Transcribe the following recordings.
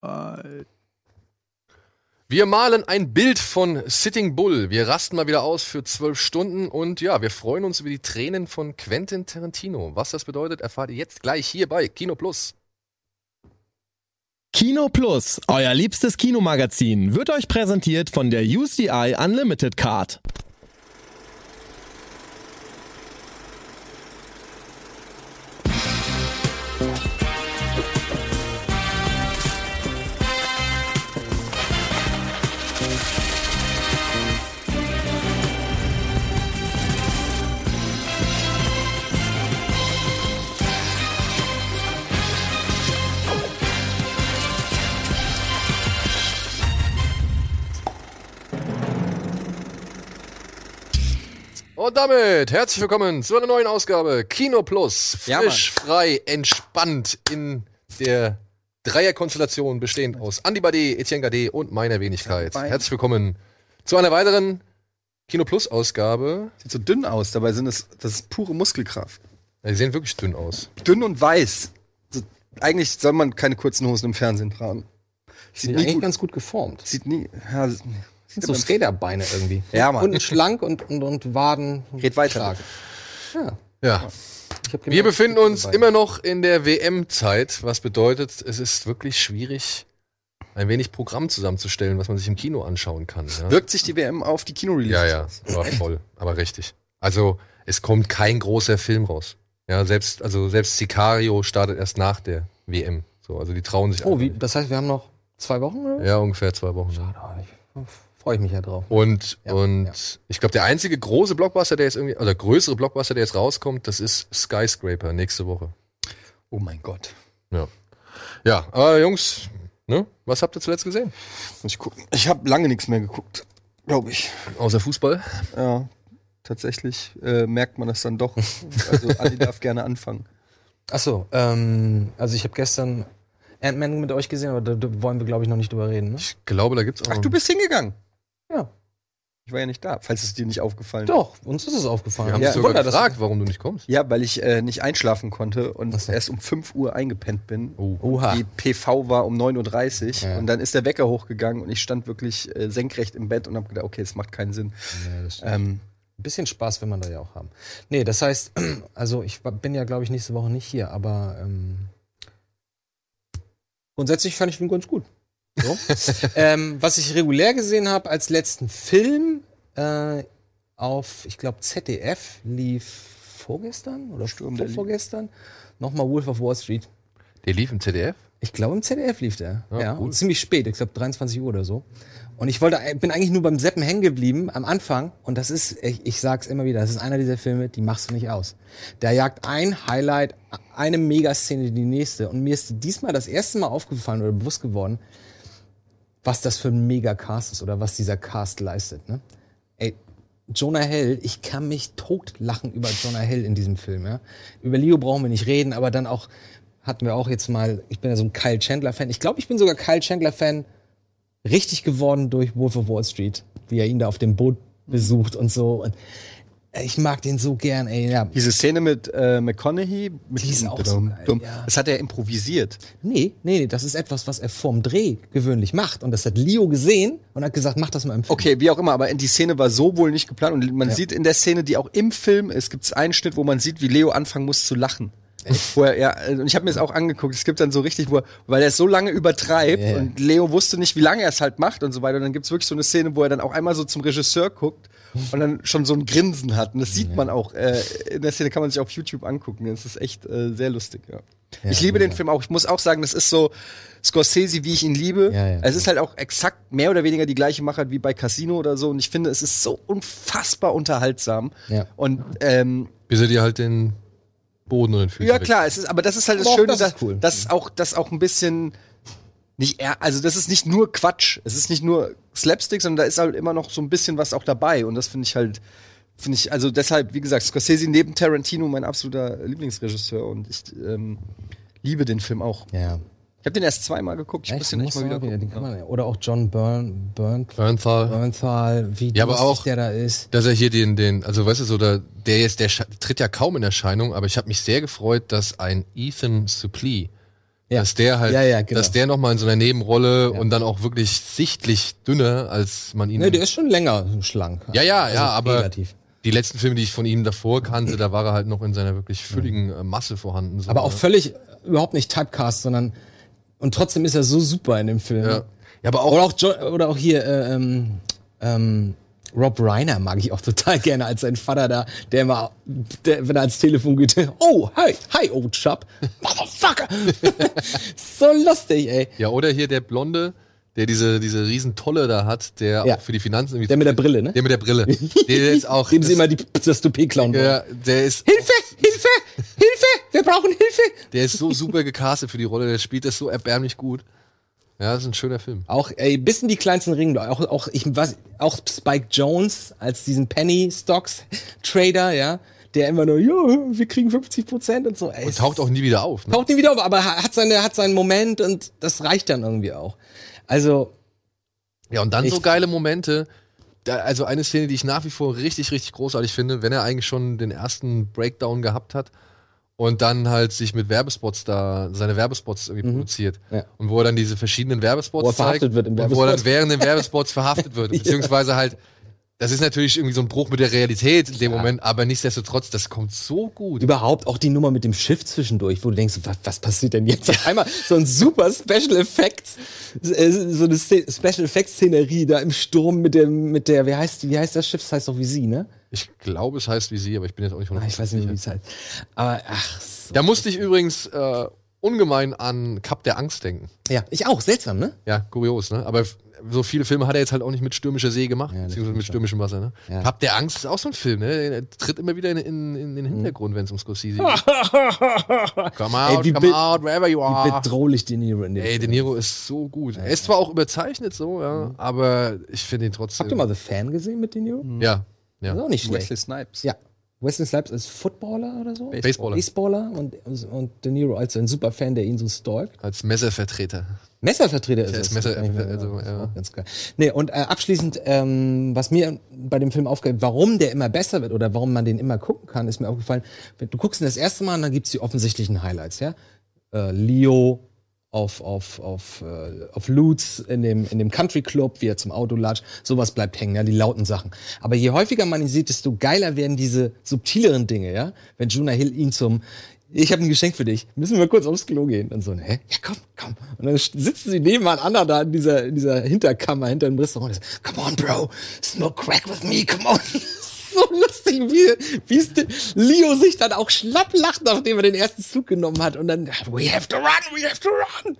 아, Alter. Wir malen ein Bild von Sitting Bull. Wir rasten mal wieder aus für zwölf Stunden und ja, wir freuen uns über die Tränen von Quentin Tarantino. Was das bedeutet, erfahrt ihr jetzt gleich hier bei Kino Plus. Kino Plus, euer liebstes Kinomagazin, wird euch präsentiert von der UCI Unlimited Card. Und damit herzlich willkommen zu einer neuen Ausgabe Kino Plus. Ja, Mann. Frisch, frei, entspannt in der Dreierkonstellation bestehend aus Andi Bade, Etienne Gade und meiner Wenigkeit. Dabei. Herzlich willkommen zu einer weiteren Kino Plus Ausgabe. Sieht so dünn aus, dabei sind es, das ist pure Muskelkraft. Ja, Die sehen wirklich dünn aus. Dünn und weiß. Also, eigentlich soll man keine kurzen Hosen im Fernsehen tragen. Sieht nie eigentlich gut- ganz gut geformt. Sieht nie. Ja, sieht Sind so immer- Skaterbeine irgendwie. Ja, Mann. Unten schlank und, und, und Waden. Red weiter. stark. Ja, Ja. ich hab Wir gemerkt, befinden es gibt uns Beine. immer noch in der WM-Zeit, was bedeutet, es ist wirklich schwierig, ein wenig Programm zusammenzustellen, was man sich im Kino anschauen kann. Ja? wirkt sich die WM auf die Kinorelease. Ja, ja, aber voll, aber richtig. Also es kommt kein großer Film raus. Ja, selbst, also selbst Sicario startet erst nach der WM. So, also die trauen sich Oh, einfach wie, nicht. das heißt, wir haben noch zwei Wochen, oder? Ja, ungefähr zwei Wochen. Schade, ich freue ich mich ja drauf. Und, Ja, und ja. ich glaube, der einzige große Blockbuster, der jetzt irgendwie, oder größere Blockbuster, der jetzt rauskommt, das ist Skyscraper nächste Woche. Oh mein Gott. Ja, aber Jungs, ne? Was habt ihr zuletzt gesehen? Muss ich gucken. Ich habe lange nichts mehr geguckt, glaube ich. Außer Fußball? Ja, tatsächlich äh, merkt man das dann doch. Also Andi darf gerne anfangen. Achso, ähm, also ich habe gestern Ant-Man mit euch gesehen, aber da, da wollen wir, glaube ich, noch nicht drüber reden. Ne? Ich glaube, da gibt's auch. Ach, du bist hingegangen. Ja. Ich war ja nicht da, falls es dir nicht aufgefallen ist. Doch, uns ist es Wir aufgefallen. haben Ja, dich sogar Wunder, dass- gefragt, warum du nicht kommst. Ja, weil ich äh, nicht einschlafen konnte und Ach so. erst um 5 Uhr eingepennt bin. Oh. Oha. Die PV war um 9.30 Uhr Ja. und dann ist der Wecker hochgegangen und ich stand wirklich äh, senkrecht im Bett und habe gedacht, okay, es macht keinen Sinn. Ja, das stimmt. Ähm, Ein bisschen Spaß will man da ja auch haben. Nee, das heißt, also ich bin ja, glaube ich, nächste Woche nicht hier, aber ähm, grundsätzlich fand ich ihn ganz gut. So. ähm, was ich regulär gesehen habe als letzten Film äh, auf, ich glaube, ZDF lief vorgestern oder Sturm vor, der vorgestern nochmal Wolf of Wall Street. Der lief im ZDF? Ich glaube, im ZDF lief der. Ja, Ja, cool. und ziemlich spät, ich glaube 23 Uhr oder so. Und ich wollte, bin eigentlich nur beim Seppen hängen geblieben am Anfang. Und das ist, ich, ich sag's immer wieder, das ist einer dieser Filme, die machst du nicht aus. Der jagt ein Highlight, eine Megaszene die nächste. Und mir ist diesmal das erste Mal aufgefallen oder bewusst geworden, was das für ein Mega-Cast ist oder was dieser Cast leistet. Ne? Ey, Jonah Hill, ich kann mich totlachen über Jonah Hill in diesem Film. Ja? Über Leo brauchen wir nicht reden, aber dann auch hatten wir auch jetzt mal, ich bin ja so ein Kyle Chandler-Fan. Ich glaube, ich bin sogar Kyle Chandler-Fan richtig geworden durch Wolf of Wall Street, wie er ihn da auf dem Boot besucht und so. Und äh, ich mag den so gern, ey. Ja. diese Szene mit äh, McConaughey, mit Die ist diesem auch so geil, ja. das hat er improvisiert. Nee, nee, nee, das ist etwas, was er vorm Dreh gewöhnlich macht. Und das hat Leo gesehen und hat gesagt, mach das mal im Film. Okay, wie auch immer, aber die Szene war so wohl nicht geplant und man sieht in der Szene, die auch im Film ist, gibt es einen Schnitt, wo man sieht, wie Leo anfangen muss zu lachen. Wo er, ja, äh, und ich habe mir das auch angeguckt. Es gibt dann so richtig, wo er, weil er es so lange übertreibt Ja, ja. und Leo wusste nicht, wie lange er es halt macht und so weiter. Und dann gibt es wirklich so eine Szene, wo er dann auch einmal so zum Regisseur guckt und dann schon so ein Grinsen hat. Und das sieht man auch äh, in der Szene, kann man sich auf YouTube angucken. Das ist echt äh, sehr lustig, ja. ich liebe den mega. Film auch. Ich muss auch sagen, das ist so Scorsese, wie ich ihn liebe. Ja, ja. Es ist halt auch exakt mehr oder weniger die gleiche Machart wie bei Casino oder so. Und ich finde, es ist so unfassbar unterhaltsam. Ja. Und ähm, Bis er dir halt den Boden und den Füßen ja wegzieht. klar, es ist, aber das ist halt das Aber auch Schöne, das ist dass, cool. dass auch das auch ein bisschen nicht, er- also das ist nicht nur Quatsch, es ist nicht nur Slapstick, sondern da ist halt immer noch so ein bisschen was auch dabei. Und das finde ich halt, finde ich, also deshalb, wie gesagt, Scorsese neben Tarantino mein absoluter Lieblingsregisseur und ich ähm, liebe den Film auch. Ja. Ich habe den erst zweimal geguckt, ich muss den echt mal wieder gucken. den kann man, Oder auch John Byrne, Byrne, Bernthal. Bernthal, wie Ja, aber lustig auch- der da ist. dass er hier den, den, also weißt du, so der, der jetzt, der scha- tritt ja kaum in Erscheinung, aber ich habe mich sehr gefreut, dass ein Ethan Suplee Ja. Dass der halt, Ja, ja, genau. dass der nochmal in so einer Nebenrolle Ja. und dann auch wirklich sichtlich dünner, als man ihn. Ne, der ist schon länger schlank. ja, ja, ja, Also aber Relativ. die letzten Filme, die ich von ihm davor kannte, da war er halt noch in seiner wirklich fülligen äh, Masse vorhanden. So, Aber auch ne? völlig überhaupt nicht Typecast, sondern und trotzdem ist er so super in dem Film. Ja. ne? ja, aber auch Oder auch jo oder auch hier äh, ähm, ähm, Rob Reiner mag ich auch total gerne als sein Vater da, der immer, der, wenn er ans Telefon geht, oh, hi, hi, old chap, motherfucker. so lustig, ey. Ja, oder hier der Blonde, der diese, diese riesen Tolle da hat, der Ja. auch für die Finanzen irgendwie. Der mit der Brille, ne? der mit der Brille. Der ist auch. Dem sie immer die, das Toupet klauen wollen. der, der ist, Hilfe, Hilfe, Hilfe, wir brauchen Hilfe. der ist so super gecastet für die Rolle, der spielt das so erbärmlich gut. Ja, das ist ein schöner Film. Auch ey, bis in die kleinsten Ringe. Auch, auch, ich, was, auch Spike Jones als diesen Penny Stocks Trader, ja, der immer nur, ja, wir kriegen 50 Prozent und so. Ey, Und taucht auch nie wieder auf. Ne? taucht nie wieder auf, aber ha- hat seine, hat seinen Moment und das reicht dann irgendwie auch. Also Ja, und dann so Ich- geile Momente. Da, also eine Szene, die ich nach wie vor richtig, richtig großartig finde, wenn er eigentlich schon den ersten Breakdown gehabt hat und dann halt sich mit Werbespots da, seine Werbespots irgendwie produziert. Mhm. Ja. Und wo er dann diese verschiedenen Werbespots Wo er verhaftet zeigt wird im und wo er dann Werbespot. während den Werbespots verhaftet wird. Beziehungsweise halt, das ist natürlich irgendwie so ein Bruch mit der Realität in dem Moment, aber nichtsdestotrotz, das kommt so gut. überhaupt auch die Nummer mit dem Schiff zwischendurch, wo du denkst, was, was passiert denn jetzt? Auf einmal so ein super Special Effects, äh, so eine Szen- Special Effects Szenerie da im Sturm mit dem, mit der, wie heißt, die- wie heißt das Schiff? Das heißt doch wie sie, ne? Ich glaube, es heißt wie sie, aber ich bin jetzt auch nicht Ah, 100% Ich weiß nicht, sicher. wie es heißt. Aber ach, so. Da musste ich übrigens äh, ungemein an Cup der Angst denken. ja, ich auch, seltsam, ne? Ja, kurios, ne? Aber f- so viele Filme hat er jetzt halt auch nicht mit stürmischer See gemacht, Ja, das beziehungsweise mit stimmt stürmischem Wasser, ne? Ja. Hab der Angst ist auch so ein Film, ne? Er tritt immer wieder in, in, in den Hintergrund, wenn es um Scorsese geht. come out, wie come be- out, wherever you Wie are. bedrohlich De Niro in dem Ey, De Film. Niro ist so gut. Er ist zwar auch überzeichnet so, ja, aber ich finde ihn trotzdem. Mhm. Habt ihr mal The Fan gesehen mit De Niro? Ja, Das ist Hm. ja. auch nicht schlecht. Wesley Snipes. Ja. Wesley Snipes als Footballer oder so? Baseballer. Baseballer und, und De Niro als ein Superfan, der ihn so stalkt. Als Messervertreter. Messervertreter ist Ja, ist es. Messer- Kann ich mir- also, ja. auch ganz geil. Nee, und äh, abschließend, ähm, was mir bei dem Film aufgefallen warum der immer besser wird oder warum man den immer gucken kann, ist mir aufgefallen, wenn du guckst ihn das erste Mal und dann gibt's die offensichtlichen Highlights, ja. Äh, Leo auf, auf, auf, äh, auf Lutz in dem, in dem Country Club, wie er zum Auto latscht, sowas bleibt hängen, ja, die lauten Sachen. Aber je häufiger man ihn sieht, desto geiler werden diese subtileren Dinge, ja. Wenn Jonah Hill ihn zum ich habe ein Geschenk für dich. Müssen wir kurz aufs Klo gehen? Und so, hä? Ja, komm, komm. Und dann st- sitzen sie nebeneinander da in dieser, in dieser Hinterkammer hinter dem Restaurant. Und so, come on, Bro, smoke crack with me, come on. so lustig, wie, wie es de- Leo sich dann auch schlapp lacht, nachdem er den ersten Zug genommen hat. Und dann, we have to run, we have to run.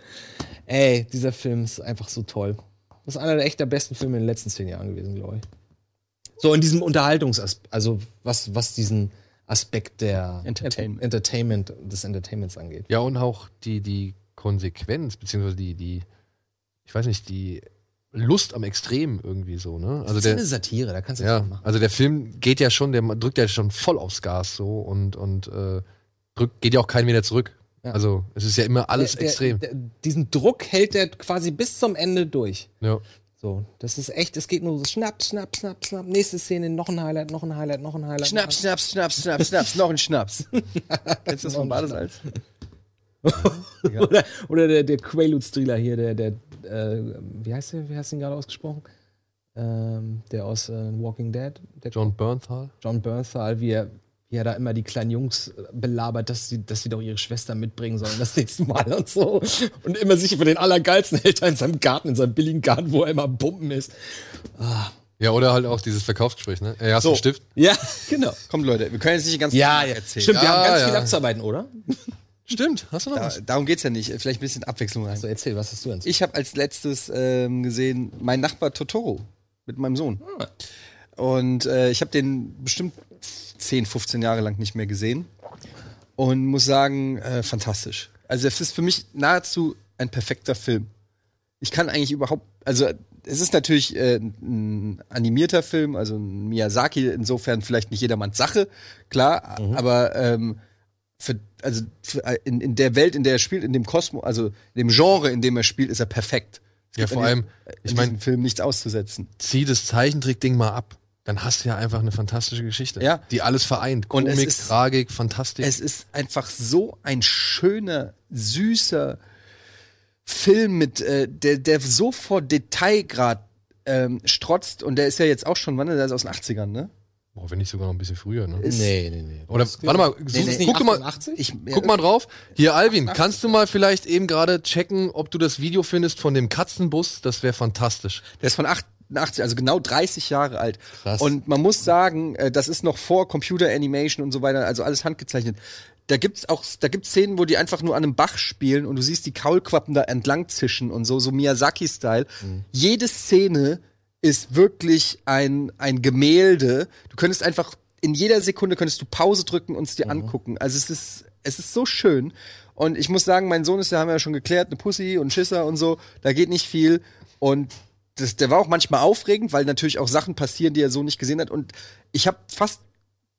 Ey, dieser Film ist einfach so toll. Das ist einer der echt der besten Filme in den letzten zehn Jahren gewesen, glaube ich. So in diesem Unterhaltungsaspekt, also was, was diesen Aspekt der Entertainment. Entertainment des Entertainments angeht. Ja, und auch die, die Konsequenz, beziehungsweise die, die, ich weiß nicht, die Lust am Extrem irgendwie so, ne? Also das der, ist eine Satire, da kannst du Ja, nicht machen. also der Film geht ja schon, der drückt ja schon voll aufs Gas so und, und äh, drückt, geht ja auch kein wieder zurück. Ja. Also es ist ja immer alles Der- der, extrem. Der, diesen Druck hält er quasi bis zum Ende durch. ja. So, das ist echt, es geht nur so schnapp, schnapp, schnapp, schnapp, nächste Szene, noch ein Highlight, noch ein Highlight, noch ein Highlight. Schnaps, Schnaps, Schnaps, Schnaps, Schnaps, noch ein Schnaps. Kennst genau, du das von Badesalz? Noch ein Highlight. Oder, oder der, der Quaalude-Strieler hier, der, der, äh, wie heißt der, wie hast du ihn gerade ausgesprochen? Ähm, der aus äh, Walking Dead, der John Bernthal. John Bernthal, wie er, wie er da immer die kleinen Jungs äh, belabert, dass sie, dass sie doch ihre Schwester mitbringen sollen das nächste Mal und so. Und immer sich über den Allergeilsten hält er in seinem Garten, in seinem billigen Garten, wo er immer am Pumpen ist. Ja, oder halt auch dieses Verkaufsgespräch, ne? Ey, hast du So. einen Stift? Ja, genau. Kommt, Leute, wir können jetzt nicht die ganze erzählen. Stimmt, wir Ja, haben ganz viel ja. abzuarbeiten, oder? Stimmt, hast du noch Da, was? darum geht's ja nicht. Vielleicht ein bisschen Abwechslung rein. So, erzähl, was hast du denn? so? Ich habe als letztes ähm, gesehen, mein Nachbar Totoro mit meinem Sohn. Und äh, ich habe den bestimmt 10, 15 Jahre lang nicht mehr gesehen. Und muss sagen, äh, fantastisch. Also, es ist für mich nahezu ein perfekter Film. Ich kann eigentlich überhaupt, also es ist natürlich äh, ein animierter Film, also ein Miyazaki, insofern vielleicht nicht jedermanns Sache, klar, Mhm. aber ähm, für, also für, äh, in, in der Welt, in der er spielt, in dem Kosmos, also in dem Genre, in dem er spielt, ist er perfekt. Es Ja, gibt vor an allem, diesem- ich an mein- diesem Film nichts auszusetzen. Zieh das Zeichentrick-Ding mal ab. Dann hast du ja einfach eine fantastische Geschichte, Ja. die alles vereint. Und es Komik, ist- Tragik, Fantastik. Es ist einfach so ein schöner, süßer, Film mit, äh, der, der so vor Detailgrad ähm, strotzt und der ist ja jetzt auch schon, wann, der ist aus den 80ern, ne? Boah, wenn nicht sogar noch ein bisschen früher, ne? Ist- Nee, nee, nee. Oder warte mal, such, nee, guck, du mal Ich, guck mal drauf. Hier, Alvin, kannst du mal vielleicht eben gerade checken, ob du das Video findest von dem Katzenbus? Das wäre fantastisch. Der ist von 88, also genau 30 Jahre alt. Krass. Und man muss sagen, äh, das ist noch vor Computer Animation und so weiter, also alles handgezeichnet. Da gibt's auch, da gibt's Szenen, wo die einfach nur an einem Bach spielen und du siehst die Kaulquappen da entlang zischen und so, so Miyazaki-Style. Jede Szene ist wirklich ein, ein Gemälde. Du könntest einfach, in jeder Sekunde könntest du Pause drücken und es dir angucken. Also es ist, es ist so schön. Und ich muss sagen, mein Sohn ist, ja, haben wir ja schon geklärt, eine Pussy und Schisser und so, da geht nicht viel. Und das, der war auch manchmal aufregend, weil natürlich auch Sachen passieren, die er so nicht gesehen hat. Und ich habe fast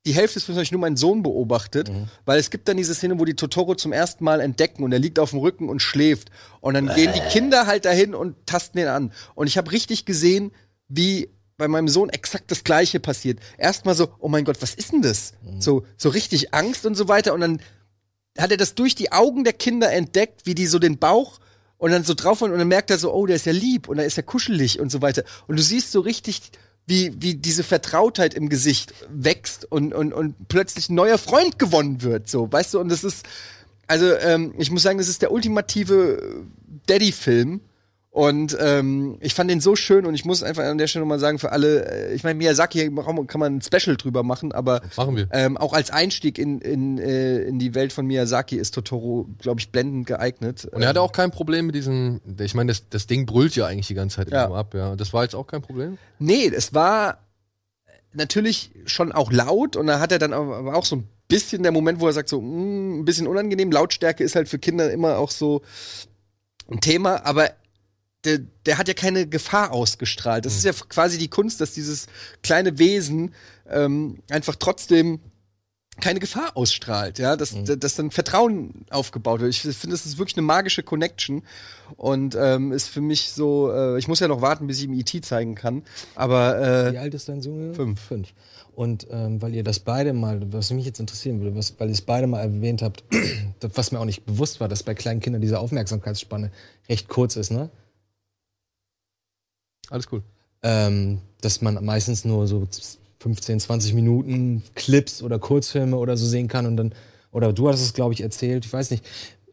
die Hälfte des Films hab ich nur meinen Sohn beobachtet, weil es gibt dann diese Szene, wo die Totoro zum ersten Mal entdecken und er liegt auf dem Rücken und schläft. Und dann gehen die Kinder halt dahin und tasten ihn an. Und ich habe richtig gesehen, wie bei meinem Sohn exakt das Gleiche passiert. Erstmal so, oh mein Gott, was ist denn das? So, so richtig Angst und so weiter. Und dann hat er das durch die Augen der Kinder entdeckt, wie die so den Bauch und dann so drauf und, und dann merkt er so, oh, der ist ja lieb und da ist ja kuschelig und so weiter. Und du siehst so richtig, wie, wie diese Vertrautheit im Gesicht wächst und, und, und plötzlich ein neuer Freund gewonnen wird, so, weißt du? Und das ist, also, ähm, ich muss sagen, das ist der ultimative äh, Daddy-Film. Und ähm, ich fand den so schön und ich muss einfach an der Stelle nochmal sagen, für alle, äh, ich meine, Miyazaki kann man ein Special drüber machen, aber Machen wir. ähm, auch als Einstieg in, in, äh, in die Welt von Miyazaki ist Totoro, glaube ich, blendend geeignet. Und er hatte auch kein Problem mit diesem. Ich meine, das, das Ding brüllt ja eigentlich die ganze Zeit Ja. immer ab, ja. Das war jetzt auch kein Problem. Äh, Nee, es war natürlich schon auch laut und da hat er dann aber aber auch so ein bisschen der Moment, wo er sagt, so mm, ein bisschen unangenehm. Lautstärke ist halt für Kinder immer auch so ein Thema, aber der, der hat ja keine Gefahr ausgestrahlt. Das ist ja quasi die Kunst, dass dieses kleine Wesen ähm, einfach trotzdem keine Gefahr ausstrahlt, ja, dass, dass dann Vertrauen aufgebaut wird. Ich finde, das ist wirklich eine magische Connection und ähm, ist für mich so, äh, ich muss ja noch warten, bis ich ihm E.T. zeigen kann, aber Wie äh, alt ist dein Sohn? Fünf. Fünf. Und ähm, weil ihr das beide mal, was mich jetzt interessieren würde, was, weil ihr es beide mal erwähnt habt, das, was mir auch nicht bewusst war, dass bei kleinen Kindern diese Aufmerksamkeitsspanne recht kurz ist, ne? Alles cool. ähm, dass man meistens nur so 15, 20 Minuten Clips oder Kurzfilme oder so sehen kann und dann, oder du hast es, glaube ich, erzählt, ich weiß nicht.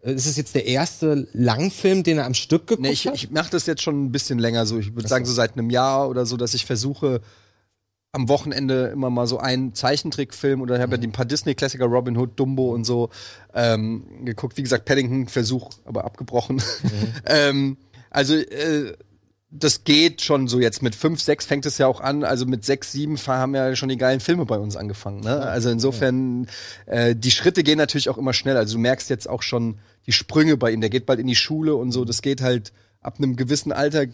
Äh, Ist es jetzt der erste Langfilm, den er am Stück geguckt nee, ich, hat? ich mache das jetzt schon ein bisschen länger so. Ich würde sagen, so seit einem Jahr oder so, dass ich versuche, am Wochenende immer mal so einen Zeichentrickfilm oder ich habe ja die ein paar Disney-Klassiker, Robin Hood, Dumbo und so ähm, geguckt. Wie gesagt, Paddington Versuch, aber abgebrochen. ähm, also äh, das geht schon so jetzt mit fünf, sechs fängt es ja auch an. Also mit sechs, sieben fa- haben ja schon die geilen Filme bei uns angefangen. Ne? Also insofern, äh, die Schritte gehen natürlich auch immer schnell. Also du merkst jetzt auch schon die Sprünge bei ihm. Der geht bald in die Schule und so. Das geht halt ab einem gewissen Alter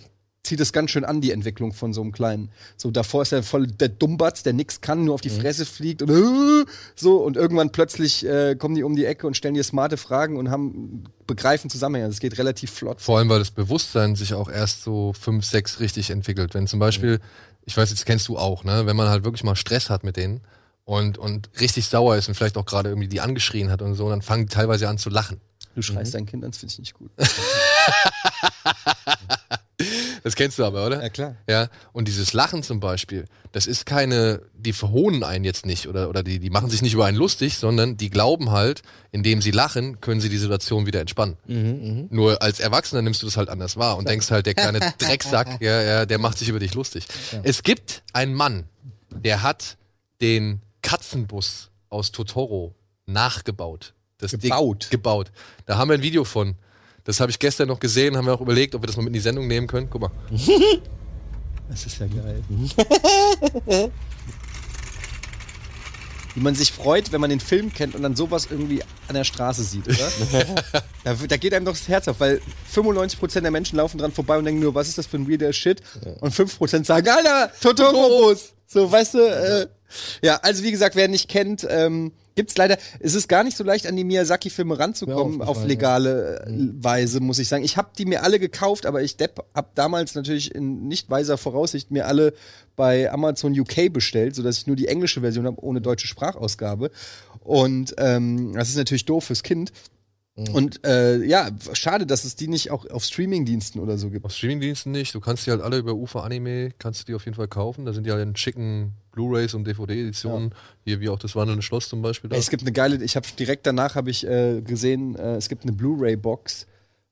zieht es ganz schön an, die Entwicklung von so einem Kleinen. So, davor ist er voll der Dummbatz, der nix kann, nur auf die Fresse fliegt und äh, so und irgendwann plötzlich äh, kommen die um die Ecke und stellen dir smarte Fragen und haben begreifen Zusammenhänge. Das geht relativ flott. Vor allem, weil das Bewusstsein sich auch erst so fünf, sechs richtig entwickelt. Wenn zum Beispiel, ich weiß, jetzt kennst du auch, ne, wenn man halt wirklich mal Stress hat mit denen und, und richtig sauer ist und vielleicht auch gerade irgendwie die angeschrien hat und so, dann fangen die teilweise an zu lachen. Du schreist dein Kind an, das finde ich nicht gut. Das kennst du aber, oder? klar. Ja, und dieses Lachen zum Beispiel, das ist keine, die verhohnen einen jetzt nicht oder, oder die, die machen sich nicht über einen lustig, sondern die glauben halt, indem sie lachen, können sie die Situation wieder entspannen. Nur als Erwachsener nimmst du das halt anders wahr und denkst halt, der kleine Drecksack, ja, ja, der macht sich über dich lustig. Es gibt einen Mann, der hat den Katzenbus aus Totoro nachgebaut. Das Gebaut. Ding, gebaut. Da haben wir ein Video von. Das habe ich gestern noch gesehen, haben wir auch überlegt, ob wir das mal mit in die Sendung nehmen können. Guck mal. Das ist ja geil. Wie man sich freut, wenn man den Film kennt und dann sowas irgendwie an der Straße sieht, oder? da, da geht einem doch das Herz auf, weil 95% der Menschen laufen dran vorbei und denken nur, was ist das für ein weirder Shit? Und 5% sagen, Alter, Totorobus! So, weißt du, äh, ja, also wie gesagt, wer nicht kennt, ähm, gibt's leider, es ist gar nicht so leicht, an die Miyazaki-Filme ranzukommen, Mir auf aufgefallen, legal digitale äh, Weise, muss ich sagen. Ich habe die mir alle gekauft, aber ich Depp habe damals natürlich in nicht weiser Voraussicht mir alle bei Amazon UK bestellt, sodass ich nur die englische Version habe, ohne deutsche Sprachausgabe. Und ähm, das ist natürlich doof fürs Kind. Mhm. Und äh, ja, schade, dass es die nicht auch auf Streamingdiensten oder so gibt. Auf Streamingdiensten nicht. Du kannst die halt alle über Ufa Anime, kannst du die auf jeden Fall kaufen. Da sind die halt in schicken Blu-Rays und DVD-Editionen. Hier wie auch das wandelnde Schloss zum Beispiel. Da. Es gibt eine geile, ich habe direkt danach habe ich äh, gesehen, äh, es gibt eine Blu-ray-Box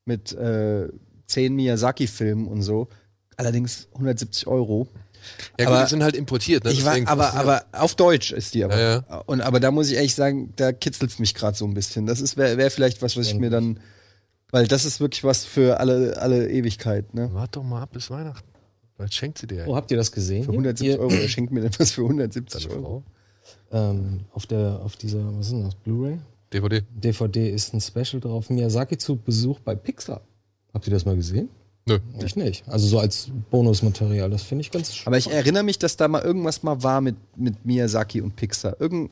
mit äh, zehn Miyazaki-Filmen und so. Allerdings 170 Euro. ja gut, aber- die sind halt importiert. Ne? Ich war, Deswegen aber, kosten die aber auf Deutsch ist die aber. Ja, Und aber da muss ich ehrlich sagen, da kitzelt's mich gerade so ein bisschen. Das ist wäre wär vielleicht was, was ich mir dann, weil das ist wirklich was für alle alle Ewigkeit. Ne? Warte doch mal ab bis Weihnachten. Vielleicht schenkt sie dir. Oh, habt ihr das gesehen? Für 170 Ihr- Euro. Er schenkt mir denn was für 170 Deine Euro. Frau. Ähm, auf der, auf dieser, was ist denn das? Blu-ray? DVD. DVD ist ein Special drauf. Miyazaki zu Besuch bei Pixar. Habt ihr das mal gesehen? Nö. Ich nicht. Also so als Bonusmaterial. Das finde ich ganz schön. Aber ich erinnere mich, dass da mal irgendwas mal war mit, mit Miyazaki und Pixar. Irgend,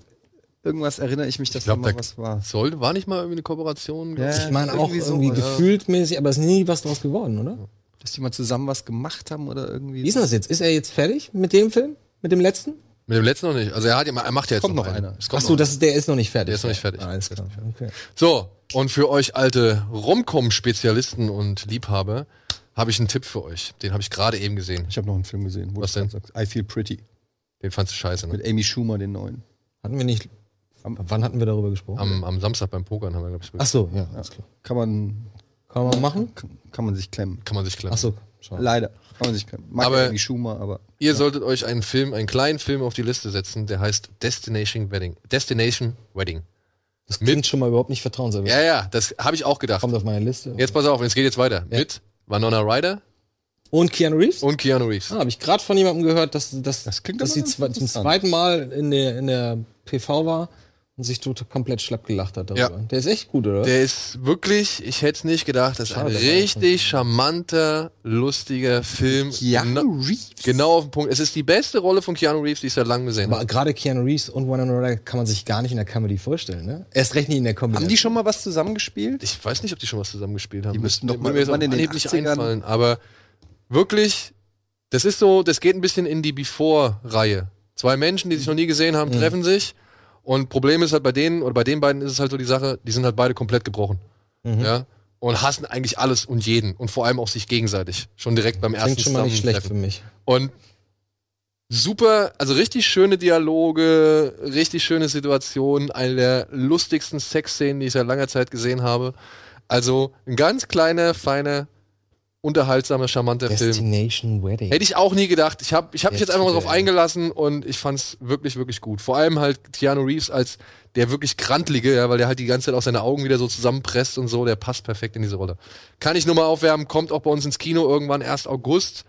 irgendwas erinnere ich mich, dass Ich glaub, da mal da- was war. Sollte, war nicht mal irgendwie eine Kooperation? glaub Ja. ich? Ich meine auch irgendwie so, irgendwie ja. gefühlt mäßig, aber es ist nie was draus geworden, oder? Dass die mal zusammen was gemacht haben oder irgendwie. Wie ist denn das jetzt? Ist er jetzt fertig mit dem Film? Mit dem letzten? Mit dem letzten noch nicht. Also er hat ja, er macht ja jetzt Kommt noch einer. Es kommt Achso, noch einer. das ist, der ist noch nicht fertig. Der ist noch nicht fertig. Ah, alles klar. Okay. So, und für euch alte Romcom-Spezialisten und Liebhaber habe ich einen Tipp für euch. Den habe ich gerade eben gesehen. Ich habe noch einen Film gesehen. Wo Was du denn? sagst, I Feel Pretty Den fandst du scheiße, ne? mit Amy Schumer, den neuen. Hatten wir nicht. wann hatten wir darüber gesprochen? Am, am Samstag beim Pokern haben wir, glaube ich, so- Achso, ja, alles klar. Kann man Kann man machen? kann man sich klemmen. kann man sich klar. Achso, schade. Leider kann man sich klemmen. Mag Aber- ja Amy Schumer, aber Ihr solltet euch einen Film, einen kleinen Film auf die Liste setzen, der heißt Destination Wedding. Destination Wedding. Das klingt schon mal überhaupt nicht vertrauenserweckend. Ja, ja, das habe ich auch gedacht. Kommt auf meine Liste. Jetzt pass auf, es geht jetzt weiter. Mit Vanona Ryder Und Keanu Reeves? und Keanu Reeves. Ah, habe ich gerade von jemandem gehört, dass, dass, Das klingt dass aber sie zwe zum interessant. zweiten Mal in der, in der PV war und sich tot komplett schlapp gelacht hat darüber. Ja. Der ist echt gut, oder? Der ist wirklich, ich hätte es nicht gedacht, das ist ein Schade, richtig charmanter, lustiger Film. Genau- Reeves. Genau auf den Punkt. Es ist die beste Rolle von Keanu Reeves, die ich seit langem gesehen aber habe. gerade Keanu Reeves und One Rider kann man sich gar nicht in der Comedy vorstellen, ne? Erst recht nicht in der Comedy. Haben die schon mal was zusammengespielt? Ich weiß nicht, ob die schon was zusammengespielt haben. Die müssten doch Würde mal mir jetzt auf irgendwann in den Anhieb nicht 80ern einfallen. Aber wirklich, das ist so, das geht ein bisschen in die Before-Reihe. Zwei Menschen, die sich noch nie gesehen haben, Mhm. treffen sich. Und Problem ist halt bei denen oder bei den beiden ist es halt so die Sache, die sind halt beide komplett gebrochen. Mhm. Ja. Und hassen eigentlich alles und jeden und vor allem auch sich gegenseitig. Schon direkt beim ersten Klingt schon mal nicht schlecht Zusammentreffen. für mich. Und super, also richtig schöne Dialoge, richtig schöne Situationen, eine der lustigsten Sexszenen, die ich seit langer Zeit gesehen habe. Also ein ganz kleiner, feiner, unterhaltsamer, charmanter Film. Destination Wedding. Hätte ich auch nie gedacht. Ich habe ich hab mich jetzt einfach mal drauf Destination. eingelassen und ich fand's wirklich, wirklich gut. Vor allem halt Keanu Reeves als der wirklich krantlige, ja, weil der halt die ganze Zeit auch seine Augen wieder so zusammenpresst und so, der passt perfekt in diese Rolle. Kann ich nur mal aufwärmen, kommt auch bei uns ins Kino irgendwann erst August.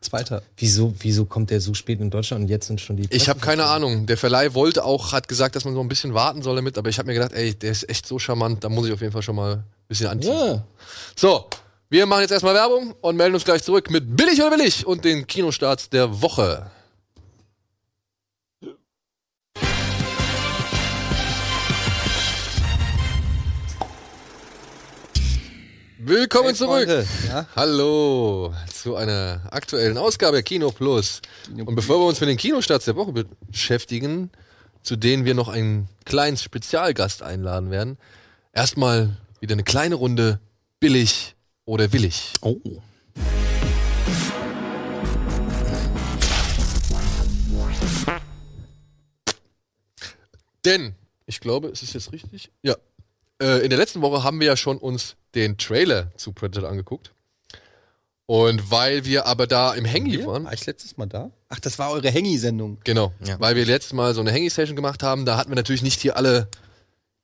Zweiter. wieso, wieso kommt der so spät in Deutschland und jetzt sind schon die. Ich habe keine Ahnung. Der Verleih wollte auch, hat gesagt, dass man so ein bisschen warten soll damit, aber ich habe mir gedacht, ey, der ist echt so charmant, da muss ich auf jeden Fall schon mal ein bisschen anziehen. Ja, So, wir machen jetzt erstmal Werbung und melden uns gleich zurück mit Billig oder Billig und den Kinostarts der Woche. Willkommen zurück. Ja? Hallo zu einer aktuellen Ausgabe Kino Plus. Und bevor wir uns mit den Kinostarts der Woche beschäftigen, zu denen wir noch einen kleinen Spezialgast einladen werden, erstmal wieder eine kleine Runde billig oder willig. Oh. Denn ich glaube, es ist jetzt richtig. Ja. Äh, in der letzten Woche haben wir ja schon uns den Trailer zu Predator angeguckt. Und weil wir aber da im Hängi waren, War ich letztes Mal da? Ach, das war eure Hängi-Sendung. Genau, Ja. weil wir letztes Mal so eine Hanging-Session gemacht haben, da hatten wir natürlich nicht hier alle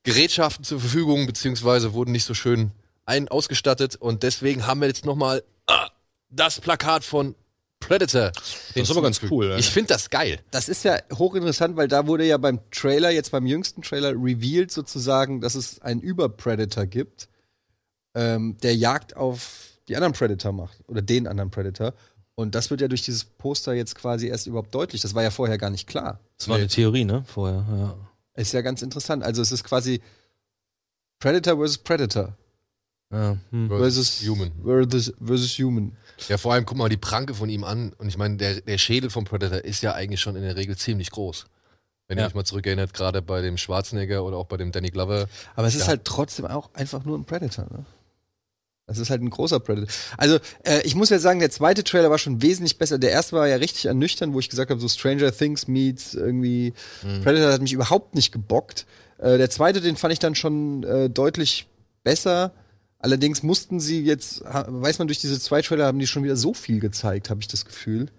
Gerätschaften zur Verfügung, beziehungsweise wurden nicht so schön ein ausgestattet und deswegen haben wir jetzt nochmal ah, das Plakat von Predator. Das ist aber ganz cool. Ich finde das geil. Das ist ja hochinteressant, weil da wurde ja beim Trailer, jetzt beim jüngsten Trailer, revealed sozusagen, dass es einen Überpredator gibt, ähm, der Jagd auf die anderen Predator macht oder den anderen Predator. Und das wird ja durch dieses Poster jetzt quasi erst überhaupt deutlich. Das war ja vorher gar nicht klar. Das war eine Theorie, ne? Vorher, ja. Ist ja ganz interessant. Also es ist quasi Predator versus Predator ja. Hm. versus Human. versus, versus Human. Ja, vor allem guck mal die Pranke von ihm an und ich meine, der, der Schädel von Predator ist ja eigentlich schon in der Regel ziemlich groß. Wenn Ja. ihr euch mal zurückerinnert, gerade bei dem Schwarzenegger oder auch bei dem Danny Glover. Aber es Ja. ist halt trotzdem auch einfach nur ein Predator, ne? Es ist halt ein großer Predator. Also, äh, ich muss ja sagen, der zweite Trailer war schon wesentlich besser. Der erste war ja richtig ernüchternd, wo ich gesagt habe, so Stranger Things meets irgendwie Predator hat mich überhaupt nicht gebockt. Äh, der zweite, den fand ich dann schon äh, deutlich besser. Allerdings mussten sie jetzt, ha- weiß man, durch diese zwei Trailer haben die schon wieder so viel gezeigt, habe ich das Gefühl.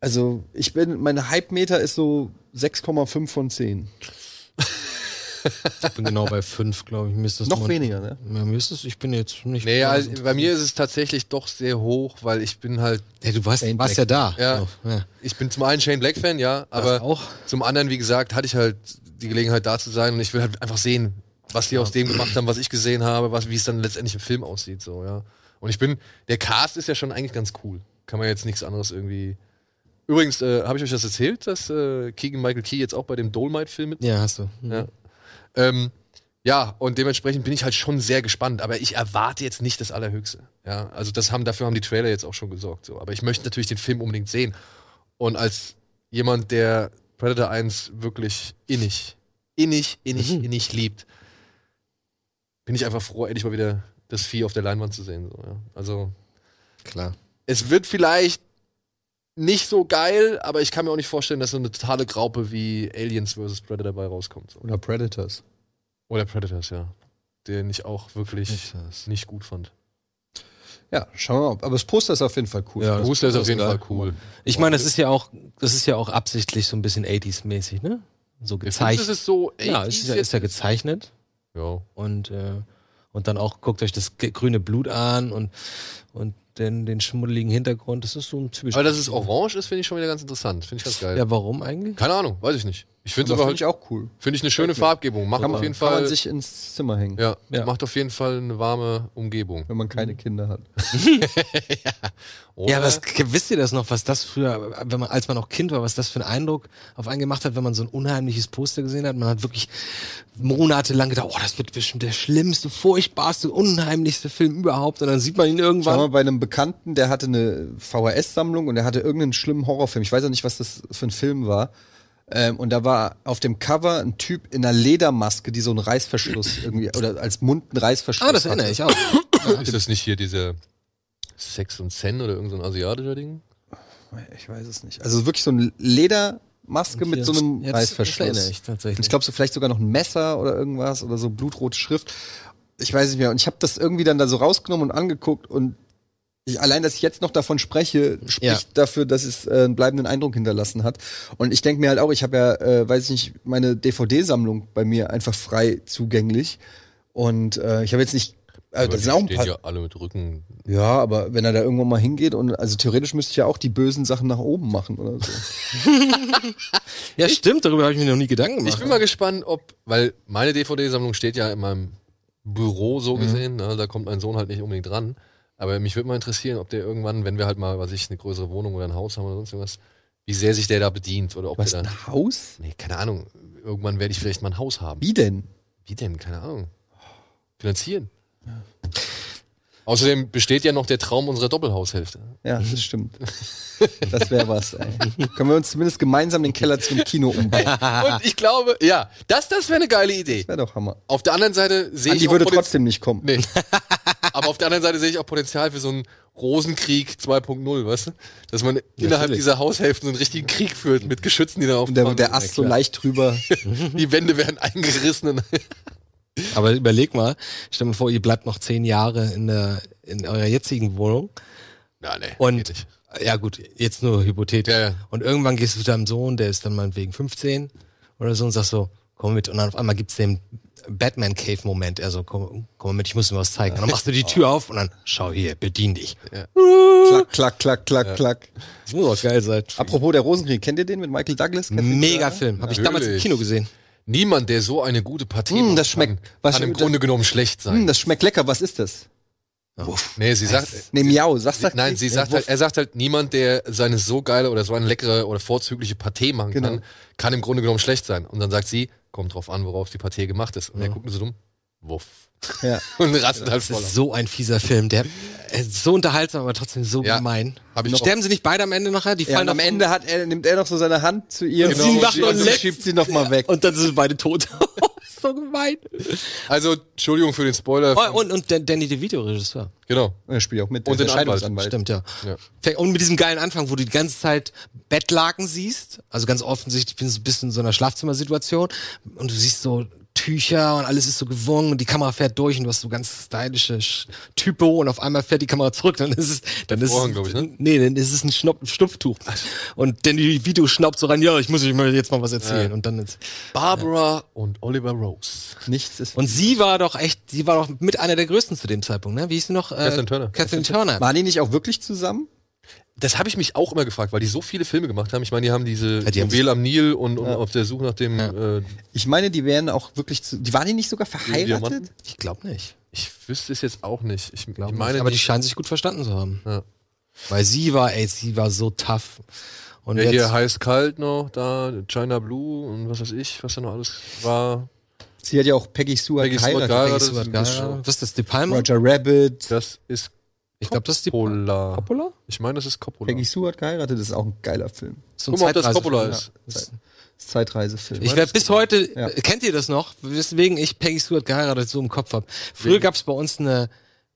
Also, ich bin, meine Hype-Meter ist so 6,5 von 10. Ich bin genau bei fünf, glaube ich. Mir ist das Noch nur- weniger, ne? Ja, mir ist das, ich bin jetzt nicht. Nee, also, bei mir ist es tatsächlich doch sehr hoch, weil ich bin halt, Hey, du warst, Shane warst ja da. Ja. So, ja. ich bin zum einen Shane Black Fan, ja, aber auch. zum anderen, wie gesagt, hatte ich halt die Gelegenheit da zu sein und ich will halt einfach sehen, was die aus dem gemacht haben, was ich gesehen habe, was, wie es dann letztendlich im Film aussieht, so, ja. Und ich bin, der Cast ist ja schon eigentlich ganz cool. Kann man jetzt nichts anderes irgendwie. Übrigens, äh, habe ich euch das erzählt, dass äh, Keegan Michael Key jetzt auch bei dem Dolmite-Film mit ja, hast du. Mhm. Ja. Ähm, ja, und dementsprechend bin ich halt schon sehr gespannt, aber ich erwarte jetzt nicht das Allerhöchste. Ja, also das haben, dafür haben die Trailer jetzt auch schon gesorgt. So. Aber ich möchte natürlich den Film unbedingt sehen. Und als jemand, der Predator 1 wirklich innig, innig, innig, innig liebt, bin ich einfach froh, endlich mal wieder das Vieh auf der Leinwand zu sehen. So, ja. Also Klar. es wird vielleicht nicht so geil, aber ich kann mir auch nicht vorstellen, dass so eine totale Graupe wie Aliens vs. Predator dabei rauskommt. So. Oder Predators. Oder Predators, ja. Den ich auch wirklich Predators. nicht gut fand. Ja, schauen wir mal. Aber das Poster ist auf jeden Fall cool. Ja, das Booster ist auf jeden geil. Fall cool. Ich meine, das ist ja auch, das ist ja auch absichtlich so ein bisschen 80s-mäßig, ne? So Das gezeichnet. ist so, ey, Ja, ist ja, ist ja gezeichnet. ja. und, äh, und dann auch guckt euch das ge- grüne Blut an und, und den, den schmuddeligen Hintergrund. Das ist so ein typisch. Aber dass es orange ist, finde ich schon wieder ganz interessant. Finde ich ganz geil. Ja, warum eigentlich? Keine Ahnung, weiß ich nicht. Ich finde es aber aber finde halt, ich auch cool. finde ich eine schöne Farbgebung. Macht Kann auf man, jeden kann man Fall, sich ins Zimmer hängen, ja, Ja. macht auf jeden Fall eine warme Umgebung. wenn man keine Kinder hat. Oder? Ja, was k- wisst ihr das noch, was das früher, wenn man, als man noch Kind war, was das für einen Eindruck auf einen gemacht hat, wenn man so ein unheimliches Poster gesehen hat? Man hat wirklich monatelang gedacht, oh, das wird bestimmt der schlimmste, furchtbarste, unheimlichste Film überhaupt. Und dann sieht man ihn Schau mal, irgendwann. bei einem Bekannten, der hatte eine VHS-Sammlung und der hatte irgendeinen schlimmen Horrorfilm. Ich weiß auch nicht, was das für ein Film war. Ähm, und da war auf dem Cover ein Typ in einer Ledermaske, die so einen Reißverschluss irgendwie, oder als Mund einen Reißverschluss Ah, das erinnere ich auch. ist das nicht hier diese Sex und Zen oder irgendein so ein asiatischer Ding? hatte. Ich weiß es nicht. Also wirklich so eine Ledermaske mit so einem Ja, das, das Reißverschluss. erinnere ich Und ich tatsächlich. glaube, so vielleicht sogar noch ein Messer oder irgendwas oder so blutrote Schrift. Ich weiß nicht mehr. Und ich habe das irgendwie dann da so rausgenommen und angeguckt und ich, allein, dass ich jetzt noch davon spreche, spricht Ja. dafür, dass es äh, einen bleibenden Eindruck hinterlassen hat. Und ich denke mir halt auch, ich habe ja, äh, weiß ich nicht, meine DVD-Sammlung bei mir einfach frei zugänglich. Und äh, ich habe jetzt nicht, äh, Aber da die sind auch ein stehen paar. ja alle mit Rücken. Ja, aber wenn er da irgendwann mal hingeht und also theoretisch müsste ich ja auch die bösen Sachen nach oben machen oder so. Ja, stimmt, darüber habe ich mir noch nie Gedanken gemacht. Ich bin mal gespannt, ob, weil meine DVD-Sammlung steht ja in meinem Büro Mhm. so gesehen, ne? da kommt mein Sohn halt nicht unbedingt dran. Aber mich würde mal interessieren, ob der irgendwann, wenn wir halt mal, was ich, eine größere Wohnung oder ein Haus haben oder sonst irgendwas, wie sehr sich der da bedient oder ob Was, der da. ein Haus? Nee, keine Ahnung. Irgendwann werde ich vielleicht mal ein Haus haben. Wie denn? Wie denn? Keine Ahnung. Finanzieren. Außerdem besteht ja noch der Traum unserer Doppelhaushälfte. Ja, das stimmt. Das wäre was, ey. Können wir uns zumindest gemeinsam den Keller zum Kino umbauen? Und ich glaube, ja, das, das wäre eine geile Idee. Wäre doch Hammer. Auf der anderen Seite sehe ich Andi auch würde Potenzial- trotzdem nicht kommen. Nee. Aber auf der anderen Seite sehe ich auch Potenzial für so einen Rosenkrieg 2.0, weißt du? Dass man innerhalb Natürlich. dieser Haushälften so einen richtigen Krieg führt mit Geschützen, die da auf Und der, der Ast so leicht drüber. Die Wände werden eingerissen. Und Aber überleg mal, stell mal vor, ihr bleibt noch zehn Jahre in, der, in eurer jetzigen Wohnung. Na, nee, Und geht nicht. ja gut, jetzt nur hypothetisch. Ja, ja. Und irgendwann gehst du zu deinem Sohn, der ist dann meinetwegen 15 oder so und sagst so, komm mit. Und dann auf einmal gibt's den Batman-Cave-Moment. Er so, komm, komm mit, ich muss dir was zeigen. Und dann machst du die Tür auf und dann, schau hier, bedien dich. Klack, klack, klack, klack, klack. Das muss auch geil sein. Apropos der Rosenkrieg, kennt ihr den mit Michael Douglas? Kennt ihr den da? Mega Film. Habe ich Natürlich. damals im Kino gesehen. Niemand, der so eine gute Partie Mm, macht, das schmeckt. kann, Was kann im schmeckt- Grunde genommen schlecht sein. Hm, das schmeckt lecker. Was ist das? nee, sie sagt, Nee, Miau. Sagst sie, du nein, sie sagt halt, er sagt halt, niemand, der seine so geile oder so eine leckere oder vorzügliche Partie machen Genau. kann, kann im Grunde genommen schlecht sein. Und dann sagt sie, kommt drauf an, worauf die Partie gemacht ist. Und er guckt mir so dumm, wuff. Ja. Und rastet halt Das voll. ist aus. so ein fieser Film, der äh, so unterhaltsam, aber trotzdem so Ja. gemein. Hab ich noch- Sterben sie nicht beide am Ende nachher? Die Ja, fallen und am auf- Ende hat er, nimmt er noch so seine Hand zu ihr Und sie macht schiebt- noch und Leck- schiebt sie noch mal weg. Und dann sind sie beide tot. so gemein. Also, Entschuldigung für den Spoiler. Oh, und, und Dan- Danny DeVito, Regisseur. genau. Und er spielt Äh, auch mit Und der den Anwalt. Scheidungsanwalt. Stimmt, ja. Ja. Fängt- Und mit diesem geilen Anfang, wo du die ganze Zeit Bettlaken siehst. Also ganz offensichtlich bin ich so ein bisschen in so einer Schlafzimmersituation. Und du siehst so Tücher und alles ist so gewungen und die Kamera fährt durch und du hast so ganz stylische Sch- Typo und auf einmal fährt die Kamera zurück. Dann ist es, dann ist Vorhang, es, glaub ich, ne? nee, dann ist es ein Schnopp, Schnupftuch. Und dann die Video schnaubt so rein, ja, ich muss euch mal jetzt mal was erzählen. Und dann ist, Barbara und Oliver Rose. Nichts ist. und sie war doch echt, sie war doch mit einer der größten zu dem Zeitpunkt, ne? Wie hieß sie noch? Äh, Kathleen Turner. Kathleen Turner. waren die nicht auch wirklich zusammen? Das habe ich mich auch immer gefragt, weil die so viele Filme gemacht haben. Ich meine, die haben diese Ja, die haben- Juwel am Nil und, und auf der Suche nach dem. Äh, Ich meine, die wären auch wirklich zu, die waren die nicht sogar verheiratet? Diamanten? Ich glaube nicht. ich wüsste es jetzt auch nicht. Ich, ich Glauben meine, nicht, aber die nicht. scheinen sich gut verstanden zu haben. Ja. Weil sie war, ey, sie war so tough. Und Ja, hier jetzt, heiß kalt noch, da China Blue und was weiß ich, was da noch alles war. Sie hat ja auch Peggy Sue Peggy Sue hat geheiratet. geheiratet. Denkst du, halt was- das ist- was ist das, De Palma? Roger Rabbit. Das ist Ich glaube, das ist die Coppola. Coppola? Ich meine, das ist Coppola. Peggy Sue hat geheiratet, das ist auch ein geiler Film. So ein Guck mal, ob das Zeitreisefilm. Coppola ist. Das ist ein Zeitreisefilm. Ich werde bis heute, Ja. äh, kennt ihr das noch? Weswegen ich Peggy Stewart geheiratet so im Kopf hab. Früher gab es bei uns eine,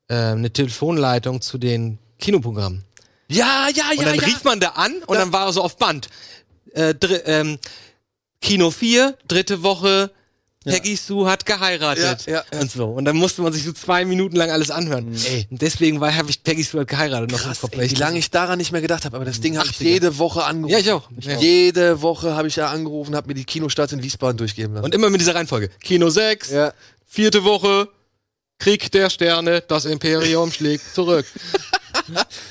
äh, eine Telefonleitung zu den Kinoprogrammen. Ja, ja, Und dann rief man da an und dann war er so auf Band. Äh, dr ähm, Kino 4, dritte Woche, Peggy Sue hat geheiratet. Ja, ja, ja. Und so. Und dann musste man sich so zwei Minuten lang alles anhören. Ey. Und deswegen habe ich Peggy Sue hat geheiratet noch im Kopf. weil Ey, wie ich- lange ich daran nicht mehr gedacht habe, aber das Ding habe ich 80er. jede Woche angerufen. Ja, ich auch. Ich auch. Jede Woche habe ich da angerufen, habe mir die Kinostarts in Wiesbaden durchgeben lassen. Und immer mit dieser Reihenfolge. Kino 6, ja. vierte Woche, Krieg der Sterne, das Imperium schlägt zurück.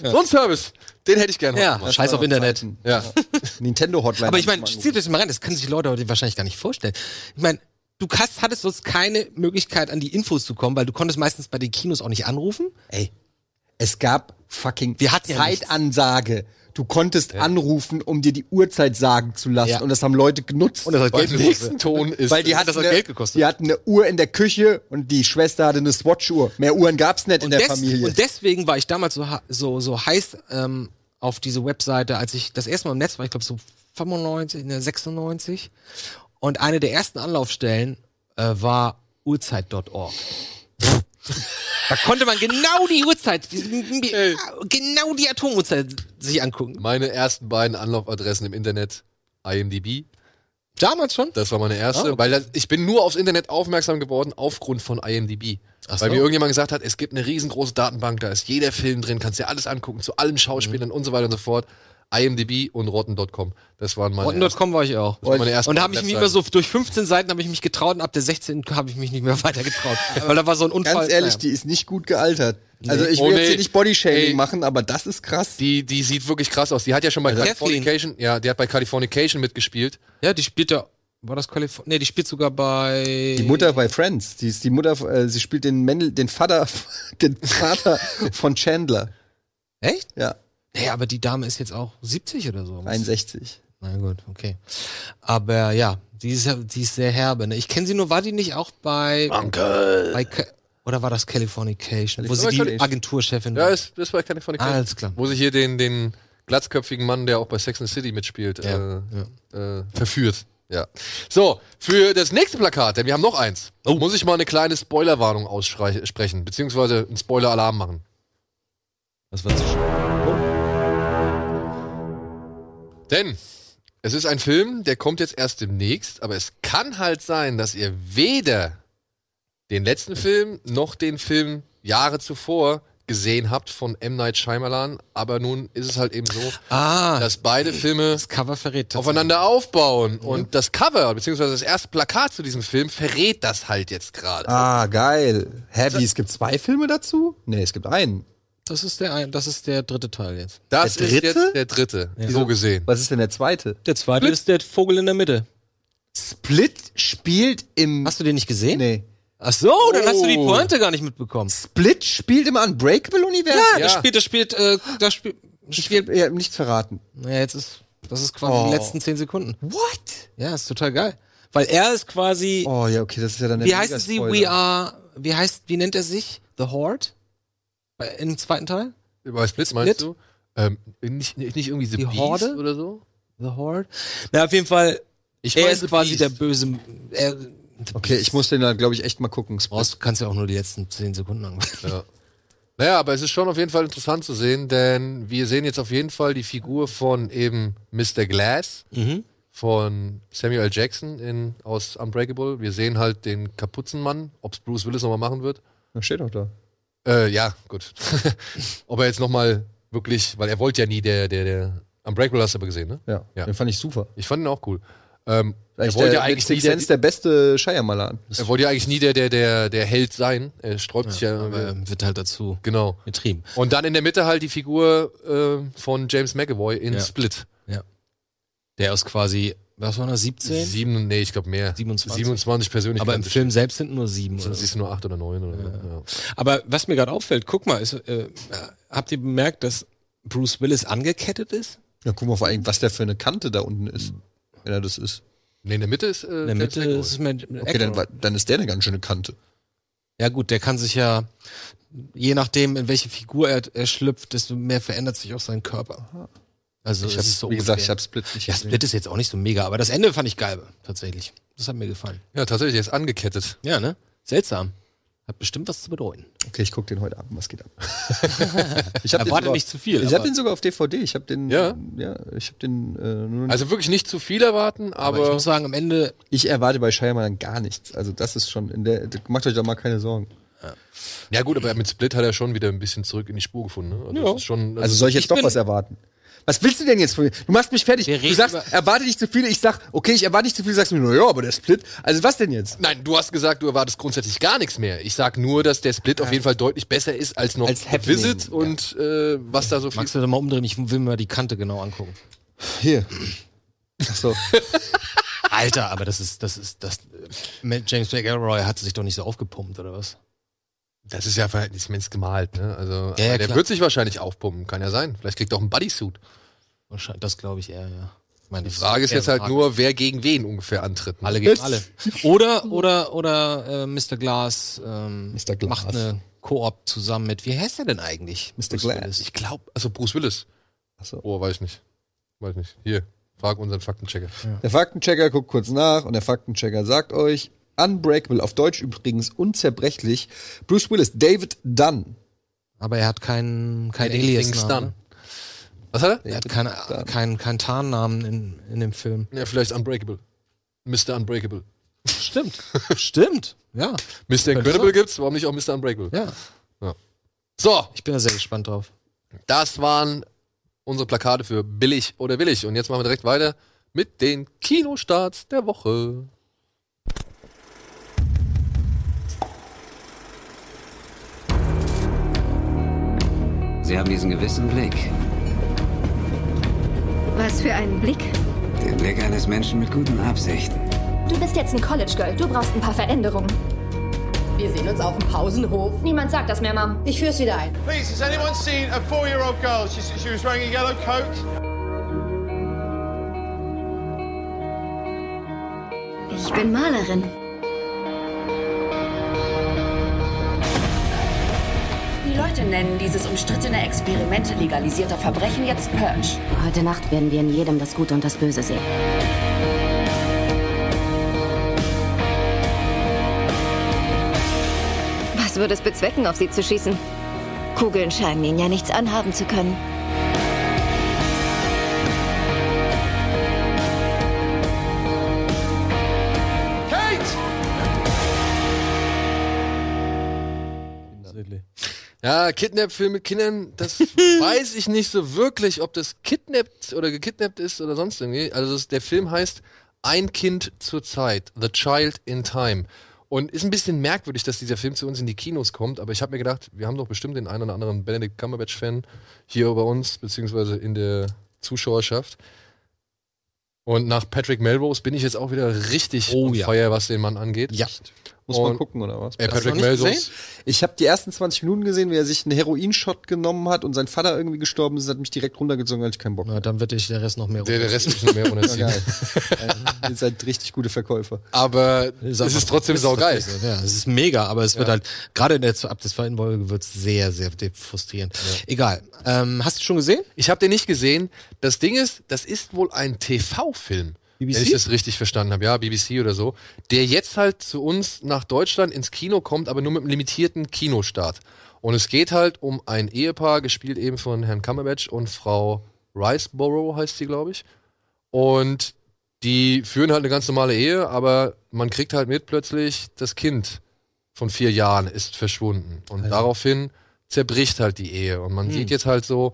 So ein Service, den hätte ich gerne Ja, heute mal. scheiß auf Internet. Zeiten. Ja. Nintendo Hotline. Aber ich hab meine, mal zieht euch das mal rein, das können sich die Leute heute wahrscheinlich gar nicht vorstellen. Ich meine, du hast, hattest sonst keine Möglichkeit, an die Infos zu kommen, weil du konntest meistens bei den Kinos auch nicht anrufen. Ey, es gab fucking Wir hatten ja Zeitansage. du konntest anrufen, um dir die Uhrzeit sagen zu lassen. Ja. Und das haben Leute genutzt. Und das hat Beim Geld gekostet. nächsten Ton ist. weil die hat hatten, das auch eine, Geld gekostet. die hatten eine Uhr in der Küche und die Schwester hatte eine Swatch-Uhr. Mehr Uhren gab's nicht in der Des- Familie. Und deswegen war ich damals so, ha- so, so heiß ähm, auf diese Webseite, als ich das erste Mal im Netz war, ich glaube so 95, ne, 96. Und eine der ersten Anlaufstellen äh, war uhrzeit.org. da konnte man genau die Uhrzeit, genau die Atomuhrzeit sich angucken. Meine ersten beiden Anlaufadressen im Internet, IMDb, Damals schon? das war meine erste, Ah, okay. weil das, ich bin nur aufs Internet aufmerksam geworden aufgrund von IMDb. Ach Weil so. mir irgendjemand gesagt hat, es gibt eine riesengroße Datenbank, da ist jeder Film drin, kannst dir alles angucken, zu allen Schauspielern und so weiter und so fort. IMDb und Rotten.com. Das waren meine, ersten- Rotten.com war ich auch. das waren meine ersten. Und da habe ich mich immer so durch 15 Seiten habe ich mich getraut und ab der 16 habe ich mich nicht mehr weiter getraut, weil da war so ein Unfall. Ganz ehrlich, Naja. die ist nicht gut gealtert. Also ich will Oh, jetzt nee. hier nicht Bodyshaming Ey. machen, aber das ist krass. Die, die sieht wirklich krass aus. Die hat ja schon bei Also Californication, ja, die hat bei Californication mitgespielt. Ja, die spielt ja. War das Kalifornien? Nee, die spielt sogar bei. Die Mutter bei Friends, die ist die Mutter, äh, sie spielt den Mendel, den Vater, den Vater von Chandler. Echt? Ja, Nee, aber die Dame ist jetzt auch 70 oder so. 61. Na gut, okay. Aber ja, die ist, ja- die ist sehr herbe. Ne? Ich kenne sie nur, war die nicht auch bei. Uncle! bei Ca- oder war das Californication? Wo sie die Californication. Agenturchefin Ja, Also. ist, war. ist bei Californication. Alles klar. Wo sie hier den, den glatzköpfigen Mann, der auch bei Sex and the City mitspielt, Ja, äh, Äh, verführt. Ja. So, für das nächste Plakat, denn wir haben noch eins, Oh. muss ich mal eine kleine Spoilerwarnung aussprechen, beziehungsweise einen Spoiler-Alarm machen. Das war zu schön. Oh. Denn es ist ein Film, der kommt jetzt erst demnächst, aber es kann halt sein, dass ihr weder den letzten Film noch den Film Jahre zuvor gesehen habt von M. Night Shyamalan, aber nun ist es halt eben so, Ah, das, dass beide Filme Cover verrät. aufeinander aufbauen und das Cover beziehungsweise das erste Plakat zu diesem Film verrät das halt jetzt gerade. Ah, geil. Hä, wie, es gibt zwei Filme dazu? Nee, es gibt einen. Das ist, der, ein- das ist der dritte Teil jetzt. Das der ist dritte? jetzt der dritte, so gesehen. Was ist denn der zweite? Der zweite ist der Vogel in der Mitte. Split spielt im. Hast du den nicht gesehen? nee. Ach so, dann hast du die Oh. Pointe gar nicht mitbekommen. Split spielt im Unbreakable-Universum? Ja, Ja. das spielt, das spielt, äh, das spielt. Ich will ja, nichts verraten. Naja, jetzt ist. Das ist quasi die letzten zehn Sekunden. What? Ja, ist total geil. Oh. Weil er ist quasi. Oh ja, okay, das ist ja dann der wie heißen sie? Mega-Spoiler. We are. wie heißt, wie nennt er sich? The Horde? Bei- Im zweiten Teil? Bei Split meinst Split? du? Ähm, nicht, nicht nicht irgendwie The Die Beast Horde? oder so? The Horde? Na, auf jeden Fall, Ich er mein ist The quasi Beast. der böse. Er, Okay, ich muss den dann, glaube ich, echt mal gucken. Brauchst, kannst ja auch nur die letzten 10 Sekunden lang. Ja. Naja, aber es ist schon auf jeden Fall interessant zu sehen, denn wir sehen jetzt auf jeden Fall die Figur von eben Mr. Glass, Mhm. von Samuel L. Jackson in, aus Unbreakable. Wir sehen halt den Kapuzenmann, ob es Bruce Willis nochmal machen wird. Da steht doch da. Äh, ja, gut. ob er jetzt nochmal wirklich, weil er wollte ja nie der, der, der Unbreakable hast du aber gesehen, ne? Ja. Ja. Den fand ich super. Ich fand ihn auch cool. Ähm, er Vielleicht wollte der, ja eigentlich mit nie Sixth Sense der beste Shyamalan. Er wollte ja eigentlich nie der, der, der, der Held sein. Er sträubt sich ja. Aber ähm, wird halt dazu genau. getrieben. Und dann in der Mitte halt die Figur äh, von James McAvoy in Ja. Split. Der ist quasi, was war das, 17? Sieben, nee, ich glaube mehr. 27. 27 persönlich. aber im Film selbst sind nur sieben. Sonst Oder? siehst du nur acht oder neun oder so. Ja. Aber was mir gerade auffällt, guck mal, ist, äh, habt ihr bemerkt, dass Bruce Willis angekettet ist? Ja, guck mal vor allem, was der für eine Kante da unten ist. Mhm. Wenn er das ist. Nee, in der Mitte ist. Äh, In der James Mitte McAvoy. ist es mit, mit Okay, dann, war- dann ist der eine ganz schöne Kante. Ja gut, der kann sich ja, je nachdem, in welche Figur er, er schlüpft, desto mehr verändert sich auch sein Körper. Also Ich es hab, ist so wie gesagt, ich ungefähr. habe Split nicht Ja, Split ist jetzt auch nicht so mega, aber das Ende fand ich geil, tatsächlich. Das hat mir gefallen. Ja, tatsächlich, er ist angekettet. Ja, ne? Seltsam. Hat bestimmt was zu bedeuten. Okay, ich gucke den heute Abend. Was geht ab? ich hab den Erwartet sogar- nicht zu viel, Ich habe aber- den sogar auf DVD. Ich habe den. Ja? Ja, ich habe den. Äh, nur Also wirklich nicht zu viel erwarten, aber. ich muss sagen, am Ende, ich erwarte bei Shyamalan gar nichts. Also das ist schon in der. Macht euch da mal keine Sorgen. ja, gut, aber mit Split hat er schon wieder ein bisschen zurück in die Spur gefunden. Ne? Also, Ja. es ist schon, Also soll ich jetzt ich doch bin- was erwarten? Was willst du denn jetzt von mir? Du machst mich fertig. Wir Du reden sagst, über- erwarte nicht zu viel. Ich sag, okay, ich erwarte nicht zu viel. Sagst du mir, naja, aber der Split. Also was denn jetzt? Nein, du hast gesagt, du erwartest grundsätzlich gar nichts mehr. Ich sag nur, dass der Split auf jeden Fall deutlich besser ist als noch Als Happening, Visit ja. und äh, was da so viel. magst du da mal umdrehen, ich will mir mal die Kante genau angucken. Hier. Ach so. Alter, aber das ist, das ist, das, äh, James McElroy hatte sich doch nicht so aufgepumpt, oder was? Das ist ja verhältnismäßig gemalt, ne? Also ja, aber der klar. wird sich wahrscheinlich aufpumpen, kann ja sein. Vielleicht kriegt er auch einen Bodysuit. Wahrscheinlich, das glaube ich eher, ja. Ich meine, Die das Frage ist eher jetzt halt Frage. nur, wer gegen wen ungefähr antritt. ne? Alle gegen alle. Oder, oder, oder äh, Mr. Glass, ähm, Mr. Glass. macht eine Koop zusammen mit, wie heißt er denn eigentlich? Mr. Bruce Glass. Willis. Ich glaube, also Bruce Willis. Ach so. Oh, weiß ich nicht. Weiß nicht. Hier, frag unseren Faktenchecker. Hm. Der Faktenchecker guckt kurz nach und der Faktenchecker sagt euch, Unbreakable, auf Deutsch übrigens unzerbrechlich, Bruce Willis, David Dunn. Aber er hat keinen kein Anything Alias. ne? done. Was hat Er hat keinen Dunn. keinen keinen Tarnnamen in, in dem Film. er? Ja, vielleicht Unbreakable. Mr. Unbreakable. Stimmt. Stimmt. Ja. Mr. Incredible sein. gibt's, warum nicht auch Mr. Unbreakable? Ja. So, Ich bin da sehr gespannt drauf. Das waren unsere Plakate für billig oder willig. Und jetzt machen wir direkt weiter mit den Kinostarts der Woche. Sie haben diesen gewissen Blick. Was für einen Blick. Den Blick eines Menschen mit guten Absichten. Du bist jetzt ein College Girl. Du brauchst ein paar Veränderungen. Wir sehen uns auf dem Pausenhof. Niemand sagt das mehr, Mom. Ich führ's wieder ein. Please, has anyone seen a four-year-old girl? She, she was wearing a yellow coat. Ich bin Malerin. Die Leute nennen dieses umstrittene Experiment legalisierter Verbrechen jetzt Purge. Heute Nacht werden wir in jedem das Gute und das Böse sehen. Was würde es bezwecken, auf sie zu schießen? Kugeln scheinen ihnen ja nichts anhaben zu können. Kate! Ja, Kidnap-Film mit Kindern, das weiß ich nicht so wirklich, ob das kidnappt oder gekidnappt ist oder sonst irgendwie. Also das, der Film heißt Ein Kind zur Zeit, The Child in Time. Und ist ein bisschen merkwürdig, dass dieser Film zu uns in die Kinos kommt, aber ich habe mir gedacht, wir haben doch bestimmt den einen oder anderen Benedict Cumberbatch-Fan hier bei uns, beziehungsweise in der Zuschauerschaft. Und nach Patrick Melrose bin ich jetzt auch wieder richtig Oh on ja. fire, was den Mann angeht. Ja. Muss man gucken, oder was? Ey, Hast du Patrick noch nicht Melrose. gesehen? Ich habe die ersten 20 Minuten gesehen, wie er sich einen Heroinshot genommen hat und sein Vater irgendwie gestorben ist, hat mich direkt runtergezogen, hatte ich keinen Bock. Na, dann wird dich der Rest noch mehr Der, der Rest ist noch mehr runterziehen. Ja, geil. Ihr seid richtig gute Verkäufer. Aber es Äh, Ist einfach- ist trotzdem saugeil. ist- Ja, es ist mega, aber es wird halt, gerade in der, Z- ab der zweiten Folge wird es sehr, sehr de- frustrierend. Egal. Ähm, hast du schon gesehen? Ich habe den nicht gesehen. Das Ding ist, das ist wohl ein TV-Film. Wenn BBC? ich das richtig verstanden habe, ja, BBC oder so, der jetzt halt zu uns nach Deutschland ins Kino kommt, aber nur mit einem limitierten Kinostart. Und es geht halt um ein Ehepaar, gespielt eben von Herrn Cumberbatch und Frau Riceborough heißt sie, glaube ich. Und die führen halt eine ganz normale Ehe, aber man kriegt halt mit plötzlich, das Kind von vier Jahren ist verschwunden. Und daraufhin zerbricht halt die Ehe. Und man sieht jetzt halt so,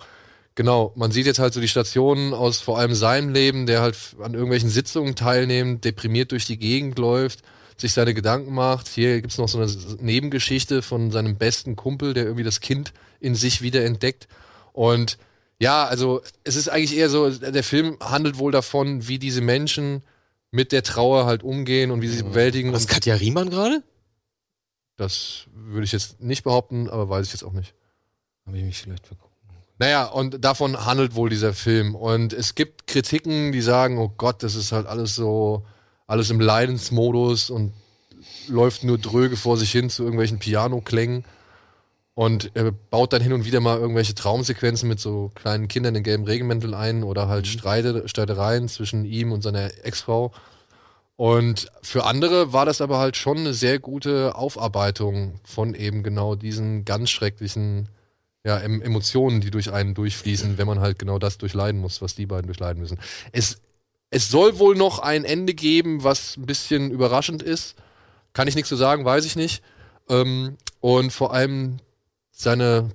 genau, man sieht jetzt halt so die Stationen aus vor allem seinem Leben, der halt an irgendwelchen Sitzungen teilnimmt, deprimiert durch die Gegend läuft, sich seine Gedanken macht. Hier gibt's noch so eine S- Nebengeschichte von seinem besten Kumpel, der irgendwie das Kind in sich wiederentdeckt. Und ja, also es ist eigentlich eher so, der Film handelt wohl davon, wie diese Menschen mit der Trauer halt umgehen und wie sie sie bewältigen. Was Und Katja Riemann gerade? das würde ich jetzt nicht behaupten, aber weiß ich jetzt auch nicht. Habe ich mich vielleicht verguckt. Naja, und davon handelt wohl dieser Film. Und es gibt Kritiken, die sagen, oh Gott, das ist halt alles so, alles im Leidensmodus und läuft nur dröge vor sich hin zu irgendwelchen Piano-Klängen und äh, baut dann hin und wieder mal irgendwelche Traumsequenzen mit so kleinen Kindern in gelben Regenmänteln ein oder halt Streite, Streitereien zwischen ihm und seiner Ex-Frau. Und für andere war das aber halt schon eine sehr gute Aufarbeitung von eben genau diesen ganz schrecklichen ja, em Emotionen, die durch einen durchfließen, wenn man halt genau das durchleiden muss, was die beiden durchleiden müssen. Es, es soll wohl noch ein Ende geben, was ein bisschen überraschend ist. Kann ich nichts zu sagen, weiß ich nicht. Ähm, und vor allem seine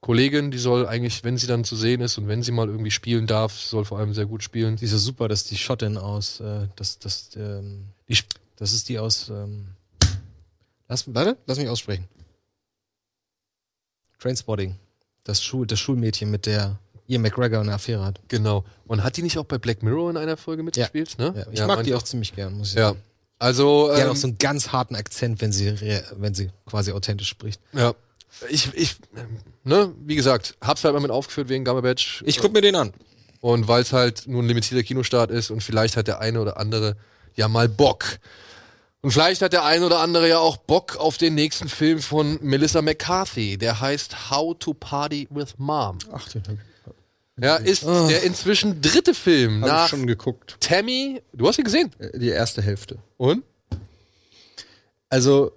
Kollegin, die soll eigentlich, wenn sie dann zu sehen ist und wenn sie mal irgendwie spielen darf, soll vor allem sehr gut spielen. Die ist ja super, dass die Schottin aus, äh, das, das, ähm, die, Sp- das ist die aus, ähm, lass, warte, lass mich aussprechen. Trainspotting. Das Schul, das Schulmädchen, mit der ihr McGregor eine Affäre hat. Genau. Und hat die nicht auch bei Black Mirror in einer Folge mitgespielt? Ne? Ja, ich mag mein- die auch ziemlich gern, muss ich Ja. sagen. Also, Die hat ähm, auch so einen ganz harten Akzent, wenn sie, re- wenn sie quasi authentisch spricht. ja. Ich, ich, ähm, ne, wie gesagt, hab's halt mal mit aufgeführt wegen Gumberbatch. Ich guck mir den an. Und weil es halt nur ein limitierter Kinostart ist und vielleicht hat der eine oder andere ja mal Bock. Und vielleicht hat der eine oder andere ja auch Bock auf den nächsten Film von Melissa McCarthy. Der heißt How to Party with Mom. Ach, den hab, Ja, ist Ah. der inzwischen dritte Film hab nach ich schon geguckt. Tammy. Du hast ihn gesehen. Äh, Die erste Hälfte. Und? Also,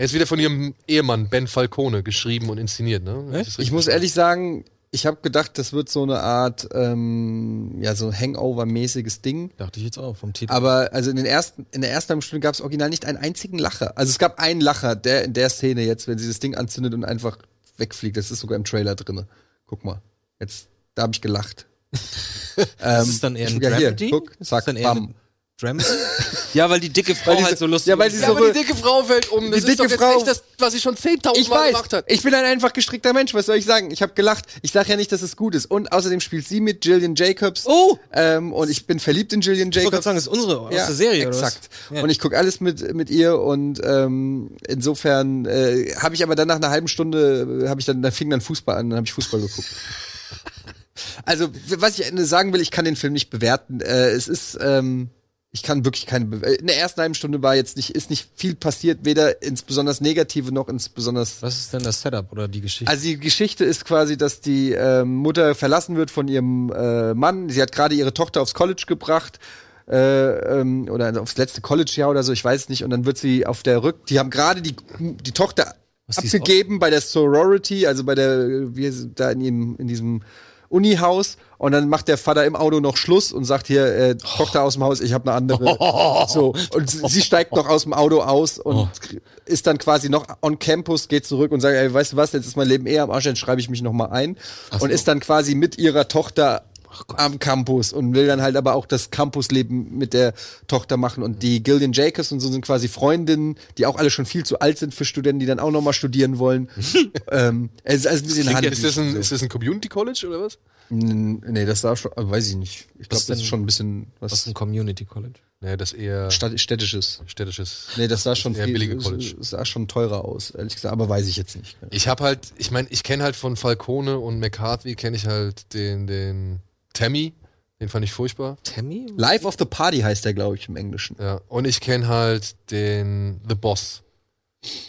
Er ist wieder von ihrem Ehemann Ben Falcone geschrieben und inszeniert, ne? Wenn das ich richtig muss verstehe. ehrlich sagen, ich habe gedacht, das wird so eine Art, ähm, ja, so Hangover-mäßiges Ding. Dachte ich jetzt auch vom Titel. Aber also in, den ersten, in der ersten halben Stunde gab es original nicht einen einzigen Lacher. Also es gab einen Lacher, der in der Szene jetzt, wenn sie das Ding anzündet und einfach wegfliegt. Das ist sogar im Trailer drin. Guck mal. Jetzt, da habe ich gelacht. ähm, ist dann eher ich ein guck ja hier, Dramedy? guck, Ist das zack, dann eher bam. ein- Dramedy? ja, weil die dicke Frau die halt so- so lustig ja, weil die ist. Ja, aber die dicke Frau fällt um. Das Die ist doch dicke jetzt Frau- nicht das, was sie schon 10.000 Ich Mal weiß, gemacht hat. ich bin ein einfach gestrickter Mensch, was soll ich sagen? Ich habe gelacht. Ich sage ja nicht, dass es gut ist. Und außerdem spielt sie mit Jillian Jacobs. Oh! Ähm, und ich bin verliebt in Jillian Ich wollte Jacobs. gerade sagen, das ist unsere aus der Serie, oder was? Exakt. Und ich gucke alles mit, mit ihr und ähm, insofern äh, habe ich aber dann nach einer halben Stunde, äh, hab ich dann, da fing dann Fußball an, dann habe ich Fußball geguckt. also, w- was ich am Ende sagen will, ich kann den Film nicht bewerten. Äh, es ist, ähm, ich kann wirklich keine Be äh, In der ersten halben Stunde war jetzt nicht, ist nicht viel passiert, weder ins besonders Negative noch ins besonders Was ist denn das Setup oder die Geschichte? also die Geschichte ist quasi, dass die ähm, Mutter verlassen wird von ihrem äh, Mann. Sie hat gerade ihre Tochter aufs College gebracht äh, ähm, oder aufs letzte College-Jahr oder so, ich weiß nicht. Und dann wird sie auf der Rück... Die haben gerade die, die Tochter Was, die ist abgegeben bei der Sorority, also bei der, äh, wir sind da in, ihrem, in diesem Unihaus. Und dann macht der Vater im Auto noch Schluss und sagt hier, äh, Tochter aus dem Haus, ich habe eine andere. So, und sie sie steigt noch aus dem Auto aus und ist dann quasi noch on Campus, geht zurück und sagt, ey, weißt du was, jetzt ist mein Leben eher am Arsch, jetzt schreibe ich mich nochmal ein. Und ist dann quasi mit ihrer Tochter am Campus und will dann halt aber auch das Campusleben mit der Tochter machen. Und die Gillian Jacobs und so sind quasi Freundinnen, die auch alle schon viel zu alt sind für Studenten, die dann auch nochmal studieren wollen. ähm, es ist alles ein bisschen Klingt- Handbüch- Ist das, ein, ist das ein Community College oder was? N- Nee, das darf schon, aber weiß ich nicht. Ich glaube, Was das ist denn- schon ein bisschen was. Das ist ein Community College. Nee, das eher Stadt, städtisches. städtisches. Nee, das sah schon eher billige College. das sah schon teurer aus, ehrlich gesagt, aber weiß ich jetzt nicht. Ich habe halt, ich meine, ich kenne halt von Falcone und McCarthy kenne ich halt den, den Tammy. Den fand ich furchtbar. Tammy? Life of the Party heißt der, glaube ich, im Englischen. Ja. Und ich kenne halt den The Boss,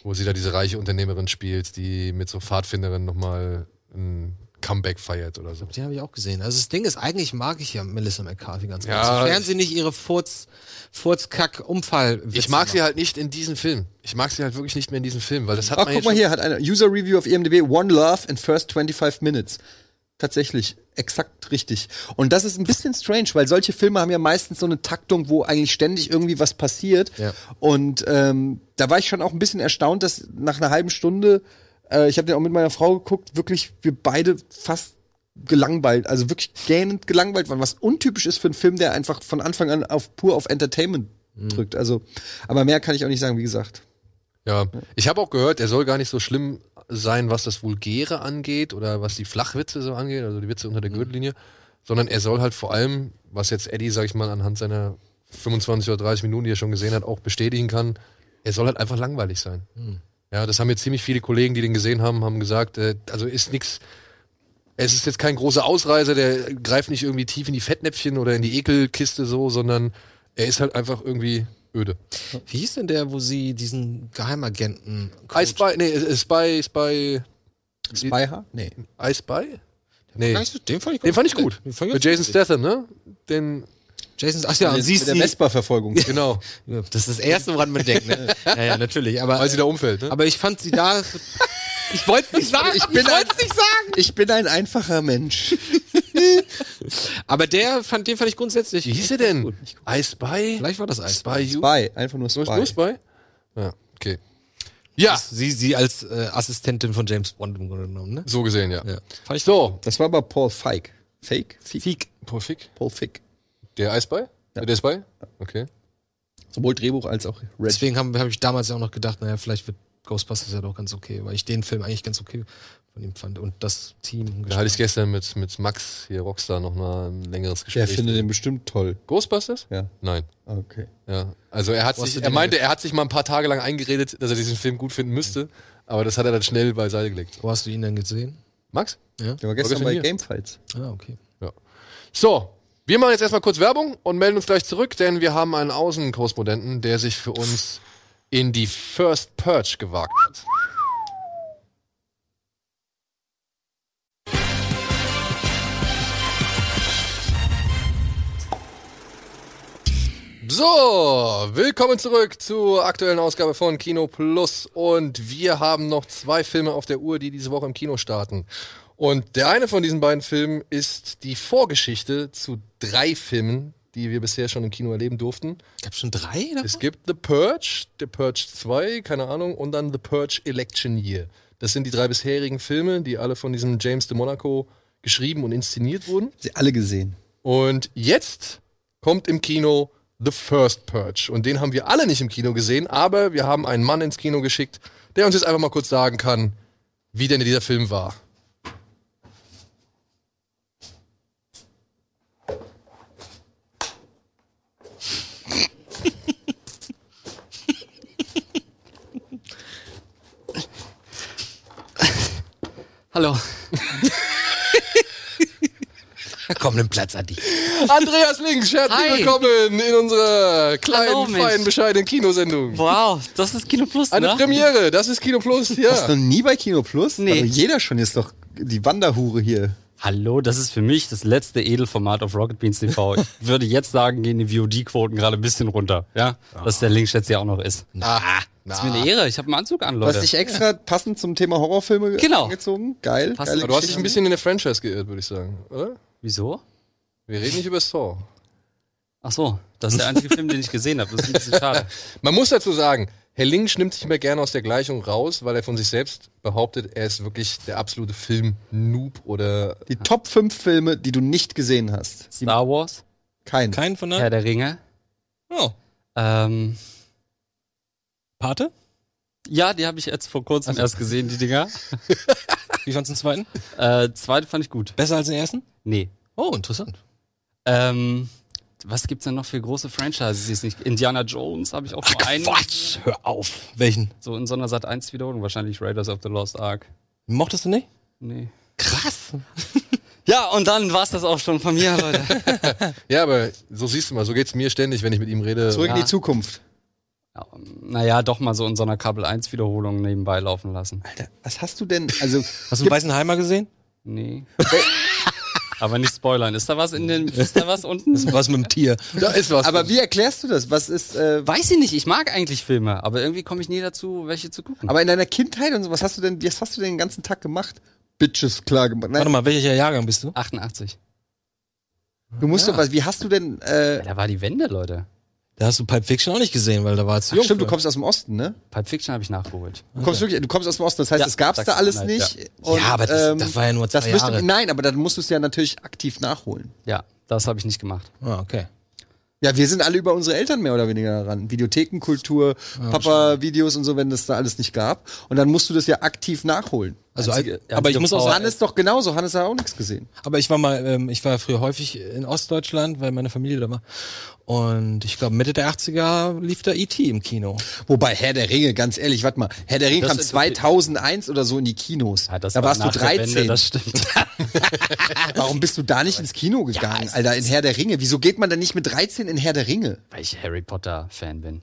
wo sie da diese reiche Unternehmerin spielt, die mit so Pfadfinderinnen nochmal ein Comeback feiert oder so. Die habe ich auch gesehen. Also das Ding ist, eigentlich mag ich ja Melissa McCarthy ganz Ja, ja, gerne. Sofern ich- sie nicht ihre Furz, Furzkack Umfall. Ich mag sie halt nicht in diesem Film. Ich mag sie halt wirklich nicht mehr in diesem Film, weil das hat Ah, man guck jetzt mal schon- hier, hat eine User Review auf IMDb, One Love in First 25 Minutes. Tatsächlich, exakt richtig. Und das ist ein bisschen strange, weil solche Filme haben ja meistens so eine Taktung, wo eigentlich ständig irgendwie was passiert. Ja. Und ähm, da war ich schon auch ein bisschen erstaunt, dass nach einer halben Stunde, äh, ich habe den auch mit meiner Frau geguckt, wirklich wir beide fast gelangweilt, also wirklich gähnend gelangweilt waren, was untypisch ist für einen Film, der einfach von Anfang an auf pur auf Entertainment Mhm. drückt. Also, aber mehr kann ich auch nicht sagen, wie gesagt. Ja, ich habe auch gehört, er soll gar nicht so schlimm sein, was das Vulgäre angeht oder was die Flachwitze so angeht, also die Witze unter der Gürtellinie, sondern er soll halt vor allem, was jetzt Eddie, sag ich mal, anhand seiner 25 oder 30 Minuten, die er schon gesehen hat, auch bestätigen kann, er soll halt einfach langweilig sein. Ja, das haben jetzt ziemlich viele Kollegen, die den gesehen haben, haben gesagt, äh, also ist nichts, es ist jetzt kein großer Ausreißer, der greift nicht irgendwie tief in die Fettnäpfchen oder in die Ekelkiste so, sondern er ist halt einfach irgendwie öde. Wie hieß denn der, wo sie diesen Geheimagenten. I Spy, nee, äh, Spy, Spy, Spy Hard? Nee. I Spy? Nee, Gar nicht so- Den fand ich den fand ich gut. Den fand ich Mit Jason Statham, ne? Den, Jason, ach ja, und sie mit ist der die- Vespa-Verfolgung. genau, Ja, Das ist das Erste, woran man denkt. Ne? Ja, ja, natürlich. Aber, weil sie da umfällt, ne? aber ich fand sie da. Ich wollte es nicht sagen. Ich, bin wollte es nicht sagen. Ich bin ein einfacher Mensch. Aber der fand, den fand ich grundsätzlich. Wie hieß der denn? Gut. Ich- I Spy? Vielleicht war das Eis. Spy You? Spy, einfach nur Spy. Nur, nur Spy? Ja, okay. Ja, Sie, sie als äh, Assistentin von James Bond im Grunde genommen, ne? so gesehen, ja. Ja. Fand ich So, Das war aber Paul Feig. Fake? Fake? Paul Fick. Paul Fick. Der I Spy? Ja. Der Spy? Okay. Sowohl Drehbuch als auch Red. Deswegen habe hab ich damals ja auch noch gedacht, naja, vielleicht wird Ghostbusters ja doch ganz okay, weil ich den Film eigentlich ganz okay von ihm fand und das Team. Da hatte ich gestern mit, mit Max, hier Rockstar, noch mal ein längeres Der Gespräch. findet den bestimmt toll. Ghostbusters? Ja. ah, Nein. Okay. Ja, also er hat Wo hast du sich, die er denn meinte, er hat sich mal ein paar Tage lang eingeredet, dass er diesen Film gut finden müsste, aber das hat er dann schnell beiseite gelegt. Wo hast du ihn denn gesehen? Max? Der war gestern gestern bei hier. Gamefights. Ah, okay. So, wir machen jetzt erstmal kurz Werbung und melden uns gleich zurück, denn wir haben einen Außenkorrespondenten, der sich für uns in die First Purge gewagt hat. So, willkommen zurück zur aktuellen Ausgabe von Kino Plus und wir haben noch zwei Filme auf der Uhr, die diese Woche im Kino starten. Und der eine von diesen beiden Filmen ist die Vorgeschichte zu drei Filmen, die wir bisher schon im Kino erleben durften. Gab schon drei? Oder? Es gibt The Purge, The Purge 2, keine Ahnung, und dann The Purge Election Year. Das sind die drei bisherigen Filme, die alle von diesem James de Monaco geschrieben und inszeniert wurden. Sie alle gesehen. Und jetzt kommt im Kino The First Purge. Und den haben wir alle nicht im Kino gesehen, aber wir haben einen Mann ins Kino geschickt, der uns jetzt einfach mal kurz sagen kann, wie denn dieser Film war. Hallo. Na komm, nimm Platz, Adi. Andreas Links, herzlich Hi. willkommen in unserer kleinen, Hallo, Mensch. feinen, bescheidenen Kinosendung. Wow, das ist Kino Plus, Eine ne? Premiere, das ist Kino Plus, Warst du ja. noch nie bei Kino Plus? Nee. Aber jeder schon ist doch die Wanderhure hier. Hallo, das ist für mich das letzte Edelformat auf Rocket Beans TV. Ich würde jetzt sagen, gehen die VOD-Quoten gerade ein bisschen runter, ja? Dass der Link jetzt ja auch noch ist. Ah, Das ist mir eine Ehre, ich habe einen Anzug an, Du hast Leute. dich extra passend zum Thema Horrorfilme Genau. angezogen. Geil. Passt. geile Aber du hast dich Geschichte. ein bisschen in der Franchise geirrt, würde ich sagen, oder? Wieso? Wir reden nicht über Saw. Ach so, das ist der einzige Film, den ich gesehen habe. Das ist ein bisschen schade. Man muss dazu sagen, Herr Lynch nimmt sich immer gerne aus der Gleichung raus, weil er von sich selbst behauptet, er ist wirklich der absolute Film-Noob oder Die Top 5 Filme, die du nicht gesehen hast. Star Wars, Kein. Keinen von Herr nein? der Ringe. Oh. Ähm, Pate? ja, die habe ich jetzt vor kurzem erst gesehen, die Dinger. Wie fandst du den zweiten? Äh, zweite fand ich gut. Besser als den ersten? Nee. Oh, interessant. Ähm, was gibt's denn noch für große Franchises, die es nicht? Indiana Jones habe ich auch nur einen. Quatsch, hör auf. Welchen? So in so einer Sat 1 Wiederholung wahrscheinlich Raiders of the Lost Ark. Mochtest du nicht? Nee. Krass. Ja, und dann war's das auch schon von mir, Leute. Ja, aber so siehst du mal, so geht's mir ständig, wenn ich mit ihm rede. Zurück in Ja. die Zukunft. naja, doch mal so in so einer Kabel 1 Wiederholung nebenbei laufen lassen. Was hast du denn? Also, Hast du einen Weißenheimer gesehen? Nee. Aber nicht spoilern. Ist da was in den, ist da was unten? Was mit dem Tier? da ist was. aber wie erklärst du das? Was ist, äh, Weiß ich nicht, ich mag eigentlich Filme, aber irgendwie komme ich nie dazu, welche zu gucken. aber in deiner Kindheit und so, was hast du denn, was hast du denn den ganzen Tag gemacht? Bitches klar gemacht. Warte Nein, mal, welcher Jahrgang bist du? 88. du musst doch was, wie hast du denn, äh, Ja, da war die Wende, Leute. Da hast du Pulp Fiction auch nicht gesehen, weil da war es ach, stimmt, du kommst aus dem Osten, ne? Pulp Fiction habe ich nachgeholt. Du kommst wirklich, du kommst aus dem Osten, das heißt, Ja, es gab's da alles Sachsen-Anhalt, nicht. ähm, ja, aber das, das war ja nur zwei das müsste, Jahre. Nein, aber dann musst du es ja natürlich aktiv nachholen. Ja, das habe ich nicht gemacht. Ah, okay. Ja, wir sind alle über unsere Eltern mehr oder weniger daran. Videothekenkultur, Papa-Videos und so, wenn das da alles nicht gab. Und dann musst du das ja aktiv nachholen. Also, Einzige- aber ich einzige muss auch Frau- sagen, Hannes doch genauso, Hannes hat auch nichts gesehen. aber ich war mal, ähm, ich war früher häufig in Ostdeutschland, weil meine Familie da war. Und ich glaube, Mitte der 80er lief da E.T. im Kino. Wobei Herr der Ringe, ganz ehrlich, warte mal, Herr der Ringe Das kam ist- 2001 oder so in die Kinos. Ja, das da war warst du nach der 13. Wende, das stimmt. Warum bist du da nicht ins Kino gegangen, Alter, in Herr der Ringe? Wieso geht man denn nicht mit 13 in Herr der Ringe? Weil ich Harry Potter-Fan bin.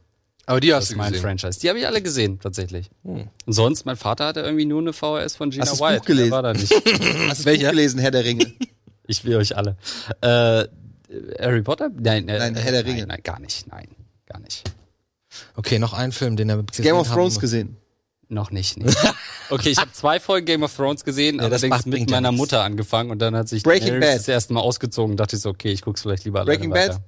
Aber die hast Das du ist mein gesehen. Franchise. Die habe ich alle gesehen, tatsächlich. Und sonst, mein Vater hatte irgendwie nur eine VHS von Gina Hm. Hast du das White. Buch gelesen? Der war da nicht. Hast du das Buch gelesen, Herr der Ringe? ich will euch alle. Äh, Harry Potter? Nein, äh, Nein, Herr der Ringe. Nein, nein, gar nicht. Nein, gar nicht. Okay, noch ein Film, den er gesehen Game of haben Thrones muss. gesehen. Noch nicht. Nee. Okay, ich habe zwei Folgen Game of Thrones gesehen, das allerdings macht- mit bringt ja meiner nichts. Mutter angefangen und dann hat sich Breaking Daenerys Bad. das erste Mal ausgezogen und dachte ich so, okay, ich guck's vielleicht lieber Breaking alleine Bad? weiter.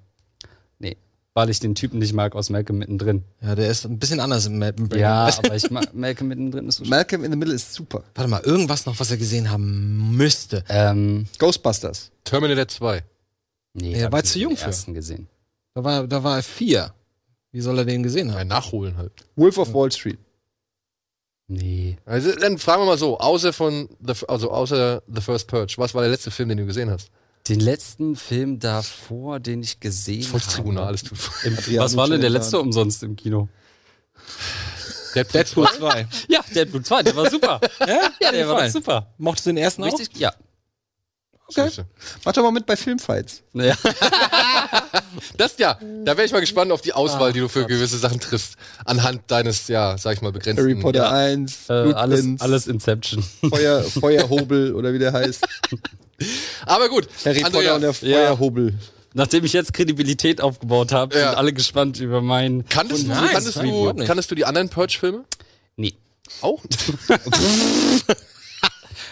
Nee, weil ich den Typen nicht mag aus Malcolm mittendrin. Ja, der ist ein bisschen anders im Mappen. Ja, aber ich mag Malcolm mittendrin ist so Malcolm in the Middle ist super. Warte mal, irgendwas noch, was er gesehen haben müsste. ähm, Ghostbusters. Terminator 2. nee, Er hab war ich zu nur jung den für. ersten gesehen. Da war, da war er vier. Wie soll er den gesehen haben? Ein Nachholen halt. Wolf of Wall Street. Nee, Also, dann fragen wir mal so, außer von the, also außer The First Purge, was war der letzte Film, den du gesehen hast? den letzten Film davor, den ich gesehen habe. Volkstribunal, alles tut. Im, Adrian was war denn der Muscheln letzte umsonst im Kino? Deadpool 2. Ja, Deadpool 2, der war super. ja? ja, der war Gefallen. super. Mochtest du den ersten auch? Richtig, ja. Okay. Mach doch mal mit bei Filmfights. Naja. Das ja, da wäre ich mal gespannt auf die Auswahl, die du für gewisse Sachen triffst, anhand deines, ja, sag ich mal, begrenzten. Harry Potter Ja. 1, Äh, alles, Blueprints, alles Inception. Feuer, Feuerhobel oder wie der heißt. Aber gut, Harry Potter und der Feuerhobel. Nachdem ich jetzt Kredibilität aufgebaut habe, Ja. sind alle gespannt über meinen. kanntest, du, Nein, kanntest, nein, du, überhaupt nicht. kanntest du die anderen Purge-Filme? Nee, Auch?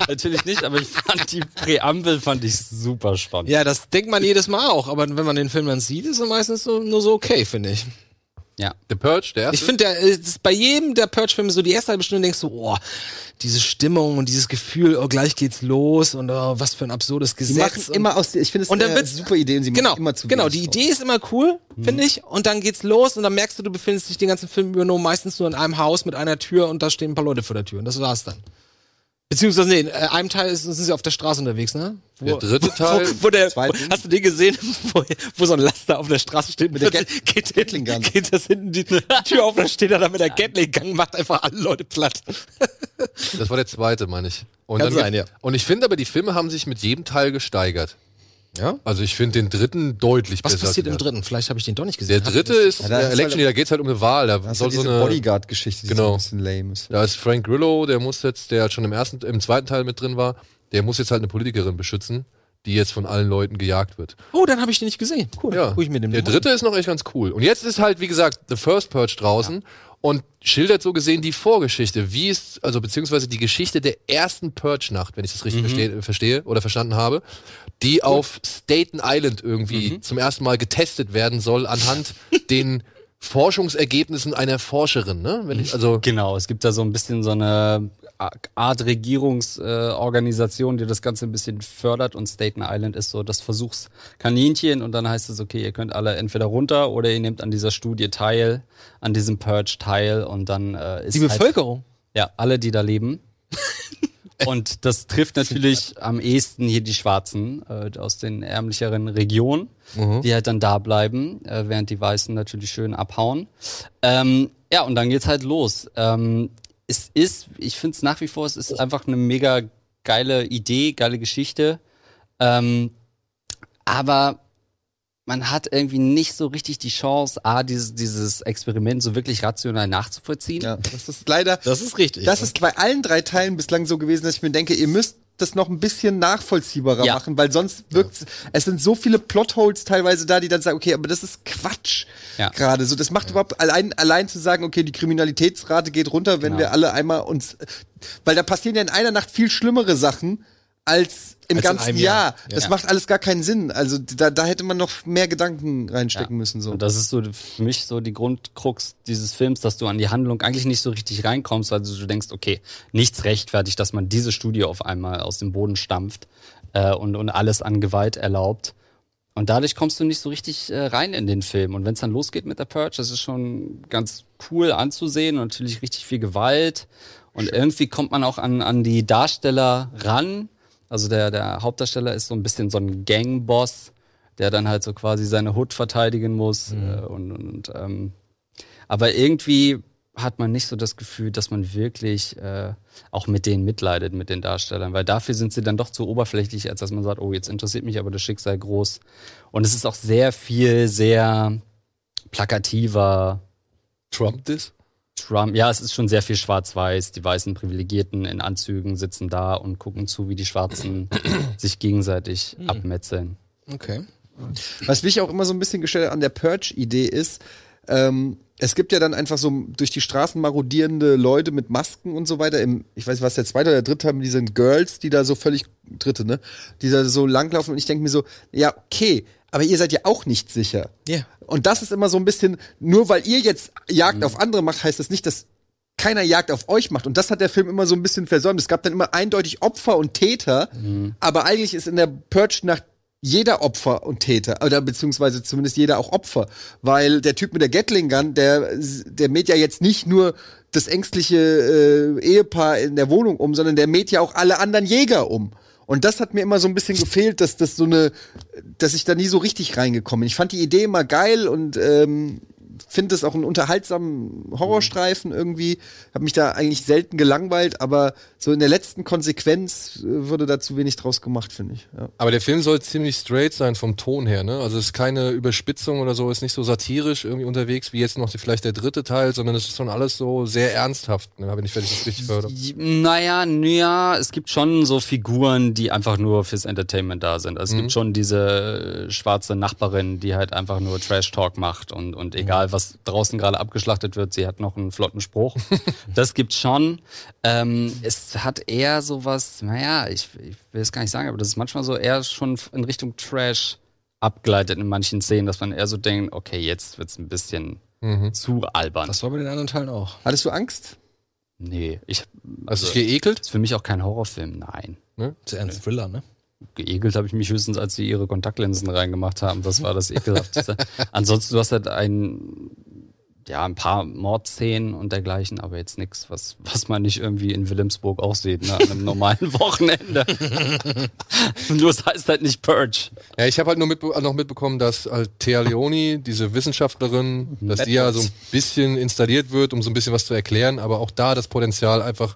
natürlich nicht, aber ich fand die Präambel fand ich super spannend. Ja, das denkt man jedes Mal auch, aber wenn man den Film dann sieht, ist er meistens so, nur so okay, finde ich. Ja. The Purge, der Ich erste? finde, der äh, ist bei jedem der Purge-Filme so die erste halbe Stunde denkst du, oh, diese Stimmung und dieses Gefühl, oh, gleich geht's los und oh, was für ein absurdes Die Gesetz. machen und, immer aus, ich finde es und dann eine wird's- super Idee und sie genau, machen immer zu genau, wenig die draus. Idee ist immer cool, finde ich, und dann geht's los und dann merkst du, du befindest dich den ganzen Film über nur meistens nur in einem Haus mit einer Tür und da stehen ein paar Leute vor der Tür und das war's dann. Beziehungsweise, nee, in einem Teil ist, sind sie auf der Straße unterwegs, ne? Wo, Der dritte Teil? Wo, wo der, wo, Zweiten? hast du den gesehen, wo, wo so ein Laster auf der Straße steht mit der plötzlich geht, Gatling hinten- Gun. geht das hinten die Tür auf, dann steht er da mit der Gatling Gun, macht einfach alle Leute platt. Das war der zweite, meine ich. Und Kann dann- sein, ja. Und ich finde aber, die Filme haben sich mit jedem Teil gesteigert. Ja? Also ich finde den dritten deutlich Was besser. als passiert die im anderen. dritten? Vielleicht habe ich den doch nicht gesehen. Der dritte ist Ja, da eine ist Election, halt- da geht's halt um eine Wahl. Da Das soll ist so diese eine Bodyguard-Geschichte, die Genau. so ein bisschen lame ist. Da ist Frank Grillo, der muss jetzt, der schon im ersten, im zweiten Teil mit drin war, der muss jetzt halt eine Politikerin beschützen, die jetzt von allen Leuten gejagt wird. Oh, dann habe ich den nicht gesehen. Cool. Ja. Guck ich mir den der mal an. dritte ist noch echt ganz cool. Und jetzt ist halt, wie gesagt, The First Purge draußen und schildert so gesehen die Vorgeschichte. Wie ist, also beziehungsweise die Geschichte der ersten Purge-Nacht, wenn ich das richtig Mhm. verstehe, verstehe oder verstanden habe, die auf Staten Island irgendwie Mhm. zum ersten Mal getestet werden soll anhand den Forschungsergebnissen einer Forscherin, ne? Wenn ich, also, Genau, es gibt da so ein bisschen so eine Art Regierungsorganisation, die das Ganze ein bisschen fördert und Staten Island ist so das Versuchskaninchen und dann heißt es, okay, ihr könnt alle entweder runter oder ihr nehmt an dieser Studie teil, an diesem Purge teil und dann äh, ist Die halt, Bevölkerung. ja, alle, die da leben. Und das trifft natürlich am ehesten hier die Schwarzen äh, aus den ärmlicheren Regionen, Mhm. die halt dann da bleiben, äh, während die Weißen natürlich schön abhauen. Ähm, ja, und dann geht's halt los. Ähm, es ist, ich finde es nach wie vor, es ist einfach eine mega geile Idee, geile Geschichte. Ähm, aber man hat irgendwie nicht so richtig die Chance, A, dieses, dieses Experiment so wirklich rational nachzuvollziehen. Ja, das ist leider. Das ist richtig. Das ist bei allen drei Teilen bislang so gewesen, dass ich mir denke, ihr müsst das noch ein bisschen nachvollziehbarer Ja. machen, weil sonst wirkt es sind so viele Plotholes teilweise da, die dann sagen, okay, aber das ist Quatsch Ja. gerade so. Das macht überhaupt allein allein zu sagen, okay, die Kriminalitätsrate geht runter, wenn Genau. wir alle einmal uns weil da passieren ja in einer Nacht viel schlimmere Sachen als im Als in ganzen einem Jahr. Jahr. Das Ja. macht alles gar keinen Sinn. Also da, da hätte man noch mehr Gedanken reinstecken Ja. müssen so. Und das ist so für mich so die Grundkrux dieses Films, dass du an die Handlung eigentlich nicht so richtig reinkommst, weil du denkst, okay, nichts rechtfertigt, dass man diese Studie auf einmal aus dem Boden stampft äh, und, und alles an Gewalt erlaubt. Und dadurch kommst du nicht so richtig äh, rein in den Film. Und wenn es dann losgeht mit der Purge, das ist schon ganz cool anzusehen und natürlich richtig viel Gewalt. Und irgendwie kommt man auch an, an die Darsteller ran. Also der, der Hauptdarsteller ist so ein bisschen so ein Gangboss, der dann halt so quasi seine Hood verteidigen muss. Äh, und, und ähm, aber irgendwie hat man nicht so das Gefühl, dass man wirklich äh, auch mit denen mitleidet, mit den Darstellern, weil dafür sind sie dann doch zu oberflächlich, als dass man sagt, oh, jetzt interessiert mich aber das Schicksal groß. Und es ist auch sehr viel, sehr plakativer Trump das? Trump. Ja, es ist schon sehr viel schwarz-weiß. Die weißen Privilegierten in Anzügen sitzen da und gucken zu, wie die Schwarzen sich gegenseitig abmetzeln. Okay. Was mich auch immer so ein bisschen gestellt hat an der Purge-Idee ist, ähm, es gibt ja dann einfach so durch die Straßen marodierende Leute mit Masken und so weiter. Im, ich weiß, was der zweite oder der dritte haben, diese Girls, die da so völlig, dritte, ne? Die da so langlaufen und ich denke mir so, ja, okay, aber ihr seid ja auch nicht sicher. Ja. Und das ist immer so ein bisschen, nur weil ihr jetzt Jagd auf andere macht, heißt das nicht, dass keiner Jagd auf euch macht. Und das hat der Film immer so ein bisschen versäumt. Es gab dann immer eindeutig Opfer und Täter, aber eigentlich ist in der Purge-Nacht jeder Opfer und Täter, oder beziehungsweise zumindest jeder auch Opfer. Weil der Typ mit der Gatling-Gun, der, der mäht ja jetzt nicht nur das ängstliche äh, Ehepaar in der Wohnung um, sondern der mäht ja auch alle anderen Jäger um. Und das hat mir immer so ein bisschen gefehlt, dass das so eine, dass ich da nie so richtig reingekommen bin. Ich fand die Idee immer geil und ähm, finde es auch einen unterhaltsamen Horrorstreifen irgendwie. Hab mich da eigentlich selten gelangweilt, aber so in der letzten Konsequenz äh, wurde da zu wenig draus gemacht, finde ich. Ja. Aber der Film soll ziemlich straight sein vom Ton her, ne? Also es ist keine Überspitzung oder so, ist nicht so satirisch irgendwie unterwegs wie jetzt noch die, vielleicht der dritte Teil, sondern es ist schon alles so sehr ernsthaft, ne? Habe ich nicht fertig das richtig gehört. habe. Naja, naja, es gibt schon so Figuren, die einfach nur fürs Entertainment da sind. Also es gibt schon diese äh, schwarze Nachbarin, die halt einfach nur Trash-Talk macht und, und egal, was draußen gerade abgeschlachtet wird, sie hat noch einen flotten Spruch. das gibt's schon. Ähm, es hat eher sowas, naja, ich, ich will es gar nicht sagen, aber das ist manchmal so eher schon in Richtung Trash abgeleitet in manchen Szenen, dass man eher so denkt, okay, jetzt wird's ein bisschen zu albern. Das war bei den anderen Teilen auch. Hattest du Angst? nee, ich... Also also Hast du dich geekelt? Ist für mich auch kein Horrorfilm, nein. Das ist eher ein Thriller, ne? Geekelt habe ich mich höchstens, als sie ihre Kontaktlinsen reingemacht haben. Das war das Ekelhafteste. Ansonsten, du hast halt ein, ja, ein paar Mordszenen und dergleichen, aber jetzt nichts, was, was man nicht irgendwie in Wilhelmsburg auch sieht, ne, an einem normalen Wochenende. Nur es heißt halt nicht Purge. Ja, ich habe halt nur mitbe noch mitbekommen, dass halt Thea Leoni, diese Wissenschaftlerin, dass die ja so ein bisschen installiert wird, um so ein bisschen was zu erklären, aber auch da das Potenzial einfach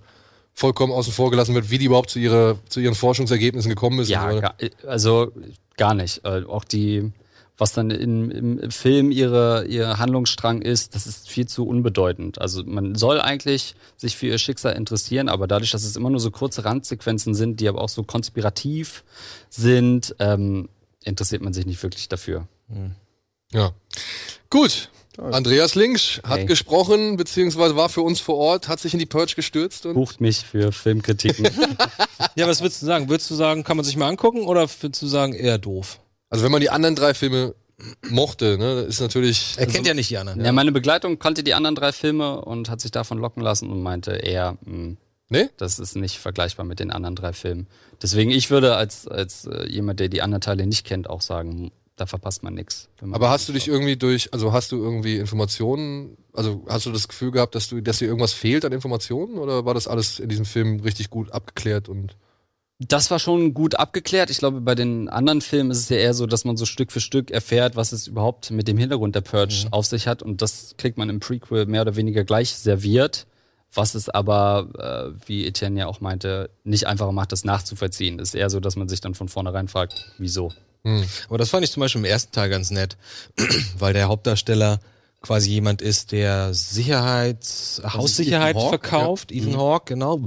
vollkommen außen vor gelassen wird, wie die überhaupt zu, ihrer, zu ihren Forschungsergebnissen gekommen ist. und so Ja, weiter. gar, also gar nicht. Äh, auch die, was dann in, im Film ihre, ihr Handlungsstrang ist, das ist viel zu unbedeutend. Also man soll eigentlich sich für ihr Schicksal interessieren, aber dadurch, dass es immer nur so kurze Randsequenzen sind, die aber auch so konspirativ sind, ähm, interessiert man sich nicht wirklich dafür. Ja. Gut. Andreas Links hat Hey. gesprochen, beziehungsweise war für uns vor Ort, hat sich in die Purge gestürzt und Bucht mich für Filmkritiken. Ja, was würdest du sagen? Würdest du sagen, kann man sich mal angucken oder würdest du sagen, eher doof? also wenn man die anderen drei Filme mochte, ne, ist natürlich Er kennt Also ja nicht die anderen. ja. meine Begleitung kannte die anderen drei Filme und hat sich davon locken lassen und meinte eher, mh, Nee? das ist nicht vergleichbar mit den anderen drei Filmen. Deswegen, ich würde als, als äh, jemand, der die anderen Teile nicht kennt, auch sagen, da verpasst man nichts. Aber hast du dich irgendwie durch, also hast du irgendwie Informationen, also hast du das Gefühl gehabt, dass du, dass dir irgendwas fehlt an Informationen oder war das alles in diesem Film richtig gut abgeklärt und Das war schon gut abgeklärt. Ich glaube, bei den anderen Filmen ist es ja eher so, dass man so Stück für Stück erfährt, was es überhaupt mit dem Hintergrund der Purge auf sich hat. Und das kriegt man im Prequel mehr oder weniger gleich serviert. Was es aber, äh, wie Etienne ja auch meinte, nicht einfacher macht, das nachzuvollziehen. Es ist eher so, dass man sich dann von vornherein fragt, wieso. Aber das fand ich zum Beispiel im ersten Teil ganz nett, weil der Hauptdarsteller quasi jemand ist, der Also Sicherheits, Haussicherheit Ethan Hawke, verkauft. ja. Ethan Mhm. Hawke, genau.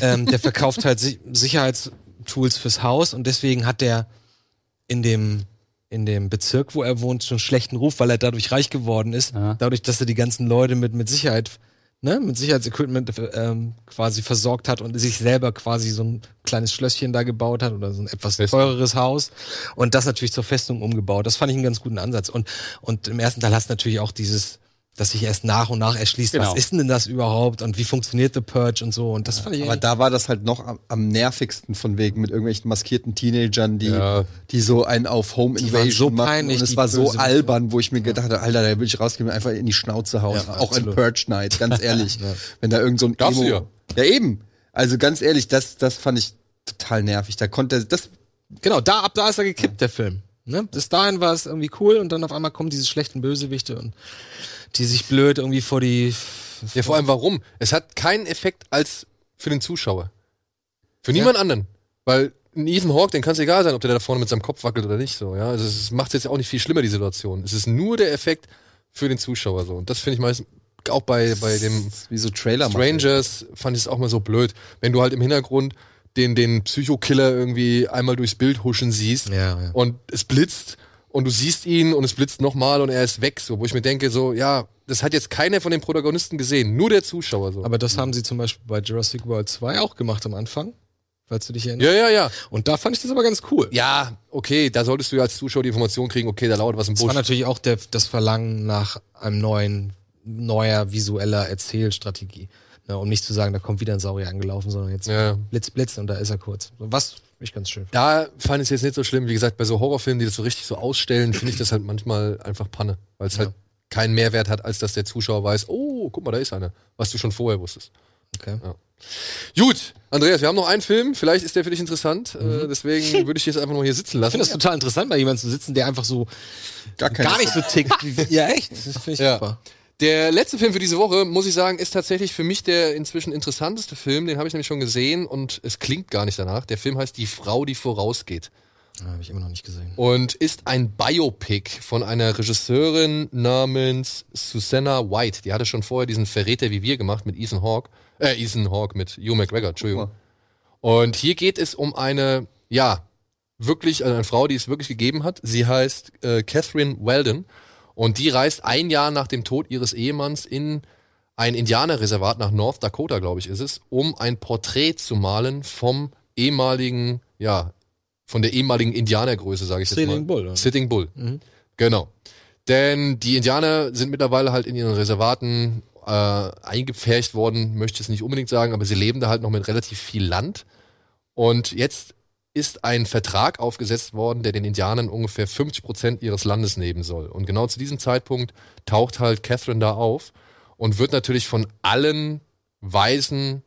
ähm, der verkauft halt Si- Sicherheitstools fürs Haus und deswegen hat der in dem in dem Bezirk, wo er wohnt, schon einen schlechten Ruf, weil er dadurch reich geworden ist, dadurch, dass er die ganzen Leute mit mit Sicherheit, ne, mit Sicherheitsequipment ähm, quasi versorgt hat und sich selber quasi so ein kleines Schlösschen da gebaut hat oder so ein etwas teureres Haus und das natürlich zur Festung umgebaut. Das fand ich einen ganz guten Ansatz und und im ersten Teil hast du natürlich auch dieses dass sich erst nach und nach erschließt, Genau. was ist denn das überhaupt und wie funktioniert The Purge und so und das fand ich Aber eigentlich- da war das halt noch am, am nervigsten von wegen mit irgendwelchen maskierten Teenagern, die, die so einen auf Home Die waren Invasion so machen. peinlich, und es die war so Bösewichte. albern, wo ich mir gedacht habe, Alter, da will ich rausgehen und einfach in die Schnauze hauen. Ja, Auch in absolut. Purge Night, ganz ehrlich. Ja. Wenn da irgend so ein Darfst Emo... du ja, ja. eben. Also ganz ehrlich, das, das fand ich total nervig. Da konnte das... Genau, da ab da ist er gekippt, der Film. Ne? Bis dahin war es irgendwie cool und dann auf einmal kommen diese schlechten Bösewichte und die sich blöd irgendwie vor die. Ja, vor allem warum? Es hat keinen Effekt als für den Zuschauer. Für niemand anderen. Weil ein Ethan Hawke, den kann es egal sein, ob der da vorne mit seinem Kopf wackelt oder nicht. So, ja? Also es macht jetzt auch nicht viel schlimmer, die Situation. Es ist nur der Effekt für den Zuschauer so. Und das finde ich meistens auch bei, bei dem Wie so Trailer Strangers fand ich es auch mal so blöd. Wenn du halt im Hintergrund den, den Psychokiller irgendwie einmal durchs Bild huschen siehst und es blitzt und du siehst ihn und es blitzt nochmal und er ist weg, so, wo ich mir denke, so, ja, das hat jetzt keiner von den Protagonisten gesehen, nur der Zuschauer so. Aber das haben sie zum Beispiel bei Jurassic World 2 auch gemacht am Anfang, falls du dich ja, erinnerst. ja, ja. Und da fand ich das aber ganz cool. Ja, okay, da solltest du ja als Zuschauer die Information kriegen, okay, da lauert was im Das war Busch. natürlich auch der, das Verlangen nach einem neuen, neuer visueller Erzählstrategie. Ne? Um nicht zu sagen, da kommt wieder ein Saurier angelaufen, sondern jetzt Ja. blitz, blitz und da ist er kurz. Was ich ganz schön. Da fand ich es jetzt nicht so schlimm. Wie gesagt, bei so Horrorfilmen, die das so richtig so ausstellen, finde ich das halt manchmal einfach Panne, weil es halt keinen Mehrwert hat, als dass der Zuschauer weiß, oh, guck mal, da ist einer, was du schon vorher wusstest. Okay. Ja. Gut, Andreas, wir haben noch einen Film, vielleicht ist der für dich interessant, äh, deswegen würde ich dich jetzt einfach mal hier sitzen Mhm. Ich lassen. finde das total interessant, bei jemandem zu sitzen, der einfach so gar, keine- nicht so tickt. wie- ja, echt. Das finde ich Ja. super. Der letzte Film für diese Woche, muss ich sagen, ist tatsächlich für mich der inzwischen interessanteste Film. Den habe ich nämlich schon gesehen und es klingt gar nicht danach. Der Film heißt Die Frau, die vorausgeht. Ja, Habe ich immer noch nicht gesehen. und ist ein Biopic von einer Regisseurin namens Susanna White. Die hatte schon vorher diesen Verräter wie wir gemacht mit Ethan Hawke, äh, Ethan Hawke mit Hugh McGregor, Entschuldigung. Und hier geht es um eine, ja, wirklich, also eine Frau, die es wirklich gegeben hat. Sie heißt äh, Catherine Weldon und die reist ein Jahr nach dem Tod ihres Ehemanns in ein Indianerreservat nach North Dakota, glaube ich, ist es, um ein Porträt zu malen vom ehemaligen, ja, von der ehemaligen Indianergröße, sage ich jetzt mal. Sitting Bull, oder? Sitting Bull. Mhm. Genau. Denn die Indianer sind mittlerweile halt in ihren Reservaten äh, eingepfercht worden, möchte ich es nicht unbedingt sagen, aber sie leben da halt noch mit relativ viel Land. Und jetzt ist ein Vertrag aufgesetzt worden, der den Indianern ungefähr 50 Prozent ihres Landes nehmen soll. Und genau zu diesem Zeitpunkt taucht halt Catherine da auf und wird natürlich von allen weißen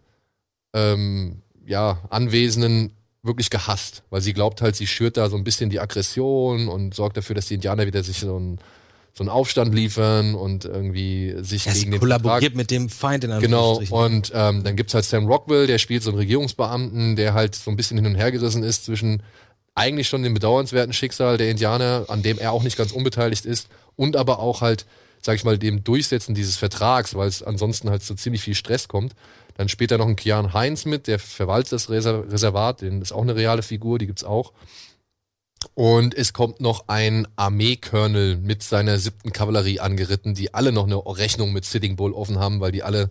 ähm, ja, Anwesenden wirklich gehasst, weil sie glaubt halt, sie schürt da so ein bisschen die Aggression und sorgt dafür, dass die Indianer wieder sich so einen so einen Aufstand liefern und irgendwie sich Ja, sie gegen den kollaboriert Vertrag mit dem Feind in Genau, Anführungsstrichen. und ähm, dann gibt's halt Sam Rockwell, der spielt so einen Regierungsbeamten, der halt so ein bisschen hin und her gerissen ist zwischen eigentlich schon dem bedauernswerten Schicksal der Indianer, an dem er auch nicht ganz unbeteiligt ist, und aber auch halt, sag ich mal, dem Durchsetzen dieses Vertrags, weil es ansonsten halt so ziemlich viel Stress kommt. Dann spielt da noch ein Kian Heinz mit, der verwaltet das Reser Reservat, den ist auch eine reale Figur, die gibt's auch. Und es kommt noch ein Armeekörnel mit seiner siebten Kavallerie angeritten, die alle noch eine Rechnung mit Sitting Bull offen haben, weil die alle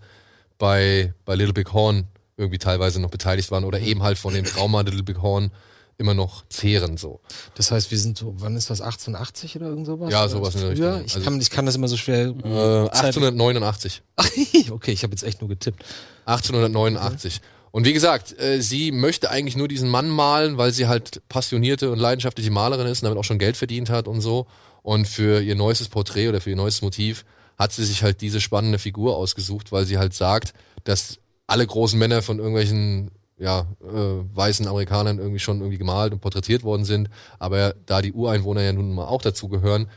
bei, bei Little Big Horn irgendwie teilweise noch beteiligt waren oder eben halt von dem Trauma Little Big Horn immer noch zehren so. Das heißt, wir sind so, wann ist das, 1880 oder irgend sowas? Ja, Oder sowas in der früher? Richtung, Ich, also- kann, ich kann das immer so schwer. Äh, 1889. okay, ich habe jetzt echt nur getippt. 1889. Und wie gesagt, äh, sie möchte eigentlich nur diesen Mann malen, weil sie halt passionierte und leidenschaftliche Malerin ist und damit auch schon Geld verdient hat und so. Und für ihr neuestes Porträt oder für ihr neues Motiv hat sie sich halt diese spannende Figur ausgesucht, weil sie halt sagt, dass alle großen Männer von irgendwelchen ja, äh, weißen Amerikanern irgendwie schon irgendwie gemalt und porträtiert worden sind. Aber da die Ureinwohner ja nun mal auch dazugehören,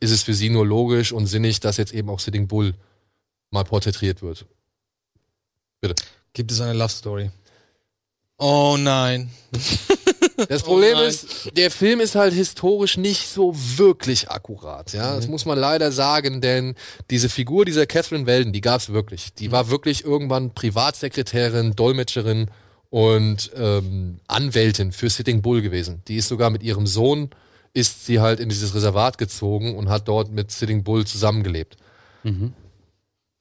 ist es für sie nur logisch und sinnig, dass jetzt eben auch Sitting Bull mal porträtiert wird. Bitte. Gibt es eine Love Story? Oh nein. Das Problem Oh nein. ist, der Film ist halt historisch nicht so wirklich akkurat. Ja, Mhm. das muss man leider sagen, denn diese Figur dieser Catherine Weldon, die gab es wirklich. Mhm. Die war wirklich irgendwann Privatsekretärin, Dolmetscherin und ähm, Anwältin für Sitting Bull gewesen. Die ist sogar mit ihrem Sohn ist sie halt in dieses Reservat gezogen und hat dort mit Sitting Bull zusammengelebt.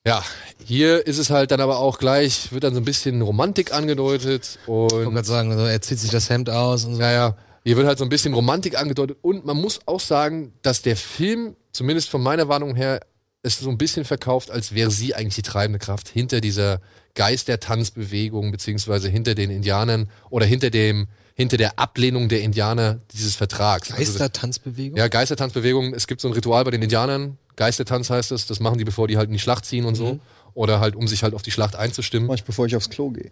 Ja, hier ist es halt dann aber auch gleich, wird dann so ein bisschen Romantik angedeutet und. Ich gerade sagen, also er zieht sich das Hemd aus und so. Ja, ja. Hier wird halt so ein bisschen Romantik angedeutet und man muss auch sagen, dass der Film, zumindest von meiner Warnung her, es so ein bisschen verkauft, als wäre sie eigentlich die treibende Kraft hinter dieser Geist der Tanzbewegung, beziehungsweise hinter den Indianern oder hinter dem, hinter der Ablehnung der Indianer dieses Vertrags. Also- Geistertanzbewegung? ja, Geistertanzbewegung. Es gibt so ein Ritual bei den Indianern. Geistertanz heißt es. Das machen die, bevor die halt in die Schlacht ziehen und so. Oder halt, um sich halt auf die Schlacht einzustimmen. Mach ich, bevor ich aufs Klo gehe.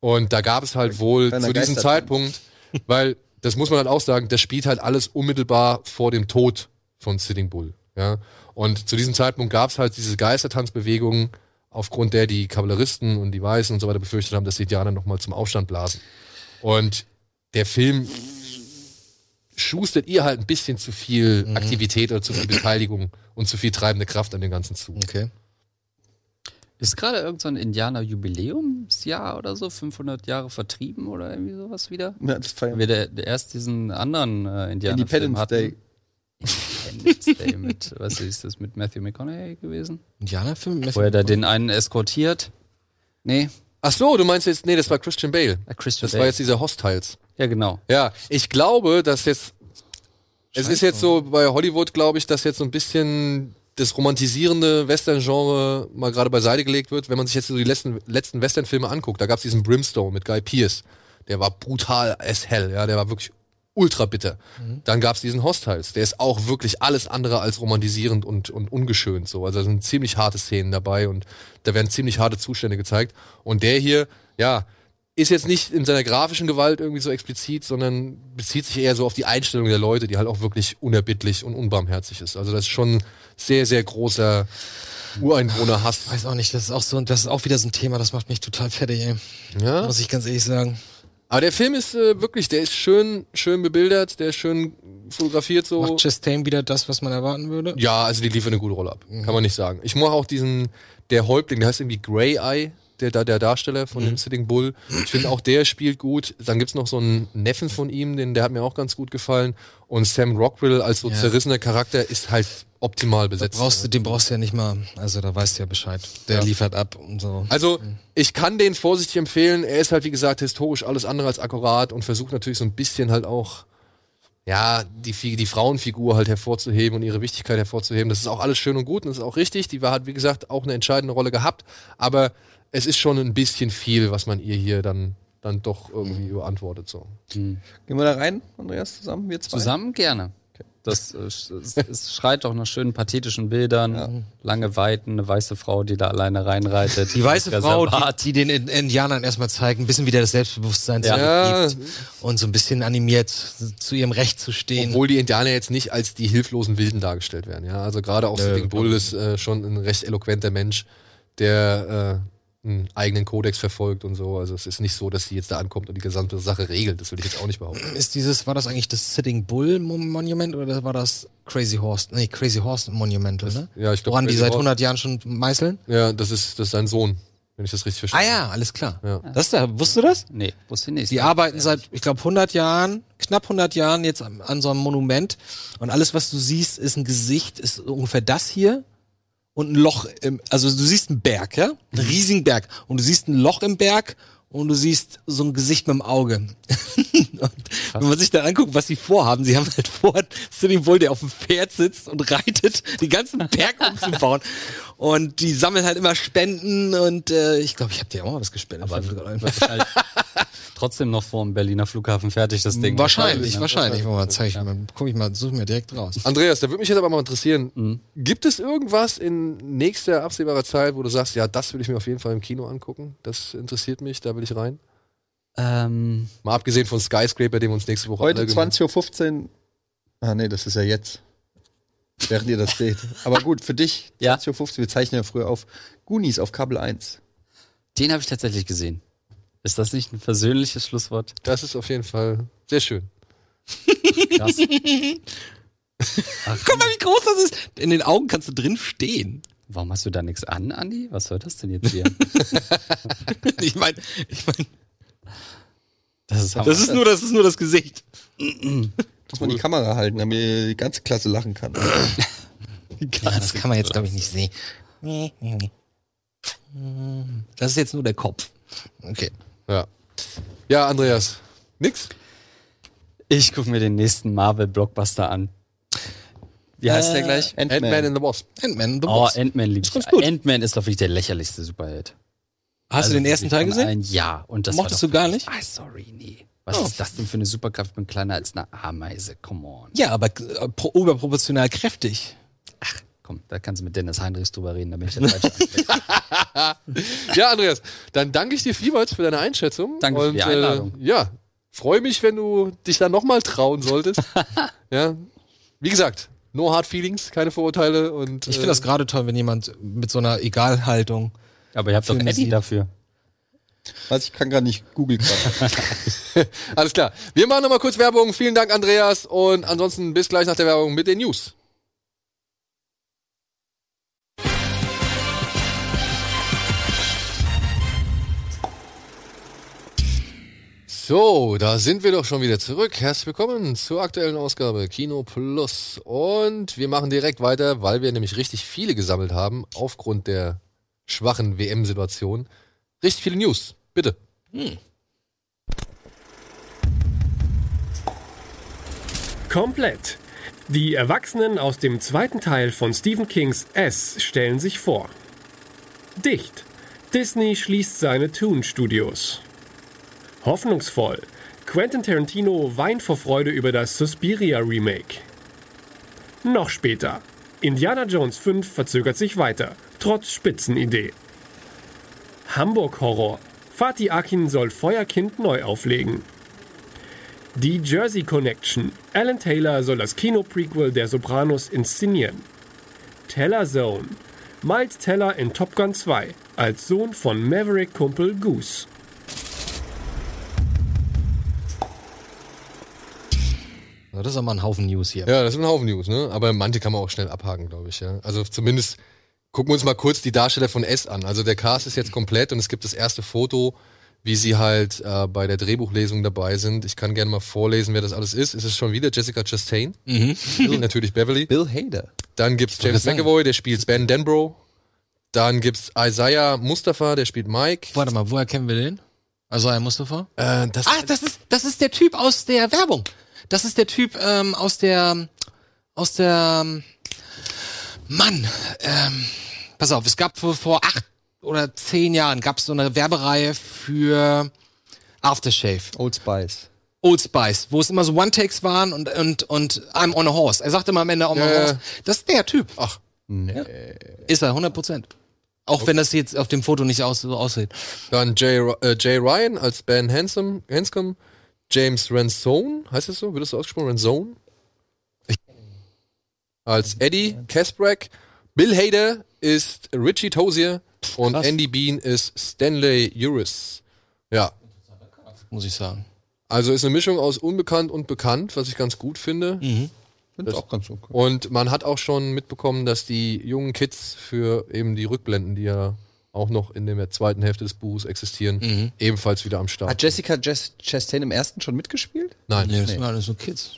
Und da gab es halt wohl Kleiner zu diesem Geistertanz. Zeitpunkt, weil das muss man halt auch sagen, das spielt halt alles unmittelbar vor dem Tod von Sitting Bull. Ja? Und zu diesem Zeitpunkt gab es halt diese Geistertanzbewegung, aufgrund der die Kavalleristen und die Weißen und so weiter befürchtet haben, dass die Indianer nochmal zum Aufstand blasen. Und der Film schustert ihr halt ein bisschen zu viel Aktivität oder zu viel Beteiligung und zu viel treibende Kraft an dem Ganzen zu. Okay. Ist gerade irgend so ein Indianer-Jubiläumsjahr oder so? 500 Jahre vertrieben oder irgendwie sowas wieder? Ja, das feiern Wir der, der erst diesen anderen äh, Indianer Independence hatten. Day. Independence Day mit, was ist das, mit Matthew McConaughey gewesen? Indianerfilm? Wo er da den einen eskortiert. Nee, Ach so, du meinst jetzt, nee, das war Christian Bale. äh, Christian Das Bale. war jetzt dieser Hostiles. ja, genau. Ja, ich glaube, dass jetzt. Es ist jetzt so bei Hollywood, glaube ich, dass jetzt so ein bisschen das romantisierende Western-Genre mal gerade beiseite gelegt wird. Wenn man sich jetzt so die letzten, letzten Western-Filme anguckt, da gab es diesen Brimstone mit Guy Pearce. Der war brutal as hell, ja, der war wirklich ultra bitter. Dann gab es diesen Hostiles, der ist auch wirklich alles andere als romantisierend und, und ungeschönt so. Also da sind ziemlich harte Szenen dabei und da werden ziemlich harte Zustände gezeigt. Und der hier, ja, ist jetzt nicht in seiner grafischen Gewalt irgendwie so explizit, sondern bezieht sich eher so auf die Einstellung der Leute, die halt auch wirklich unerbittlich und unbarmherzig ist. Also das ist schon sehr, sehr großer Ureinwohnerhass. Weiß auch nicht, das ist auch so, das ist auch wieder so ein Thema, das macht mich total fertig, ey. Ja? Muss ich ganz ehrlich sagen. Aber der Film ist äh, wirklich, der ist schön, schön bebildert, der ist schön fotografiert so. Macht Chastain wieder das, was man erwarten würde? Ja, also die liefern eine gute Rolle ab. Mhm. Kann man nicht sagen. Ich mag auch diesen, der Häuptling, der heißt irgendwie Grey Eye, der, der, der Darsteller Mhm. von dem Sitting Bull. Ich finde auch der spielt gut. Dann gibt's noch so einen Neffen von ihm, den, der hat mir auch ganz gut gefallen. Und Sam Rockwell als so Ja. zerrissener Charakter ist halt optimal besetzt. Brauchst du, den brauchst du ja nicht mal. Also da weißt du ja Bescheid. Der Ja. liefert ab und so. Also, ich kann den vorsichtig empfehlen. Er ist halt, wie gesagt, historisch alles andere als akkurat und versucht natürlich so ein bisschen halt auch, ja, die, Fi- die Frauenfigur halt hervorzuheben und ihre Wichtigkeit hervorzuheben. Das ist auch alles schön und gut und das ist auch richtig. Die war halt, wie gesagt, auch eine entscheidende Rolle gehabt. Aber es ist schon ein bisschen viel, was man ihr hier dann, dann doch irgendwie überantwortet. So. Gehen wir da rein, Andreas, zusammen? Wir zwei? Zusammen gerne. Das äh, sch- es, es schreit doch nach schönen pathetischen Bildern. Lange Weiten, eine weiße Frau, die da alleine reinreitet. Die weiße Das Frau, Reservat. die, die den In- Indianern erstmal zeigt, ein bisschen wieder das Selbstbewusstsein Ja. zurückgibt und so ein bisschen animiert, zu ihrem Recht zu stehen. Obwohl die Indianer jetzt nicht als die hilflosen Wilden dargestellt werden. Ja? Also gerade auch Sitting Bull ist äh, schon ein recht eloquenter Mensch, der äh, einen eigenen Kodex verfolgt und so. Also es ist nicht so, dass sie jetzt da ankommt und die gesamte Sache regelt. Das will ich jetzt auch nicht behaupten. ist dieses, war das eigentlich das Sitting Bull Mon- Monument oder war das Crazy Horse? Nee, Crazy Horse Monument, oder? ja, ich glaub, Woran die Crazy seit Horse- 100 Jahren schon meißeln? Ja, das ist, das ist sein Sohn, wenn ich das richtig verstehe. Ah ja, alles klar. Ja. Das da, wusstest du das? Nee, wusste ich nicht. Die arbeiten seit, ich glaube, 100 Jahren, knapp 100 Jahren jetzt an, an so einem Monument. Und alles, was du siehst, ist ein Gesicht, ist ungefähr das hier. Und ein Loch im, also du siehst einen Berg, ja? Einen riesigen Berg. Und du siehst ein Loch im Berg und du siehst so ein Gesicht mit dem Auge. und wenn man sich dann anguckt, was sie vorhaben, sie haben halt vor, City Bull, der auf dem Pferd sitzt und reitet, den ganzen Berg umzubauen. Und die sammeln halt immer Spenden und äh, ich glaube, ich habe dir auch mal was gespendet. Aber wahrscheinlich trotzdem noch vor dem Berliner Flughafen fertig, das Ding. wahrscheinlich, wahrscheinlich. Warte mal, zeig ich mal, guck ich mal, suche mir direkt raus. Andreas, da würde mich jetzt aber mal interessieren, gibt es irgendwas in nächster absehbarer Zeit, wo du sagst, ja, das will ich mir auf jeden Fall im Kino angucken, das interessiert mich, da will ich rein? Ähm, Mal abgesehen von Skyscraper, dem wir uns nächste Woche Heute alle- 20.15 Uhr. Ah, nee, das ist ja jetzt. Während ihr das seht. Aber gut, für dich, 20.15 Uhr, wir zeichnen ja früher auf Goonies auf Kabel 1. Den habe ich tatsächlich gesehen. Ist das nicht ein versöhnliches Schlusswort? Das ist auf jeden Fall sehr schön. Krass. Guck mal, wie groß das ist. In den Augen kannst du drin stehen. Warum hast du da nichts an, Andi? Was soll das denn jetzt hier? ich meine, ich meine, Das ist das ist nur, das ist nur das Gesicht. Muss man die Kamera halten, damit die ganze Klasse lachen kann. das kann man jetzt, glaube ich, nicht sehen. Das ist jetzt nur der Kopf. Okay. Ja. Ja, Andreas. Nix? Ich gucke mir den nächsten Marvel-Blockbuster an. Wie heißt der gleich? Ant-Man. Ant-Man and the Wasp. Äh, Ant-Man, the Oh, Wasp. Ant-Man lieb ich. ganz gut. Ant-Man ist doch wirklich der lächerlichste Superheld. Also Hast du den ersten Teil gesehen? Ein Ja. Und das Mochtest war du gar nicht? Oh. Ah, sorry, nee. Was ist das denn für eine Superkraft? Ich bin kleiner als eine Ameise. Come on. Ja, aber äh, pro, überproportional kräftig. Komm, da kannst du mit Dennis Heinrichs drüber reden, da bin ich der falsche Ansprechpartner. Ja, Andreas, dann danke ich dir vielmals für deine Einschätzung. Danke für die Einladung. Äh, ja, freue mich, wenn du dich dann nochmal trauen solltest. ja, wie gesagt, no hard feelings, keine Vorurteile und äh, Ich finde das gerade toll, wenn jemand mit so einer Egalhaltung. Aber ihr habt doch Filme Eddie sieht. dafür. Was, ich kann gar nicht googeln gerade. alles klar. Wir machen nochmal kurz Werbung. Vielen Dank, Andreas. Und ansonsten bis gleich nach der Werbung mit den News. So, da sind wir doch schon wieder zurück. Herzlich willkommen zur aktuellen Ausgabe Kino Plus. Und wir machen direkt weiter, weil wir nämlich richtig viele gesammelt haben aufgrund der schwachen WM-Situation. Richtig viele News. Bitte. Komplett. Die Erwachsenen aus dem zweiten Teil von Stephen Kings S stellen sich vor. Dicht. Disney schließt seine Toon Studios. Hoffnungsvoll. Quentin Tarantino weint vor Freude über das Suspiria Remake. Noch später. Indiana Jones 5 verzögert sich weiter, trotz Spitzenidee. Hamburg Horror. Fatih Akin soll Feuerkind neu auflegen. Die Jersey Connection. Alan Taylor soll das Kino-Prequel der Sopranos inszenieren. Teller Zone. Miles Teller in Top Gun 2 als Sohn von Maverick-Kumpel Goose. Na, Das ist aber ein Haufen News hier. Ja, das sind ein Haufen News, ne? Aber manche kann man auch schnell abhaken, glaube ich, ja. Also zumindest gucken wir uns mal kurz die Darsteller von S an. Also der Cast ist jetzt komplett und es gibt das erste Foto, wie sie halt äh, bei der Drehbuchlesung dabei sind. Ich kann gerne mal vorlesen, wer das alles ist. Es ist schon wieder Jessica Chastain, Bill- natürlich Beverly. Bill Hader. Dann gibt's James sagen. McAvoy, der spielt Ben Denbrough. Dann gibt's Isaiah Mustafa, der spielt Mike. Warte mal, woher kennen wir den? Also, Herr Mustafa? Äh, das, Ah, das ist, das ist der Typ aus der Werbung. Das ist der Typ ähm, aus der, aus der, ähm, Mann. Ähm, pass auf, es gab vor, vor acht oder zehn Jahren gab es so eine Werbereihe für Aftershave. Old Spice. Old Spice, wo es immer so One-Takes waren und, und, und I'm on a horse. Er sagt immer am Ende I'm on Ja, a ja. horse. Das ist der Typ. Ach, ist er, 100 Prozent. Auch wenn das jetzt auf dem Foto nicht aus, so aussieht. Dann Jay, Ry- äh, Jay Ryan als Ben Handsome, Hanscom. James Ransone, heißt es so? Wird das so ausgesprochen? Ransone? Als Eddie Kasprek. Bill Hader ist Richie Tozier und Andy Bean ist Stanley Uris. Ja, Muss ich sagen. also ist eine Mischung aus unbekannt und bekannt, was ich ganz gut finde. Finde ich auch ganz okay. Und man hat auch schon mitbekommen, dass die jungen Kids für eben die Rückblenden, die ja auch noch in der zweiten Hälfte des Buches existieren, ebenfalls wieder am Start. Hat Jessica Jes- Chastain im ersten schon mitgespielt? Nein. Nee, das sind alles so Kids.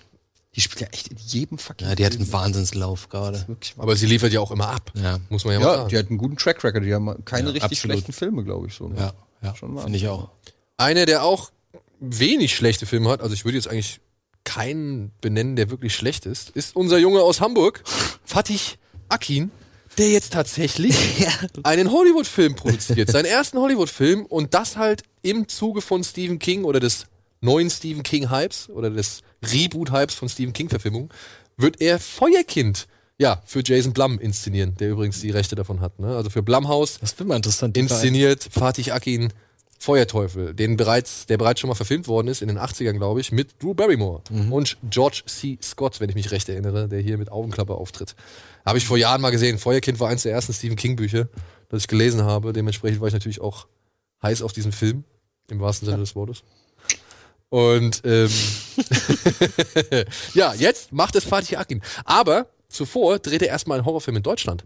Die spielt ja echt in jedem fucking Ja, die hat einen Wahnsinnslauf gerade. wirklich Aber sie liefert ja auch immer ab. Ja. Muss man ja, mal Ja, sagen. die hat einen guten Track Record. Die haben keine Ja, richtig absolut. schlechten Filme, glaube ich, so. Ne? Ja, ja. Schon wahr. Finde ich auch. Einer, der auch wenig schlechte Filme hat, also ich würde jetzt eigentlich keinen benennen, der wirklich schlecht ist, ist unser Junge aus Hamburg, Fatih Akin, der jetzt tatsächlich einen Hollywood-Film produziert, seinen ersten Hollywood-Film und das halt im Zuge von Stephen King oder des neuen Stephen King-Hypes oder des Reboot-Hypes von Stephen King-Verfilmung, wird er Feuerkind ja, für Jason Blum inszenieren, der übrigens die Rechte davon hat. Ne? Also für Blumhaus Das wird mal interessant. die inszeniert Fatih Akin Feuerteufel, den bereits, der bereits schon mal verfilmt worden ist, in den 80ern, glaube ich, mit Drew Barrymore und George C. Scott, wenn ich mich recht erinnere, der hier mit Augenklappe auftritt. Habe ich vor Jahren mal gesehen. Feuerkind war eins der ersten Stephen King-Bücher, das ich gelesen habe. Dementsprechend war ich natürlich auch heiß auf diesen Film, im wahrsten Sinne des Wortes. Und ähm, ja, jetzt macht es Fatih Akin. Aber zuvor dreht er erstmal einen Horrorfilm in Deutschland.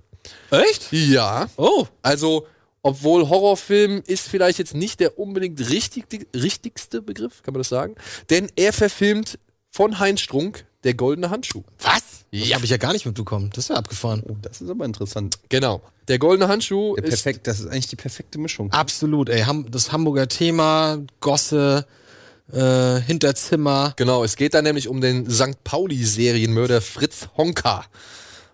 Echt? Ja. Oh. Also, obwohl Horrorfilm ist vielleicht jetzt nicht der unbedingt richtig, richtigste Begriff, kann man das sagen? Denn er verfilmt von Heinz Strunk der goldene Handschuh. Was? Das Ja, habe ich ja gar nicht mitbekommen. Das ist ja abgefahren. Das ist aber interessant. genau. Der goldene Handschuh Der ist perfekt, das ist eigentlich die perfekte Mischung. Ah, Absolut, ey. Ham- Das Hamburger Thema, Gosse, äh, Hinterzimmer. Genau, es geht da nämlich um den St. Pauli-Serienmörder Fritz Honka.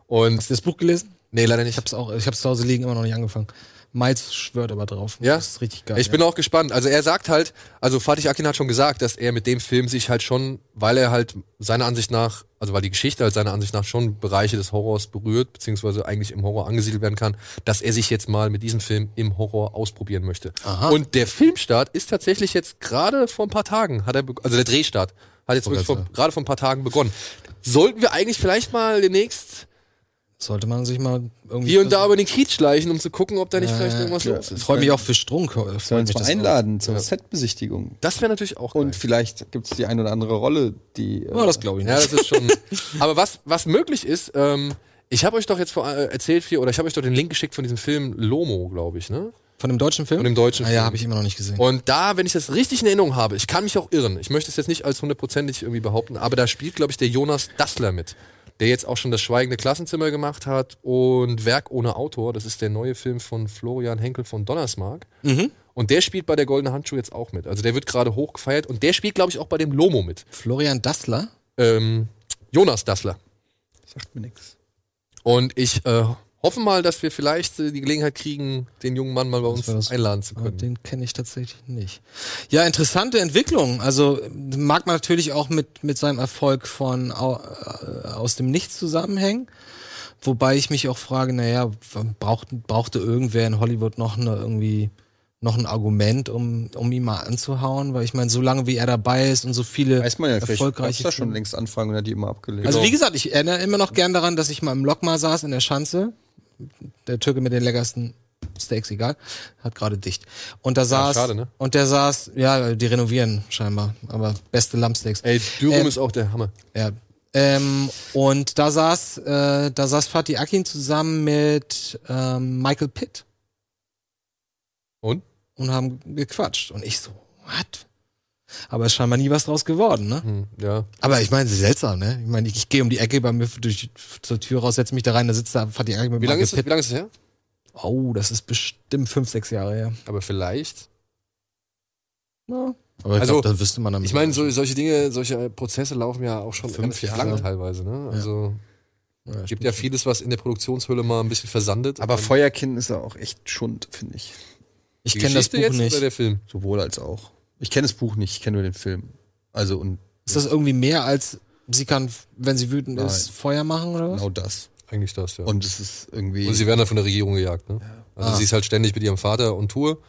Und Hast du das Buch gelesen? nee, leider nicht. Ich hab's auch, ich hab's zu Hause liegen, immer noch nicht angefangen. Miles schwört aber drauf. Ja? Das ist richtig geil. Ich bin auch gespannt. Also er sagt halt, also Fatih Akin hat schon gesagt, dass er mit dem Film sich halt schon, weil er halt seiner Ansicht nach, also weil die Geschichte halt seiner Ansicht nach schon Bereiche des Horrors berührt, beziehungsweise eigentlich im Horror angesiedelt werden kann, dass er sich jetzt mal mit diesem Film im Horror ausprobieren möchte. Aha. Und der Filmstart ist tatsächlich jetzt gerade vor ein paar Tagen, hat er, be- also der Drehstart hat jetzt wirklich vor, gerade vor ein paar Tagen begonnen. Sollten wir eigentlich vielleicht mal demnächst Sollte man sich mal irgendwie. hier und da über den Kiez schleichen, um zu gucken, ob da nicht vielleicht irgendwas klar. los ist? Freue mich auch für Strunk. Freut Sollen mich wir uns das mal einladen zur Ja. Setbesichtigung. Das wäre natürlich auch Und vielleicht gibt es die ein oder andere Rolle, die. äh, auch. Ja, das glaube ich Ja, nicht. das ist schon. Aber was, was möglich ist, ähm, ich habe euch doch jetzt vor, äh, erzählt hier, oder ich habe euch doch den Link geschickt von diesem Film Lomo, glaube ich, ne? Von dem deutschen Film? Von dem deutschen Ah, ja, Film. habe ich immer noch nicht gesehen. Und da, wenn ich das richtig in Erinnerung habe, ich kann mich auch irren, ich möchte es jetzt nicht als hundertprozentig irgendwie behaupten, aber da spielt, glaube ich, der Jonas Dassler mit, der jetzt auch schon das Schweigende Klassenzimmer gemacht hat und Werk ohne Autor, das ist der neue Film von Florian Henkel von Donnersmarck. Mhm. Und der spielt bei der Goldene Handschuh jetzt auch mit. Also der wird gerade hochgefeiert und der spielt, glaube ich, auch bei dem Lomo mit. Florian Dassler? Ähm, Jonas Dassler. Sagt mir nichts. Und ich äh, hoffe mal, dass wir vielleicht äh, die Gelegenheit kriegen, den jungen Mann mal bei Das uns war das- einladen zu Ah, können. Den kenne ich tatsächlich nicht. Ja, interessante Entwicklung. Also äh, mag man natürlich auch mit, mit seinem Erfolg von au, äh, aus dem Nichts zusammenhängen. Wobei ich mich auch frage, naja, braucht, brauchte irgendwer in Hollywood noch eine irgendwie noch ein Argument, um, um ihn mal anzuhauen, weil ich meine, so lange wie er dabei ist und so viele Weiß man ja, vielleicht gab's erfolgreiche da schon Filme- längst Anfragen und hat die immer abgelehnt. also Genau. wie gesagt, ich erinnere immer noch gern daran, dass ich mal im Lokma saß in der Schanze. Der Türke mit den leckersten Steaks, egal, hat gerade dicht. Und da saß schade, ne? und der saß, ja, die renovieren scheinbar, aber beste Lammsteaks. Ey, Dürum Ähm, ist auch der Hammer. Ja. Ähm, und da saß, äh, da saß Fatih Akin zusammen mit ähm, Michael Pitt Und? und haben gequatscht. Und ich so, what? Aber es ist scheinbar nie was draus geworden, ne? Hm, ja. Aber ich meine, es ist seltsam, ne? Ich meine, ich, ich gehe um die Ecke bei mir durch zur Tür raus, setze mich da rein, da sitzt da Fatih Akin mit Wie lange Michael ist es, wie lange ist es her? Oh, das ist bestimmt fünf, sechs Jahre her. Aber vielleicht. Ja. Aber ich Also, glaub, da wüsste man dann. Ich meine, so, solche Dinge, solche äh, Prozesse laufen ja auch schon Fünf relativ Jahre. lange teilweise. Ne? Also ja, gibt ja vieles, was in der Produktionshöhle mal ein bisschen versandet. aber ähm, Und Feuerkind ist ja auch echt Schund, finde ich. ich die kenne das Geschichte Buch jetzt Oder nicht. der Film? Sowohl als auch. Ich kenne das Buch nicht, ich kenne nur den Film. Also und Ist das irgendwie mehr als sie kann, wenn sie wütend Nein. ist, Feuer machen oder was? genau das. Eigentlich das, ja. Und es ist irgendwie. Und sie werden dann von der Regierung gejagt. Ne? Also Ah. Hm. sie ist halt ständig mit ihrem Vater on Tour.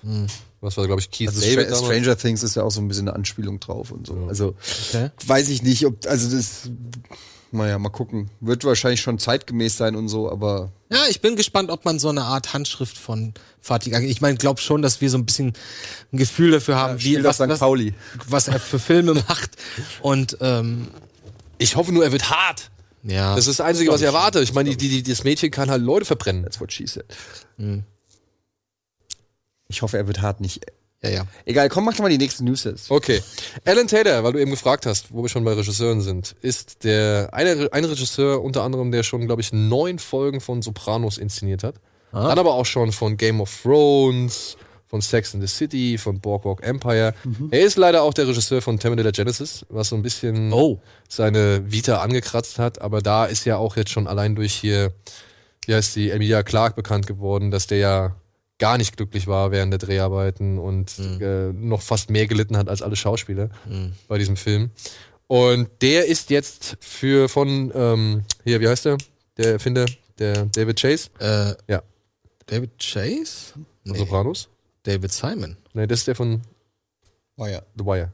Was war, glaube ich, Keith also David Stra damals. Stranger Things ist ja auch so ein bisschen eine Anspielung drauf und so. Also Okay. weiß ich nicht, ob also das. Naja, mal gucken. Wird wahrscheinlich schon zeitgemäß sein und so, aber Ja, ich bin gespannt, ob man so eine Art Handschrift von Fatih Akin. Ich meine, glaub schon, dass wir so ein bisschen ein Gefühl dafür haben, wie Spiel was, doch St. was, Pauli. was er für Filme macht. Und ähm, Ich hoffe nur, er wird hart. ja, Das ist das Einzige, was ich erwarte. Ich meine, die, die, die, das Mädchen kann halt Leute verbrennen. That's what she said. Hm. Ich hoffe, er wird hart nicht. ja, ja. Egal, komm, mach doch mal die nächsten News jetzt. Okay. Alan Taylor, weil du eben gefragt hast, wo wir schon bei Regisseuren sind, ist der eine, ein Regisseur unter anderem, der schon, glaube ich, neun Folgen von Sopranos inszeniert hat. Dann aber auch schon von Game of Thrones, von Sex and the City, von Boardwalk Empire. Er ist leider auch der Regisseur von Terminator Genesis, was so ein bisschen seine Vita angekratzt hat. Aber da ist ja auch jetzt schon allein durch hier, wie heißt die, Emilia Clark bekannt geworden, dass der ja gar nicht glücklich war während der Dreharbeiten und äh, noch fast mehr gelitten hat als alle Schauspieler Mhm. bei diesem Film. Und der ist jetzt für von, ähm, hier, wie heißt der? Der Erfinder, der David Chase. ja. Äh, Also David Chase? Nee. Sopranos? David Simon. Nee, das ist der von Oh ja. The Wire.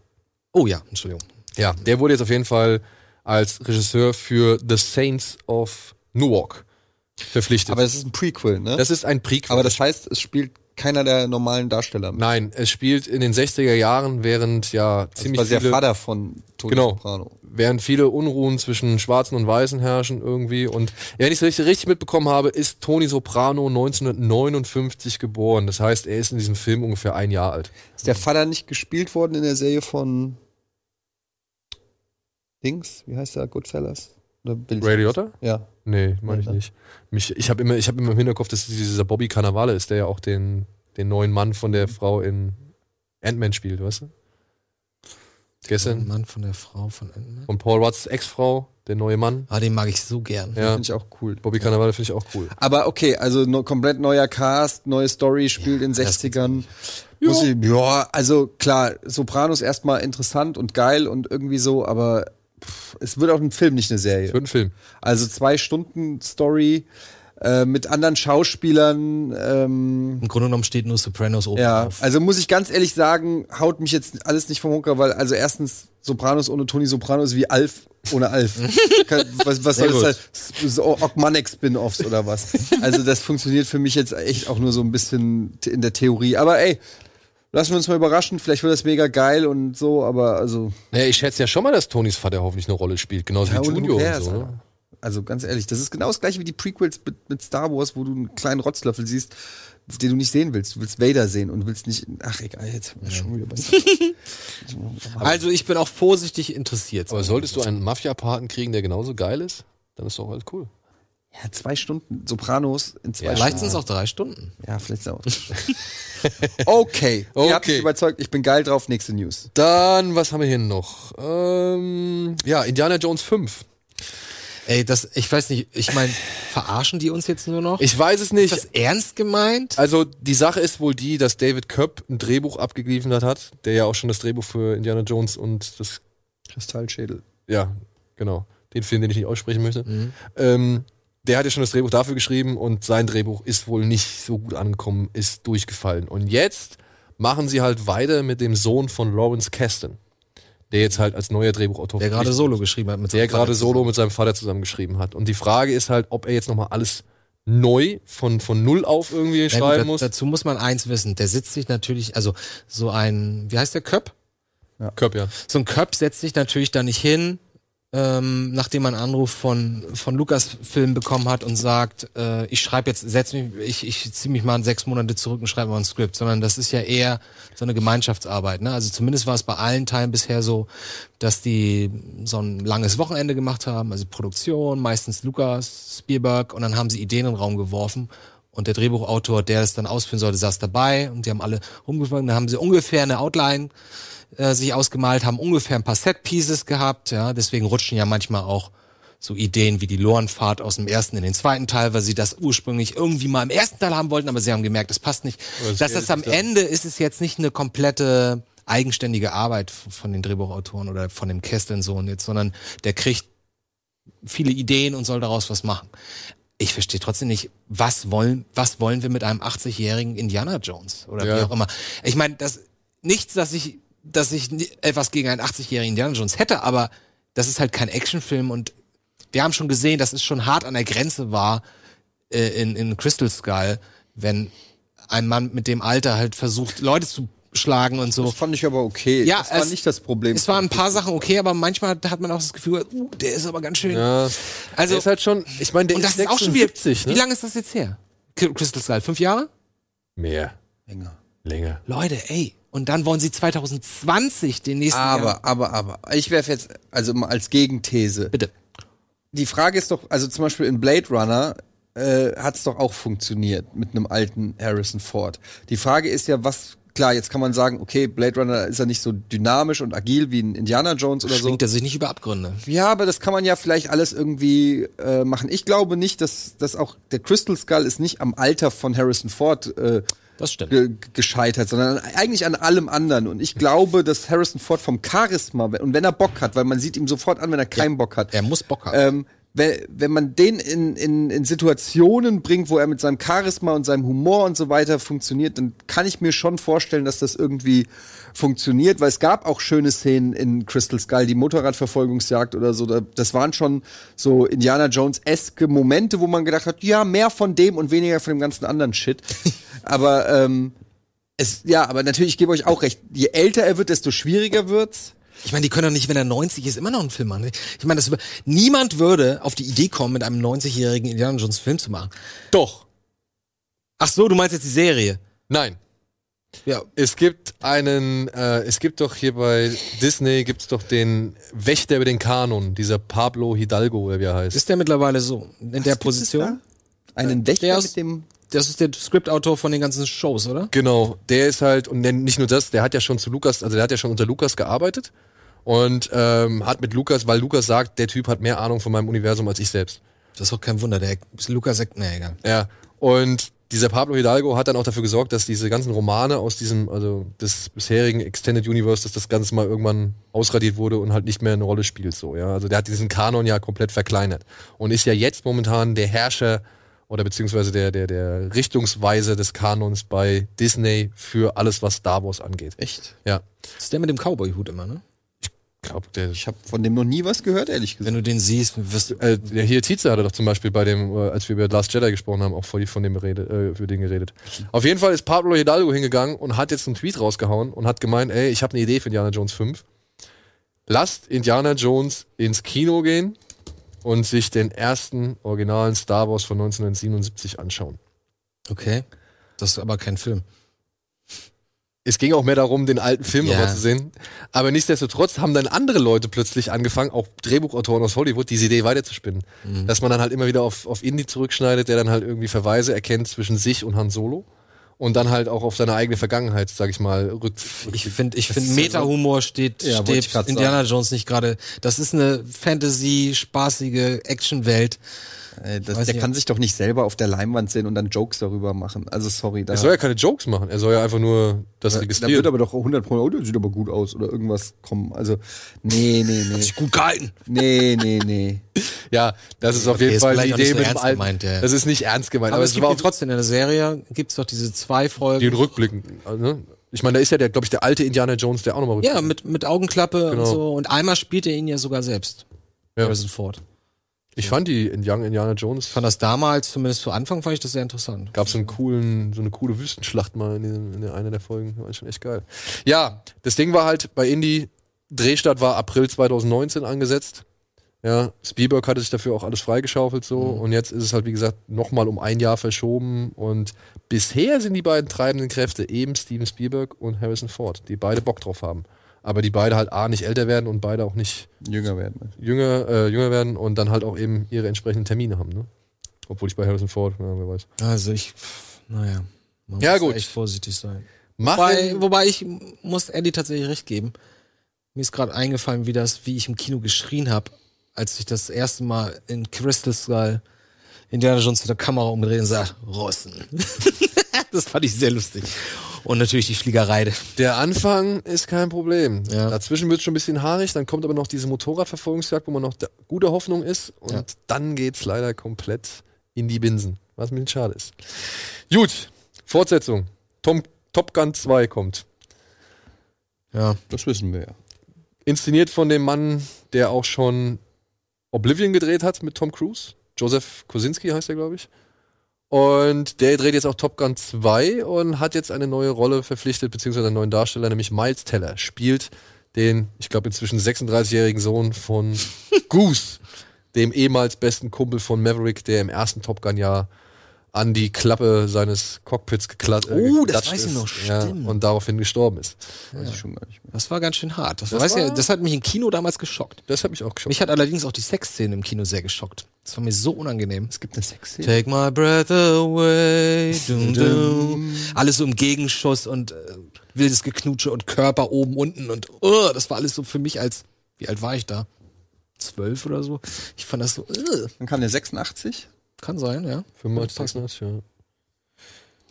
Oh ja, Entschuldigung. Ja, der wurde jetzt auf jeden Fall als Regisseur für The Saints of Newark verpflichtet. Aber das ist ein Prequel, ne? Das ist ein Prequel. Aber das heißt, es spielt keiner der normalen Darsteller mit. Nein, es spielt in den 60er Jahren, während ja ziemlich Also quasi der viele Vater von Tony genau, Soprano. Während viele Unruhen zwischen Schwarzen und Weißen herrschen irgendwie und wenn ich es richtig, richtig mitbekommen habe, ist Tony Soprano 1959 geboren. Das heißt, er ist in diesem Film ungefähr ein Jahr alt. Ist der Vater nicht gespielt worden in der Serie von Dings? Wie heißt der? Goodfellas? Oder Bill Ray Liotta? Ja. Nee, meine ich Ja. nicht. Mich, ich habe immer, ich hab immer im Hinterkopf, dass es dieser Bobby Cannavale ist, der ja auch den, den neuen Mann von der Frau in Ant-Man spielt, weißt du? Gestern Mann von der Frau von Ant-Man. von Paul Watts Ex-Frau, der neue Mann. Ah, den mag ich so gern. Ja. Finde ich auch cool. Bobby Cannavale finde ich auch cool. Aber okay, also no, komplett neuer Cast, neue Story, spielt in 60ern. Ja. Muss ich, ja, also klar, Sopranos erstmal interessant und geil und irgendwie so, aber pff, es wird auch ein Film, nicht eine Serie. Es wird ein Film. Also zwei Stunden Story äh, mit anderen Schauspielern. Ähm, Im Grunde genommen steht nur Sopranos oben ja, auf. also muss ich ganz ehrlich sagen, haut mich jetzt alles nicht vom Hocker, weil also erstens Sopranos ohne Tony Soprano ist wie Alf ohne Alf. Kann- was was soll Sehr das gut. sein? So Ogmanek-Spin-Offs oder was? Also das funktioniert für mich jetzt echt auch nur so ein bisschen t- in der Theorie. Aber ey, lassen wir uns mal überraschen. Vielleicht wird das mega geil und so, aber also... Naja, ich schätze ja schon mal, dass Tonys Vater hoffentlich eine Rolle spielt, genauso Ja, wie und who Junior und cares, so. Alter? Ne? Also ganz ehrlich, das ist genau das gleiche wie die Prequels mit, mit Star Wars, wo du einen kleinen Rotzlöffel siehst, den du nicht sehen willst. Du willst Vader sehen und willst nicht. Ach egal, jetzt haben wir schon wieder was. Also ich bin auch vorsichtig interessiert. Aber solltest du einen Mafia-Paten kriegen, der genauso geil ist, dann ist doch alles cool. Ja, zwei Stunden Sopranos in zwei Ja, Stunden. vielleicht sind es auch drei Stunden. Ja, vielleicht sind es auch. okay, okay. Ihr habt mich überzeugt, ich bin geil drauf. Nächste News. Dann, was haben wir hier noch? Ähm, ja, Indiana Jones 5. Ey, das, ich weiß nicht, ich meine, verarschen die uns jetzt nur noch? Ich weiß es nicht. Ist das ernst gemeint? Also die Sache ist wohl die, dass David Köpp ein Drehbuch abgeliefert hat, der ja auch schon das Drehbuch für Indiana Jones und das, Kristallschädel. ja, genau, den Film, den ich nicht aussprechen möchte. Mhm. Ähm, der hat ja schon das Drehbuch dafür geschrieben und sein Drehbuch ist wohl nicht so gut angekommen, ist durchgefallen. Und jetzt machen sie halt weiter mit dem Sohn von Lawrence Kasten, der jetzt halt als neuer Drehbuchautor Der gerade verpflichtet Solo geschrieben hat mit der seinem Vater gerade Solo mit seinem Vater zusammengeschrieben hat. Und die Frage ist halt, ob er jetzt nochmal alles neu von, von null auf irgendwie Na gut, schreiben da- muss. Dazu muss man eins wissen. Der sitzt sich natürlich, also so ein, wie heißt der Köp? Köpp, ja. So ein Köp setzt sich natürlich da nicht hin, ähm, nachdem man einen Anruf von, von Lukas Film bekommen hat und sagt, äh, ich schreibe jetzt, setz mich, ich, ich ziehe mich mal sechs Monate zurück und schreibe mal ein Skript, sondern das ist ja eher so eine Gemeinschaftsarbeit. Ne? Also zumindest war es bei allen Teilen bisher so, dass die so ein langes Wochenende gemacht haben, also Produktion, meistens Lukas, Spielberg und dann haben sie Ideen in den Raum geworfen und der Drehbuchautor, der das dann ausführen sollte, saß dabei und die haben alle rumgesprochen. Dann haben sie ungefähr eine Outline äh, sich ausgemalt, haben ungefähr ein paar Set-Pieces gehabt. Ja, deswegen rutschen ja manchmal auch so Ideen wie die Lorenfahrt aus dem ersten in den zweiten Teil, weil sie das ursprünglich irgendwie mal im ersten Teil haben wollten, aber sie haben gemerkt, das passt nicht. Oder das Dass das am ist ja- Ende ist es jetzt nicht eine komplette eigenständige Arbeit f- von den Drehbuchautoren oder von dem Kesteln-Sohn jetzt, sondern der kriegt viele Ideen und soll daraus was machen. Ich verstehe trotzdem nicht, was wollen, was wollen wir mit einem 80-jährigen Indiana Jones oder wie Ja. auch immer. Ich meine, das nichts, dass ich, dass ich ni- etwas gegen einen 80-jährigen Indiana Jones hätte, aber das ist halt kein Actionfilm und wir haben schon gesehen, dass es schon hart an der Grenze war äh, in, in Crystal Skull, wenn ein Mann mit dem Alter halt versucht, Leute zu schlagen und so. Das fand ich aber okay. Ja, das war es- nicht das Problem. Es waren ein paar Sachen okay, aber manchmal hat- hat man auch das Gefühl, uh, der ist aber ganz schön. Ja, Also- der ist halt schon, ich meine, der und das ist ist auch schon wieder. 76, Wie ne? lange ist das jetzt her? Ki- Crystal Skull, fünf Jahre? Mehr. Länger. Länger. Leute, ey. Und dann wollen sie 2020 den nächsten. Jahr. Aber, aber, aber. Ich werfe jetzt, also mal als Gegenthese. Bitte. Die Frage ist doch, also zum Beispiel in Blade Runner äh, hat es doch auch funktioniert mit einem alten Harrison Ford. Die Frage ist ja, was, klar, jetzt kann man sagen, okay, Blade Runner ist ja nicht so dynamisch und agil wie ein Indiana Jones oder so. Schwingt er sich nicht über Abgründe. Ja, aber das kann man ja vielleicht alles irgendwie äh, machen. Ich glaube nicht, dass, dass auch der Crystal Skull ist nicht am Alter von Harrison Ford äh, das stimmt. ge gescheitert, sondern eigentlich an allem anderen. Und ich glaube, dass Harrison Ford vom Charisma, und wenn er Bock hat, weil man sieht ihm sofort an, wenn er keinen Bock hat. Er muss Bock haben. Ähm, wenn, wenn man den in, in, in Situationen bringt, wo er mit seinem Charisma und seinem Humor und so weiter funktioniert, dann kann ich mir schon vorstellen, dass das irgendwie funktioniert, weil es gab auch schöne Szenen in Crystal Skull, die Motorradverfolgungsjagd oder so. da- Das waren schon so Indiana Jones-eske Momente, wo man gedacht hat, ja, mehr von dem und weniger von dem ganzen anderen Shit. aber ähm, es, ja, aber natürlich, ich gebe euch auch recht, je älter er wird, desto schwieriger wird's. Ich meine, die können doch nicht, wenn er 90 ist, immer noch einen Film machen. Ich meine, das, über- niemand würde auf die Idee kommen, mit einem 90-jährigen Indiana Jones Film zu machen. Doch. Ach so, du meinst jetzt die Serie. Nein. Ja. Es gibt einen, äh, es gibt doch hier bei Disney gibt's doch den Wächter über den Kanon, dieser Pablo Hidalgo oder wie er heißt. Ist der mittlerweile so in der Position? Einen Wächter Der mit dem Das ist der Skriptautor von den ganzen Shows, oder? Genau, der ist halt, und der- nicht nur das, der hat ja schon zu Lukas, also der hat ja schon unter Lukas gearbeitet und ähm, hat mit Lukas, weil Lukas sagt, der Typ hat mehr Ahnung von meinem Universum als ich selbst. Das ist doch kein Wunder, der Lukas sagt, na egal. Ja, und dieser Pablo Hidalgo hat dann auch dafür gesorgt, dass diese ganzen Romane aus diesem, also des bisherigen Extended Universe, dass das Ganze mal irgendwann ausradiert wurde und halt nicht mehr eine Rolle spielt, so, ja. Also der hat diesen Kanon ja komplett verkleinert und ist ja jetzt momentan der Herrscher oder beziehungsweise der, der, der Richtungsweise des Kanons bei Disney für alles, was Star Wars angeht. Echt? Ja. Das ist der mit dem Cowboy-Hut immer, ne? Glaub, der, Ich habe von dem noch nie was gehört, ehrlich gesagt. Wenn du den siehst, wirst du. äh, der hier Tietze hatte doch zum Beispiel bei dem, äh, als wir über Last Jedi gesprochen haben, auch vor die, von dem Rede, äh, für den geredet. Auf jeden Fall ist Pablo Hidalgo hingegangen und hat jetzt einen Tweet rausgehauen und hat gemeint, ey, ich habe eine Idee für Indiana Jones 5. Lasst Indiana Jones ins Kino gehen und sich den ersten originalen Star Wars von 1977 anschauen. Okay. Das ist aber kein Film. Es ging auch mehr darum, den alten Film Ja. nochmal zu sehen. Aber nichtsdestotrotz haben dann andere Leute plötzlich angefangen, auch Drehbuchautoren aus Hollywood, diese Idee weiterzuspinnen. Mhm. Dass man dann halt immer wieder auf, auf Indy zurückschneidet, der dann halt irgendwie Verweise erkennt zwischen sich und Han Solo. Und dann halt auch auf seine eigene Vergangenheit, sag ich mal, rückt. Ich finde, ich Das finde, ist ja so- Meta-Humor steht, Ja, wollte steht ich grad Indiana sagen. Jones nicht gerade. Das ist eine Fantasy-spaßige Action-Welt. Äh, das, Weiß der nicht, kann sich doch nicht selber auf der Leinwand sehen und dann Jokes darüber machen. Also sorry, da, Er soll ja keine Jokes machen, er soll ja einfach nur das da, da wird registrieren. aber doch 100 Pro, oh, das sieht aber gut aus oder irgendwas kommen. Also nee, nee, nee. Sich gut gehalten. Nee, nee, nee. Ja, das ist auf Okay, jeden ist Fall die vielleicht auch nicht Idee so mit dem ernst alten. gemeint, ja. Das ist nicht ernst gemeint, Aber, es gibt war die auf trotzdem in der Serie, gibt's doch diese zwei den Folgen. Rückblicken. Ne? Ich meine, da ist ja der, glaube ich, der alte Indiana Jones, der auch nochmal Ja, mit, mit Augenklappe Genau. und so. Und einmal spielt er ihn ja sogar selbst. Ja. Harrison Ford. Ich fand die in Young Indiana Jones. Ich fand das damals, zumindest zu Anfang, fand ich das sehr interessant. Gab so einen coolen, so eine coole Wüstenschlacht mal in, den, in einer der Folgen. War schon echt geil. Ja, das Ding war halt bei Indy, Drehstart war April 2019 angesetzt. Ja, Spielberg hatte sich dafür auch alles freigeschaufelt so und jetzt ist es halt wie gesagt nochmal um ein Jahr verschoben und bisher sind die beiden treibenden Kräfte eben Steven Spielberg und Harrison Ford, die beide Bock drauf haben, aber die beide halt a nicht älter werden und beide auch nicht Jünger werden. halt. jünger äh, jünger werden und dann halt auch eben ihre entsprechenden Termine haben, ne? Obwohl ich bei Harrison Ford, ja, wer weiß. Also ich, pff, naja. Man Ja, muss gut. da echt vorsichtig sein. Mach Wobei, wobei ich muss Eddie tatsächlich recht geben. Mir ist gerade eingefallen, wie das, wie ich im Kino geschrien habe, als ich das erste Mal in Crystal Skull Indiana Jones zu der Kamera umgedreht und sah, Rossen. das fand ich sehr lustig. Und natürlich die Fliegerei. Der Anfang ist kein Problem. Ja. Dazwischen wird es schon ein bisschen haarig, dann kommt aber noch diese Motorradverfolgungsjagd, wo man noch da gute Hoffnung ist und Ja. dann geht's leider komplett in die Binsen, was ein bisschen schade ist. Gut, Fortsetzung. Tom, Top Gun 2 kommt. Ja. Das wissen wir ja. Inszeniert von dem Mann, der auch schon Oblivion gedreht hat mit Tom Cruise. Joseph Kosinski heißt er, glaube ich. Und der dreht jetzt auch Top Gun 2 und hat jetzt eine neue Rolle verpflichtet, beziehungsweise einen neuen Darsteller, nämlich Miles Teller. Spielt den, ich glaube, inzwischen 36-jährigen Sohn von Goose, dem ehemals besten Kumpel von Maverick, der im ersten Top Gun-Jahr an die Klappe seines Cockpits geklatscht äh, Oh, das geklatscht weiß ich ist, noch, ja, stimmt. und daraufhin gestorben ist. Weiß ich schon gar nicht mehr. Das war ganz schön hart. Das, Das weiß war- ja, das hat mich im Kino damals geschockt. Das hat mich auch geschockt. Mich hat allerdings auch die Sexszene im Kino sehr geschockt. Das war mir so unangenehm. Es gibt eine Sexszene. Take my breath away. Dum, dum. Alles so im Gegenschuss und äh, wildes Geknutsche und Körper oben, unten und uh, das war alles so für mich als, wie alt war ich da? Zwölf oder so. Ich fand das so, uh. Dann kam der 86. Kann sein, ja. 85, 86,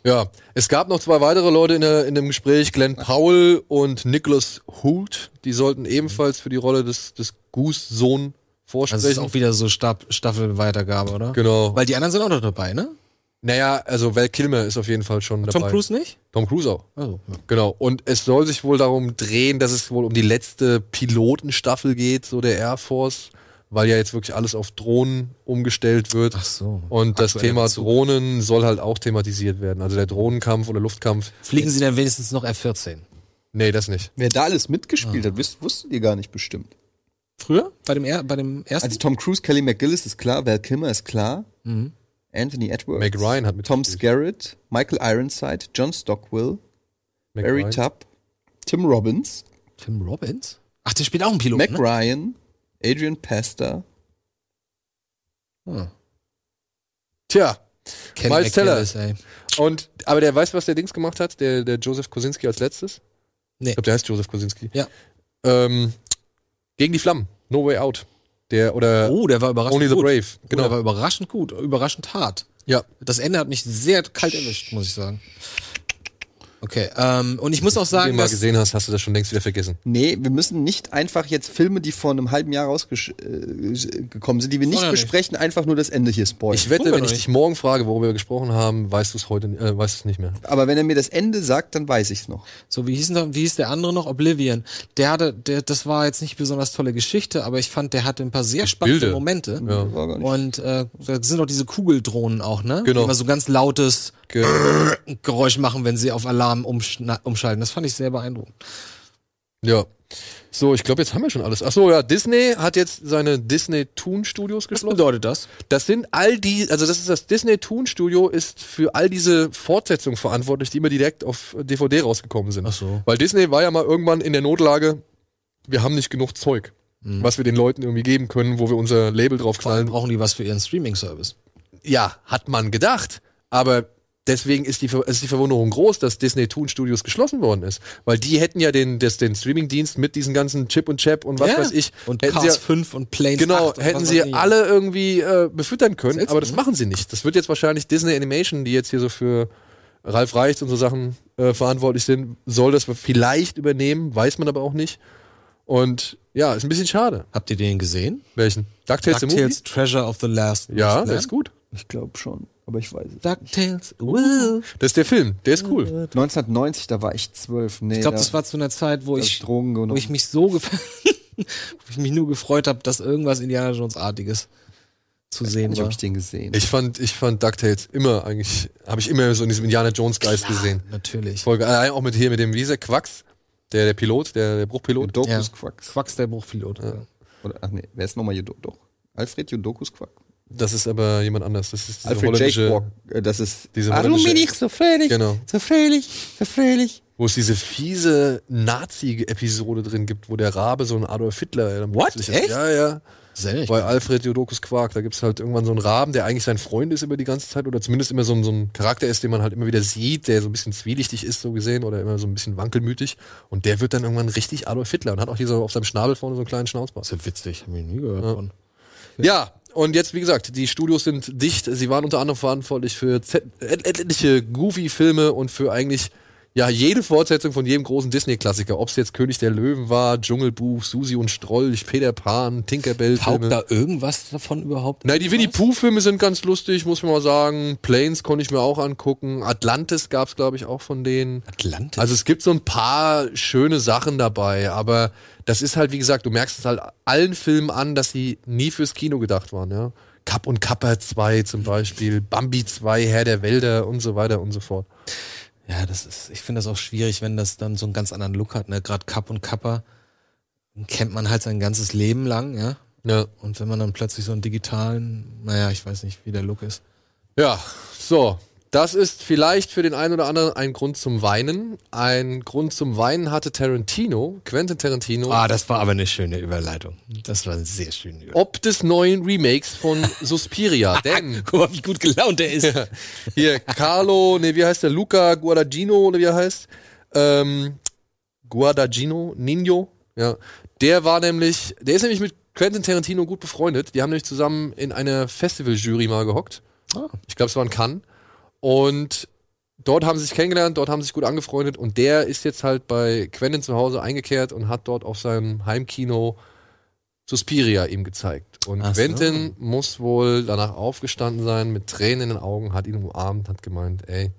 ja. Ja, es gab noch zwei weitere Leute in, der, in dem Gespräch, Glenn Powell und Nicholas Hoult. Die Mhm. sollten ebenfalls für die Rolle des, des Goose-Sohn vorsprechen. Also es ist auch wieder so Stab Staffelweitergabe, oder? Genau. Weil die anderen sind auch noch dabei, ne? Naja, also Val Kilmer ist auf jeden Fall schon dabei. Tom Cruise nicht? Tom Cruise auch. Also, ja. Genau. Und es soll sich wohl darum drehen, dass es wohl um die letzte Pilotenstaffel geht, so der Air Force, weil ja jetzt wirklich alles auf Drohnen umgestellt wird. Ach so. Und das Aktueller Thema Bezug. Drohnen soll halt auch thematisiert werden. Also der Drohnenkampf oder Luftkampf. Fliegen sie denn wenigstens noch F-14? Nee, das nicht. Wer da alles mitgespielt hat, wisst, wusstet ihr gar nicht bestimmt. Früher? Bei dem, er bei dem ersten? Also Tom Cruise, Kelly McGillis ist klar, Val Kilmer ist klar, Mhm. Anthony Edwards, Meg Ryan hat Tom Skerritt, Michael Ironside, John Stockwell, Meg Barry Ryan. Tubb, Tim Robbins, Tim Robbins? Ach, der spielt auch einen Piloten, Mac ne? Ryan, Adrian Pester. Hm. Tja, Ken Miles Teller. McKellis, ey. Und, aber der weiß, was der Dings gemacht hat, der, der Joseph Kosinski als letztes. Nee. Ich glaube, der heißt Joseph Kosinski. Ja. Ähm, gegen die Flammen. No Way Out. Der, oder Oh, der war überraschend Only the gut. Brave. Genau. Genau. der war überraschend gut, überraschend hart. ja. Das Ende hat mich sehr kalt erwischt, muss ich sagen. Okay, ähm, und ich muss auch sagen, du den mal dass, gesehen hast, hast du das schon längst wieder vergessen. Nee, wir müssen nicht einfach jetzt Filme, die vor einem halben Jahr rausgekommen sind, die wir Oh, nicht ja, nicht. besprechen, einfach nur das Ende hier spoilern. Ich wette, wir wenn noch ich nicht. dich morgen frage, worüber wir gesprochen haben, weißt du es heute, äh, weißt du es nicht mehr. Aber wenn er mir das Ende sagt, dann weiß ich es noch. so wie hieß, denn da, wie hieß der andere noch? Oblivion. Der hatte, der, das war jetzt nicht besonders tolle Geschichte, aber ich fand, der hatte ein paar sehr spannende Bilder. Momente. Ja. War gar nicht. Und äh, da sind auch diese Kugeldrohnen auch, ne? Genau. Die immer so ganz lautes Ge Geräusch machen, wenn sie auf Alarm umschna- umschalten. Das fand ich sehr beeindruckend. ja. So, ich glaube, jetzt haben wir schon alles. Ach so, ja, Disney hat jetzt seine Disney Toon Studios geschlossen. bedeutet das? Das sind all die, also das ist das Disney Toon Studio ist für all diese Fortsetzungen verantwortlich, die immer direkt auf DVD rausgekommen sind. Ach so. Weil Disney war ja mal irgendwann in der Notlage, wir haben nicht genug Zeug, Mhm. was wir den Leuten irgendwie geben können, wo wir unser Label Vor allem draufknallen. brauchen die was für ihren Streaming-Service. Ja, hat man gedacht. Aber deswegen ist die, Ver- ist die Verwunderung groß, dass Disney Toon Studios geschlossen worden ist. Weil die hätten ja den, das, den Streamingdienst mit diesen ganzen Chip und Chap und was weiß ich. Und hätten sie Cars ja, 5 und Planes Genau, 8 und hätten was sie weiß ich. alle irgendwie äh, befüttern können, Seltsam, aber das ne? machen sie nicht. Das wird jetzt wahrscheinlich Disney Animation, die jetzt hier so für Ralf Reichs und so Sachen äh, verantwortlich sind, soll das vielleicht übernehmen, weiß man aber auch nicht. Und ja, ist ein bisschen schade. Habt ihr den gesehen? Welchen? DuckTales, the Movie? DuckTales ne? Treasure of the Last. Ja, Land? der ist gut. Ich glaube schon, aber ich weiß es. DuckTales. Woo. Das ist der Film, der ist Äh, cool. 1990, da war ich zwölf. Nee, Ich glaube, da- das war zu einer Zeit, wo da hab ich, Drogen genommen. wo ich mich so gef wo ich mich nur gefreut habe, dass irgendwas Indiana Jones artiges zu sehen nicht, ob war. ich den gesehen. Ich fand, ich fand DuckTales immer eigentlich, habe ich immer so in diesem Indiana Jones Geist gesehen. Natürlich. Folge, allein auch mit hier mit dem Wiese Quacks, der, der Pilot, der, der Den Bruchpilot. Dokus Ja. Quacks. Quacks der Bruchpilot. Ja. Oder, ach nee, wer ist nochmal Jodo? Doch. Alfred Jodokus Quack. Das ist aber jemand anders. Das ist diese Alfred Jake holländische- Quack. Äh, Das ist. diese Warum holländische- bin ich so fröhlich? Genau. So fröhlich, so fröhlich. Wo es diese fiese Nazi-Episode drin gibt, wo der Rabe so ein Adolf Hitler. dann What? plötzlich ist. Echt? Ja, ja. Sehr Bei Alfred Jodokus Quark, da gibt es halt irgendwann so einen Raben, der eigentlich sein Freund ist über die ganze Zeit oder zumindest immer so, ein- so ein Charakter ist, den man halt immer wieder sieht, der so ein bisschen zwielichtig ist, so gesehen, oder immer so ein bisschen wankelmütig. Und der wird dann irgendwann richtig Adolf Hitler und hat auch hier so auf seinem Schnabel vorne so einen kleinen Schnauzbart. ja witzig, hab ich nie gehört von. Ja, und jetzt, wie gesagt, die Studios sind dicht. Sie waren unter anderem verantwortlich für Z- et- etliche Goofy-Filme und für eigentlich ja jede Fortsetzung von jedem großen Disney-Klassiker. Ob es jetzt König der Löwen war, Dschungelbuch, Susi und Strolch, Peter Pan, Taugt Tinkerbell-Filme. da irgendwas davon überhaupt? Na, die Winnie-Pooh-Filme sind ganz lustig, muss man mal sagen. Planes konnte ich mir auch angucken. Atlantis gab's glaube ich, auch von denen. Atlantis. Also es gibt so ein paar schöne Sachen dabei, aber das ist halt, wie gesagt, du merkst es halt allen Filmen an, dass sie nie fürs Kino gedacht waren, ja. Kapp und Kappa 2 zum Beispiel, Bambi 2, Herr der Wälder und so weiter und so fort. Ja, das ist, ich finde das auch schwierig, wenn das dann so einen ganz anderen Look hat, ne? Gerade Kapp und Kappa kennt man halt sein ganzes Leben lang, ja. Ja. Und wenn man dann plötzlich so einen digitalen, naja, ich weiß nicht, wie der Look ist. Ja, so. Das ist vielleicht für den einen oder anderen ein Grund zum Weinen. Ein Grund zum Weinen hatte Tarantino, Quentin Tarantino. Ah, das war aber eine schöne Überleitung. Das war eine sehr schöne Überleitung. Ob des neuen Remakes von Suspiria. Denn. Ah, Guck mal, wie gut gelaunt er ist. Hier, Carlo, nee, wie heißt der? Luca Guadagnino, oder wie er heißt? Ähm, Guadagnino, Nino, ja. Der war nämlich, der ist nämlich mit Quentin Tarantino gut befreundet. Die haben nämlich zusammen in einer Festivaljury mal gehockt. Ich glaube, es war in Cannes. Und dort haben sie sich kennengelernt, dort haben sie sich gut angefreundet und der ist jetzt halt bei Quentin zu Hause eingekehrt und hat dort auf seinem Heimkino Suspiria ihm gezeigt. Und Ach so. Quentin muss wohl danach aufgestanden sein, mit Tränen in den Augen, hat ihn umarmt, hat gemeint, ey,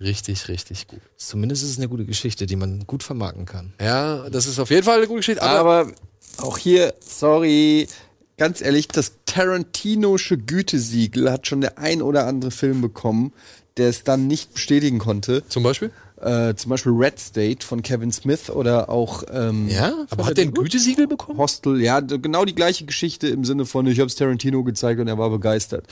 richtig, richtig gut. Oh. Zumindest ist es eine gute Geschichte, die man gut vermarkten kann. Ja, das ist auf jeden Fall eine gute Geschichte, aber, Aber auch hier, sorry, ganz ehrlich, das Tarantinosche Gütesiegel hat schon der ein oder andere Film bekommen, der es dann nicht bestätigen konnte. Zum Beispiel? Äh, zum Beispiel Red State von Kevin Smith oder auch ähm, Ja? aber hat der ein Gütesiegel bekommen? Hostel. Ja, d- genau die gleiche Geschichte im Sinne von, ich habe es Tarantino gezeigt und er war begeistert.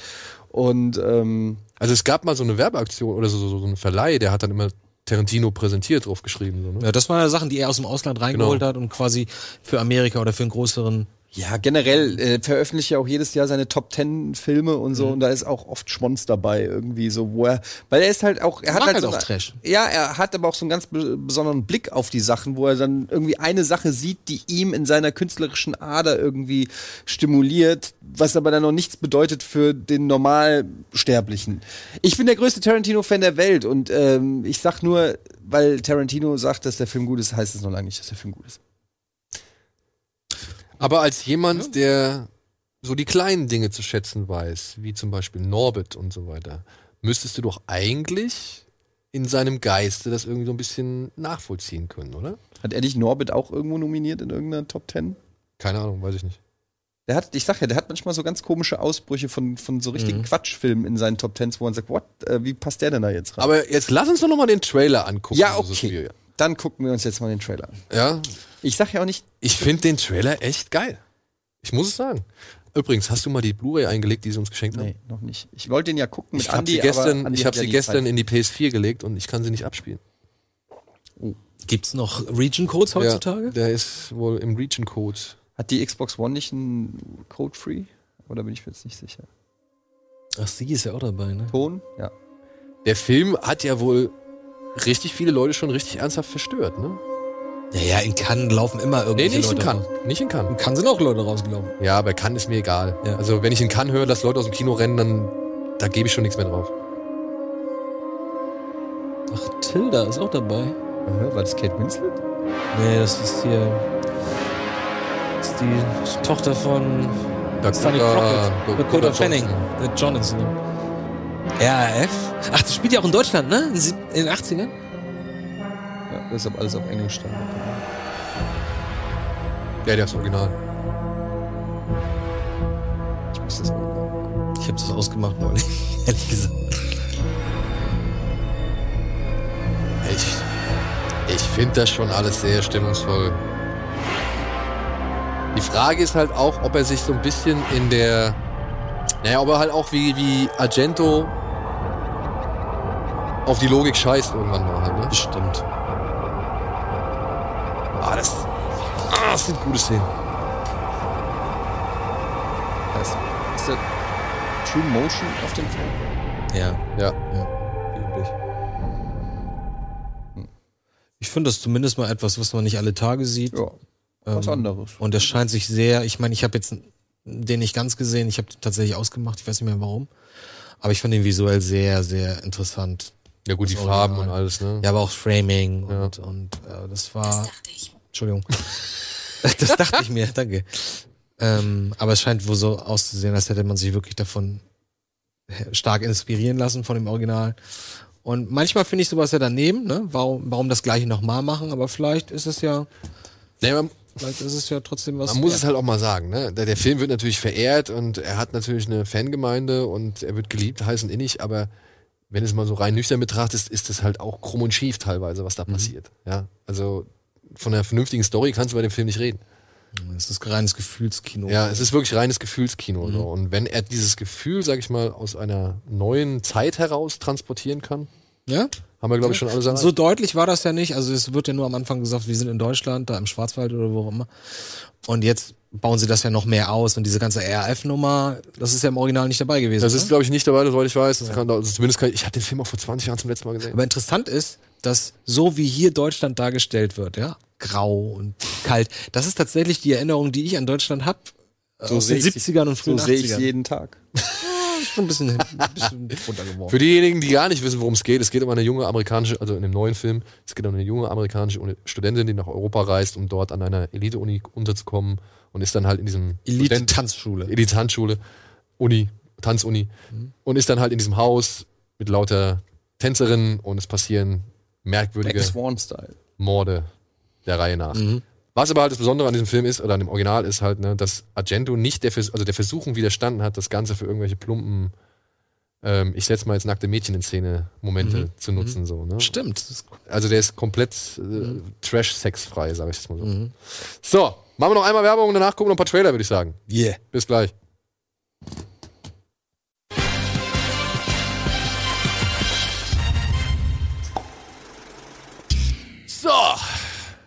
Und ähm, Also es gab mal so eine Werbeaktion oder so, so, so einen Verleih, der hat dann immer Tarantino präsentiert draufgeschrieben. So, ne? Ja, das waren ja Sachen, die er aus dem Ausland reingeholt hat und quasi für Amerika oder für einen größeren. Ja, Ähm. generell äh, veröffentlicht ja auch jedes Jahr seine Top Ten Filme und Mhm. so und da ist auch oft Schmonz dabei irgendwie so, wo er, weil er ist halt auch, er hat Mag halt halt so auch eine- Trash. Ja, er hat aber auch so einen ganz be- besonderen Blick auf die Sachen, wo er dann irgendwie eine Sache sieht, die ihm in seiner künstlerischen Ader irgendwie stimuliert, was aber dann noch nichts bedeutet für den Normalsterblichen. Ich bin der größte Tarantino-Fan der Welt und ähm, ich sag nur, weil Tarantino sagt, dass der Film gut ist, heißt es noch lange nicht, dass der Film gut ist. Aber als jemand, der so die kleinen Dinge zu schätzen weiß, wie zum Beispiel Norbit und so weiter, müsstest du doch eigentlich in seinem Geiste das irgendwie so ein bisschen nachvollziehen können, oder? Hat er dich Norbit auch irgendwo nominiert in irgendeiner Top Ten? Keine Ahnung, weiß ich nicht. Der hat, ich sag ja, der hat manchmal so ganz komische Ausbrüche von, von so richtigen Mhm. Quatschfilmen in seinen Top Tens, wo man sagt, what, äh, wie passt der denn da jetzt rein? Aber jetzt lass uns doch nochmal den Trailer angucken. ja, Also, okay. Sophia. Dann gucken wir uns jetzt mal den Trailer an. Ja, Ich sag ja auch nicht, ich finde den Trailer echt geil. Ich muss es sagen. Übrigens, hast du mal die Blu-ray eingelegt, die sie uns geschenkt haben? nee, ne? noch nicht. Ich wollte den ja gucken mit Ich habe Andi, sie aber gestern, Andi ich hat hab ja sie die gestern Zeit. in die PS4 gelegt und ich kann sie nicht abspielen. Gibt's noch Region-Codes Ja, heutzutage? der ist wohl im Region-Code. Hat die Xbox One nicht einen Code-Free? Oder bin ich mir jetzt nicht sicher? Ach, sie ist ja auch dabei, ne? Ton? Ja. Der Film hat ja wohl richtig viele Leute schon richtig ernsthaft verstört, ne? Naja, in Cannes laufen immer Nee, irgendwelche nicht Leute in Cannes. raus. Nicht in Cannes. In Cannes sind auch Leute rausgelaufen. Ja, aber Cannes ist mir egal. Ja. Also, wenn ich in Cannes höre, dass Leute aus dem Kino rennen, dann da gebe ich schon nichts mehr drauf. Ach, Tilda ist auch dabei. Aha, War das Kate Winslet? Nee, das ist hier. Das ist die Tochter von Sunny Crockett. Dakota Fanning. Der Johnson. RAF? Ach, das spielt ja auch in Deutschland, ne? In sie- in den 80ern? Ja, das ist aber alles auf Englisch da. Ja, der ist original. Ich muss das mal. Ich habe das ausgemacht neulich, ehrlich gesagt. Ich, ich finde das schon alles sehr stimmungsvoll. Die Frage ist halt auch, ob er sich so ein bisschen in der. Naja, ob er halt auch wie, wie Argento auf die Logik scheißt irgendwann mal halt, ne? Bestimmt. Ah, das, ah, das sind gute Szenen. Das ist der True Motion auf dem Film? Ja, Ja. wie üblich. Ich finde das zumindest mal etwas, was man nicht alle Tage sieht. Ja. Was Ähm, anderes. Und das scheint sich sehr, ich meine, ich habe jetzt den nicht ganz gesehen, ich habe den tatsächlich ausgemacht, ich weiß nicht mehr warum. Aber ich fand den visuell sehr, sehr interessant. Ja gut, die Das Farben und Original. alles, ne? Ja, aber auch Framing Ja. und, und äh, das war. Das dachte ich. Entschuldigung. das dachte ich mir, danke. Ähm, aber es scheint wohl so auszusehen, als hätte man sich wirklich davon stark inspirieren lassen von dem Original. Und manchmal finde ich sowas ja daneben, ne? Warum, warum das gleiche nochmal machen? Aber vielleicht ist es ja, Nee, man, vielleicht ist es ja trotzdem was. man muss wert. es halt auch mal sagen, ne? Der, der Film wird natürlich verehrt und er hat natürlich eine Fangemeinde und er wird geliebt, heiß und innig, aber wenn es mal so rein nüchtern betrachtest, ist es halt auch krumm Mhm. und schief teilweise, was da passiert. Ja. Also von einer vernünftigen Story kannst du bei dem Film nicht reden. Es ist reines Gefühlskino. Ja, es ist wirklich reines Gefühlskino. Mhm. So. Und wenn er dieses Gefühl, sag ich mal, aus einer neuen Zeit heraus transportieren kann, ja? haben wir, glaube ich, schon alles So deutlich war das ja nicht. Also es wird ja nur am Anfang gesagt, wir sind in Deutschland, da im Schwarzwald oder wo auch immer. Und jetzt bauen sie das ja noch mehr aus. Und diese ganze RAF-Nummer, das ist ja im Original nicht dabei gewesen. Das ne? ist, glaube ich, nicht dabei, soweit ich weiß. Das kann, also zumindest kann ich, ich habe den Film auch vor 20 Jahren zum letzten Mal gesehen. Aber interessant ist, dass so wie hier Deutschland dargestellt wird, ja, grau und kalt, das ist tatsächlich die Erinnerung, die ich an Deutschland habe. So aus den seh ich- 70ern und frühen so 80ern. seh ich jeden Tag. Schon ein bisschen, ein bisschen runtergeworfen. Für diejenigen, die gar nicht wissen, worum es geht, es geht um eine junge amerikanische, also in dem neuen Film, es geht um eine junge amerikanische Uni- Studentin, die nach Europa reist, um dort an einer Elite-Uni unterzukommen und ist dann halt in diesem Student- Elite-Tanzschule. Elite-Tanzschule, Uni, Tanzuni und ist dann halt in diesem Haus mit lauter Tänzerinnen und es passieren merkwürdige Swan-Style. Morde der Reihe nach. Mhm. Was aber halt das Besondere an diesem Film ist, oder an dem Original ist halt, ne, dass Argento nicht der, Vers- also der Versuchung widerstanden hat, das Ganze für irgendwelche plumpen, ähm, ich setze mal jetzt nackte Mädchen in Szene Momente Mhm. Mhm. zu nutzen. So, ne? Stimmt. Das ist Also der ist komplett äh, trash-sexfrei, sage ich jetzt mal so. Mhm. So, machen wir noch einmal Werbung und danach gucken wir noch ein paar Trailer, würde ich sagen. Yeah. Bis gleich. So,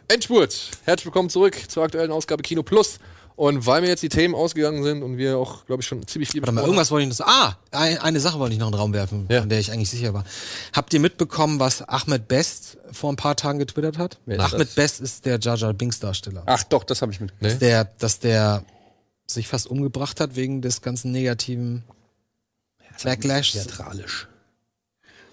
Endspurt. Herzlich willkommen zurück zur aktuellen Ausgabe Kino Plus. Und weil mir jetzt die Themen ausgegangen sind und wir auch, glaube ich, schon ziemlich viel Warte mal, besprochen irgendwas wollte ich noch. Ah, ein, eine Sache wollte ich noch in den Raum werfen, von der ich eigentlich sicher war. Habt ihr mitbekommen, was Ahmed Best vor ein paar Tagen getwittert hat? Wer ist Ahmed das? Best ist der Jar Jar Binks Darsteller. Ach doch, das habe ich mit. Dass der, dass der sich fast umgebracht hat wegen des ganzen negativen Backlash. Theatralisch.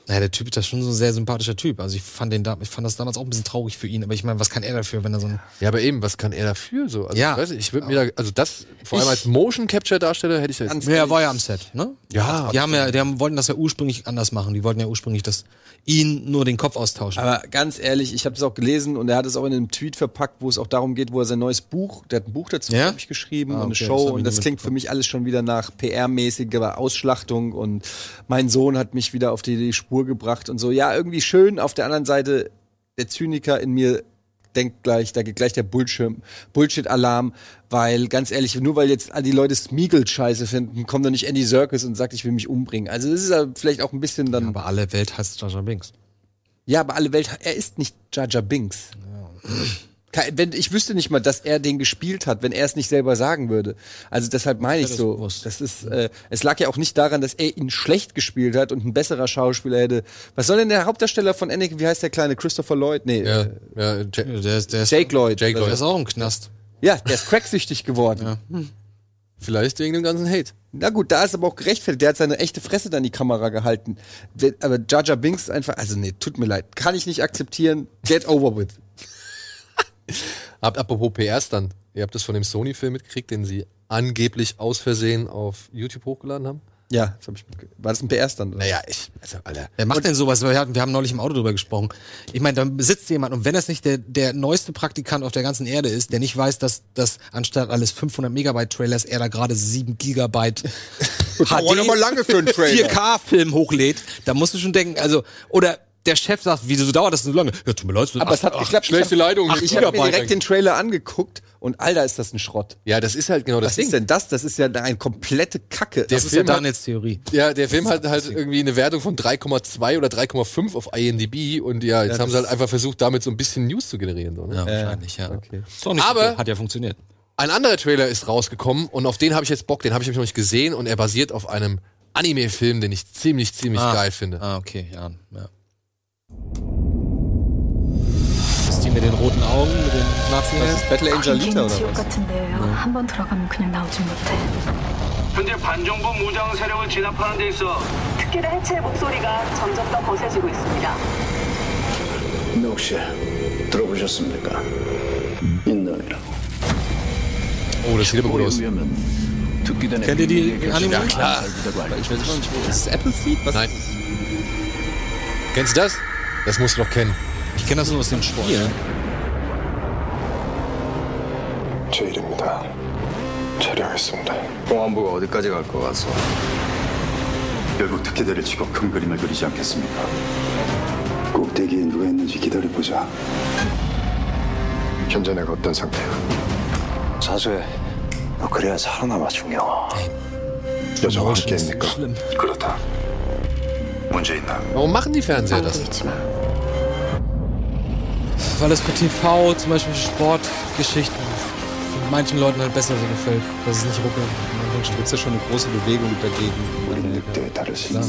Naja, der Typ ist das schon so ein sehr sympathischer Typ. Also ich fand den da, ich fand das damals auch ein bisschen traurig für ihn, aber ich meine, was kann er dafür, wenn er so ein. Ja, aber eben, was kann er dafür so? Also, Ja. ich weiß nicht, ich würde mir da, also das, vor allem als Motion Capture Darsteller hätte ich da jetzt. Ja, er war ja am Set, ne? Ja, Die haben ja, die haben, wollten das ja ursprünglich anders machen. Die wollten ja ursprünglich, dass ihn nur den Kopf austauschen. Aber ganz ehrlich, ich habe es auch gelesen und er hat es auch in einem Tweet verpackt, wo es auch darum geht, wo er sein neues Buch, der hat ein Buch dazu Ja? glaub ich, geschrieben Ah, und eine okay, Show das hab ich und nicht das klingt für mich alles schon wieder nach PR-mäßiger Ausschlachtung und mein Sohn hat mich wieder auf die, die Spur gebracht und so. Ja, irgendwie schön. Auf der anderen Seite, der Zyniker in mir denkt gleich, da geht gleich der Bullschirm, Bullshit-Alarm, weil ganz ehrlich, nur weil jetzt all die Leute Smeagol scheiße finden, kommt doch nicht Andy Serkis und sagt, ich will mich umbringen. Also das ist ja vielleicht auch ein bisschen dann. aber alle Welt heißt Jar Jar Binks. Ja, aber alle Welt, er ist nicht Jar Jar Binks. Kein- Wenn, ich wüsste nicht mal, dass er den gespielt hat, wenn er es nicht selber sagen würde. Also deshalb meine ich so. Das ist, äh, es lag ja auch nicht daran, dass er ihn schlecht gespielt hat und ein besserer Schauspieler hätte. Was soll denn der Hauptdarsteller von Anakin, wie heißt der kleine? Christopher Lloyd? Nee, Ja, äh, ja, Jack, Der ist, der ist, Jake Lloyd. Jake der Lloyd. ist auch im Knast. Ja, der ist cracksüchtig geworden. Vielleicht wegen dem ganzen Hate. Na gut, da ist aber auch gerechtfertigt. Der hat seine echte Fresse dann in die Kamera gehalten. Wenn- Aber Jar Jar Binks ist einfach, also nee, tut mir leid, kann ich nicht akzeptieren. Get over with. Ab, apropos PR-Stand. Ihr habt das von dem Sony-Film mitgekriegt, den sie angeblich aus Versehen auf YouTube hochgeladen haben? Ja, das hab ich mitge- War das ein PR-Stand? Naja, ich, also, Alter. Wer macht denn sowas? Wir hatten- wir haben neulich im Auto drüber gesprochen. Ich meine, da sitzt jemand und wenn das nicht der, der neueste Praktikant auf der ganzen Erde ist, der nicht weiß, dass, dass anstatt alles 500 Megabyte Trailers er da gerade 7 Gigabyte Dauert aber lange für einen Trailer. 4K-Film hochlädt, da musst du schon denken, also, oder der Chef sagt, wieso dauert das so lange? Ja, tut mir leid, so Aber es hat geklappt. Ich schlechte hab- Leitung. Ich habe mir direkt den Trailer angeguckt und Alter, ist das ein Schrott. Ja, das ist halt genau das Was ist Ding. denn das? Das ist ja eine komplette Kacke. Der das ist Film ja hat- Daniels Theorie. Ja, der Film hat halt irgendwie eine Wertung von 3,2 oder 3,5 auf IMDb und ja, jetzt Ja, haben sie das- halt einfach versucht, damit so ein bisschen News zu generieren. So, ne? Ja, wahrscheinlich, ja. Okay. Ist auch nicht Aber- so- hat ja funktioniert. Ein anderer Trailer ist rausgekommen und auf den habe ich jetzt Bock, den habe ich nämlich noch nicht gesehen und er basiert auf einem Anime-Film, den ich ziemlich, ziemlich Ah. geil finde. Ah, okay, ja. ja. Das ist die mit den roten Augen, mit den Das Nazi. ist Battle Angelina oder was? 같은데요. 한번 들어가면 그냥 나오지 못해. 현재 반정부 무장 세력을 진압하는 데 있어 특기를 해체 목소리가 점점 더 거세지고 있습니다. 근데 혹시 들어보셨습니까? 인남이라고. Oh, das sieht aber gut aus. 위하면 듣기 전에 Kennt ihr die 비밀의 결실이 Anime? 안 살기라고 알고 있습니다. Ist das Appleseed? Was? Nein. Kennst du das? Das musst du doch kennen. Ich kenne das nur aus dem Sport. 제 일입니다. 촬영했습니다. 공안부가 어디까지 갈 것 같소? 결국 특혜대를 치고 큰 그림을 그리지 않겠습니까? 꼭대기에 누가 있는지 기다려보자. 현재 내가 어떤 상태야? 사죄해. 너 그래야 살아남아 중요. 여자와 함께 있니까. 그렇다. 문제 있나? Warum machen die Fernseher das? Weil das für TV, zum Beispiel für Sportgeschichten, für manchen Leuten halt besser so gefällt, dass es nicht ruckelt. Da gibt es ja schon eine große Bewegung dagegen. Klar, ich finde,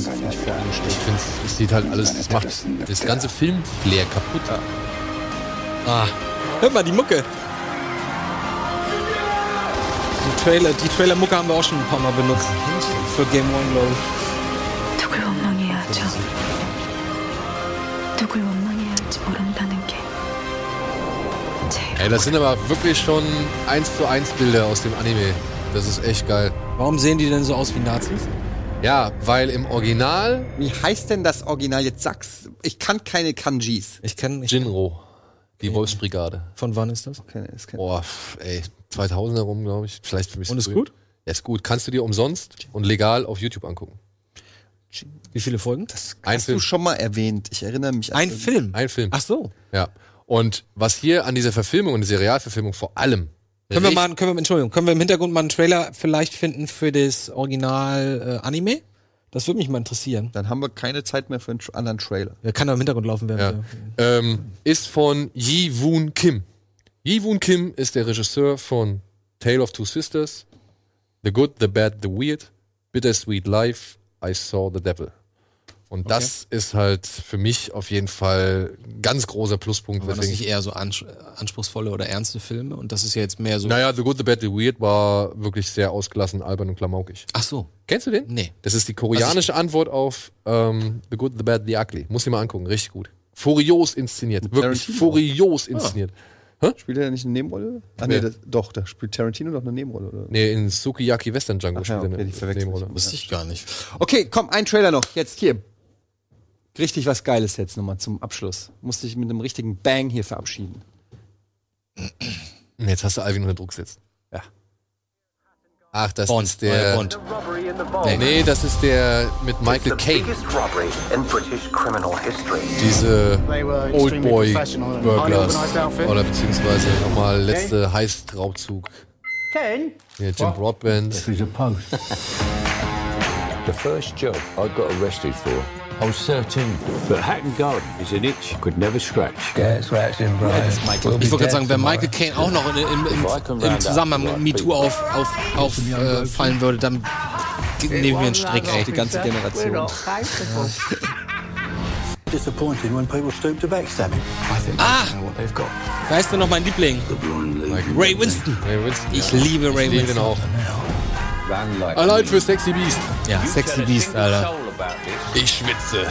es sieht halt alles, es macht das ganze Filmflair kaputt. Ah, hört mal die Mucke. Die Trailer, die Trailer-Mucke haben wir auch schon ein paar Mal benutzt. Für Game One, glaube ich. 누굴 원망해야죠. 누굴 원망해야 할지 모른다는 게 Ey, das sind aber wirklich schon 1 zu 1 Bilder aus dem Anime. Das ist echt geil. Warum sehen die denn so aus wie Nazis? Ja, weil im Original Wie heißt denn das Original? Jetzt sag's. Ich kann keine Kanjis. Ich kenne Jinro, die Wolfsbrigade. Von wann ist das? Keine, das keine. Boah, pf, ey, 2000 herum, glaube ich. Vielleicht ein bisschen Und ist früher. gut? Ja, ist gut. Kannst du dir umsonst und legal auf YouTube angucken. Wie viele Folgen? Das Ein Hast du schon mal erwähnt? Ich erinnere mich. ein Film. Ein Film. Ach so. Ja. Und was hier an dieser Verfilmung, an dieser Realverfilmung vor allem. Können wir mal, einen- können wir, Entschuldigung, können wir im Hintergrund mal einen Trailer vielleicht finden für das Original äh, Anime? Das würde mich mal interessieren. Dann haben wir keine Zeit mehr für einen tr- anderen Trailer. Der kann da im Hintergrund laufen werden. ähm, ist von Yi Woon Kim. Yi Woon Kim ist der Regisseur von Tale of Two Sisters, The Good, The Bad, The Weird, Bittersweet Life, I Saw the Devil. Und das ist halt für mich auf jeden Fall ein ganz großer Pluspunkt. Ja. Waren das weswegen nicht eher so ans anspruchsvolle oder ernste Filme? Und das ist ja jetzt mehr so. Naja, The Good, The Bad, The Weird war wirklich sehr ausgelassen, albern und klamaukig. Ach so. Kennst du den? Nee. Das ist die Also koreanische Antwort auf ähm, The Good, The Bad, The Ugly. Muss dir mal angucken, richtig gut. Furios inszeniert, wirklich Tarantino. Ah. furios inszeniert. Spielt er nicht eine Nebenrolle? Ah, Wer? nee, das, doch, da spielt Tarantino doch eine Nebenrolle. Oder? Nee, in Sukiyaki Western Django Ach ja, spielt er okay, eine die verwechseln Nebenrolle. Wusste Also ich gar nicht. Okay, komm, ein Trailer noch. Jetzt hier. Richtig was Geiles jetzt nochmal zum Abschluss. Musste ich mit einem richtigen Bang hier verabschieden. Nee, Jetzt hast du Alvin unter Druck gesetzt. Ja. Ach, das Bond, ist der. neuer Bond. Nee, nee, das ist der mit Michael Caine. Diese Oldboy-Burglars. Oder beziehungsweise nochmal letzte Heißraubzug. Ken? Hier, Jim Broadbent. is a post. the first job I got arrested for, I was 13. But Hatton Garden is an itch you could never scratch. That's right, in Ich wollte gerade sagen, wenn Michael Caine auch noch in, im- im, im Zusammenhang mit MeToo auf, auf, auf, äh, fallen würde, dann ge- nehme ich mir einen Strick, ey. Die ganze Generation. Disappointed when people stoop to backstabbing. 아, I 네. think Ah! they know what they've got. Da ist nur noch mein Liebling. Ray Winston. Ray Winston. Ich liebe Ray liebe Winston. ihn auch. Ran like Allein für Sexy Beast. Ja, Sexy Beast, Alter. Ich schwitze.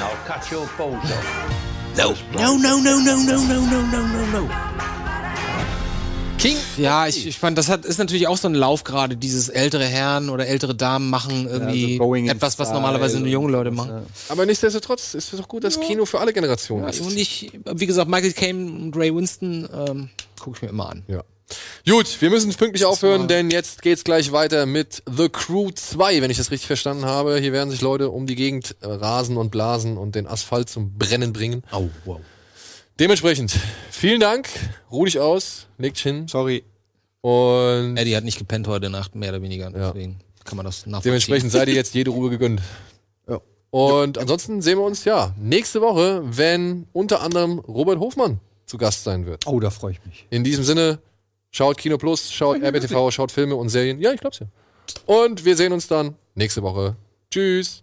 No, no, no, no, no, no, no, no, no, no, no. King? Ja, ich, ich fand, das hat, ist natürlich auch so ein Lauf gerade, dieses ältere Herren oder ältere Damen machen irgendwie so going in etwas, was style normalerweise nur junge Leute machen. Aber nichtsdestotrotz ist es doch gut, dass Kino für alle Generationen ist. Und ich, wie gesagt, Michael Caine und Ray Winston ähm, gucke ich mir immer an. Ja. Gut, wir müssen pünktlich aufhören, denn jetzt geht's gleich weiter mit The Crew 2, wenn ich das richtig verstanden habe. Hier werden sich Leute um die Gegend äh, rasen und blasen und den Asphalt zum Brennen bringen. Oh, wow. Dementsprechend, vielen Dank, ruh dich aus, legt hin Sorry. und Eddie hat nicht gepennt heute Nacht, mehr oder weniger. Deswegen kann man das nachvollziehen. dementsprechend seid ihr jetzt jede Ruhe gegönnt. Ja. Und ansonsten sehen wir uns ja nächste Woche, wenn unter anderem Robert Hofmann zu Gast sein wird. Oh, da freue ich mich. In diesem Sinne, schaut Kino Plus, schaut RBTV, schaut Filme und Serien. Ja, ich glaub's ja. Und wir sehen uns dann nächste Woche. Tschüss.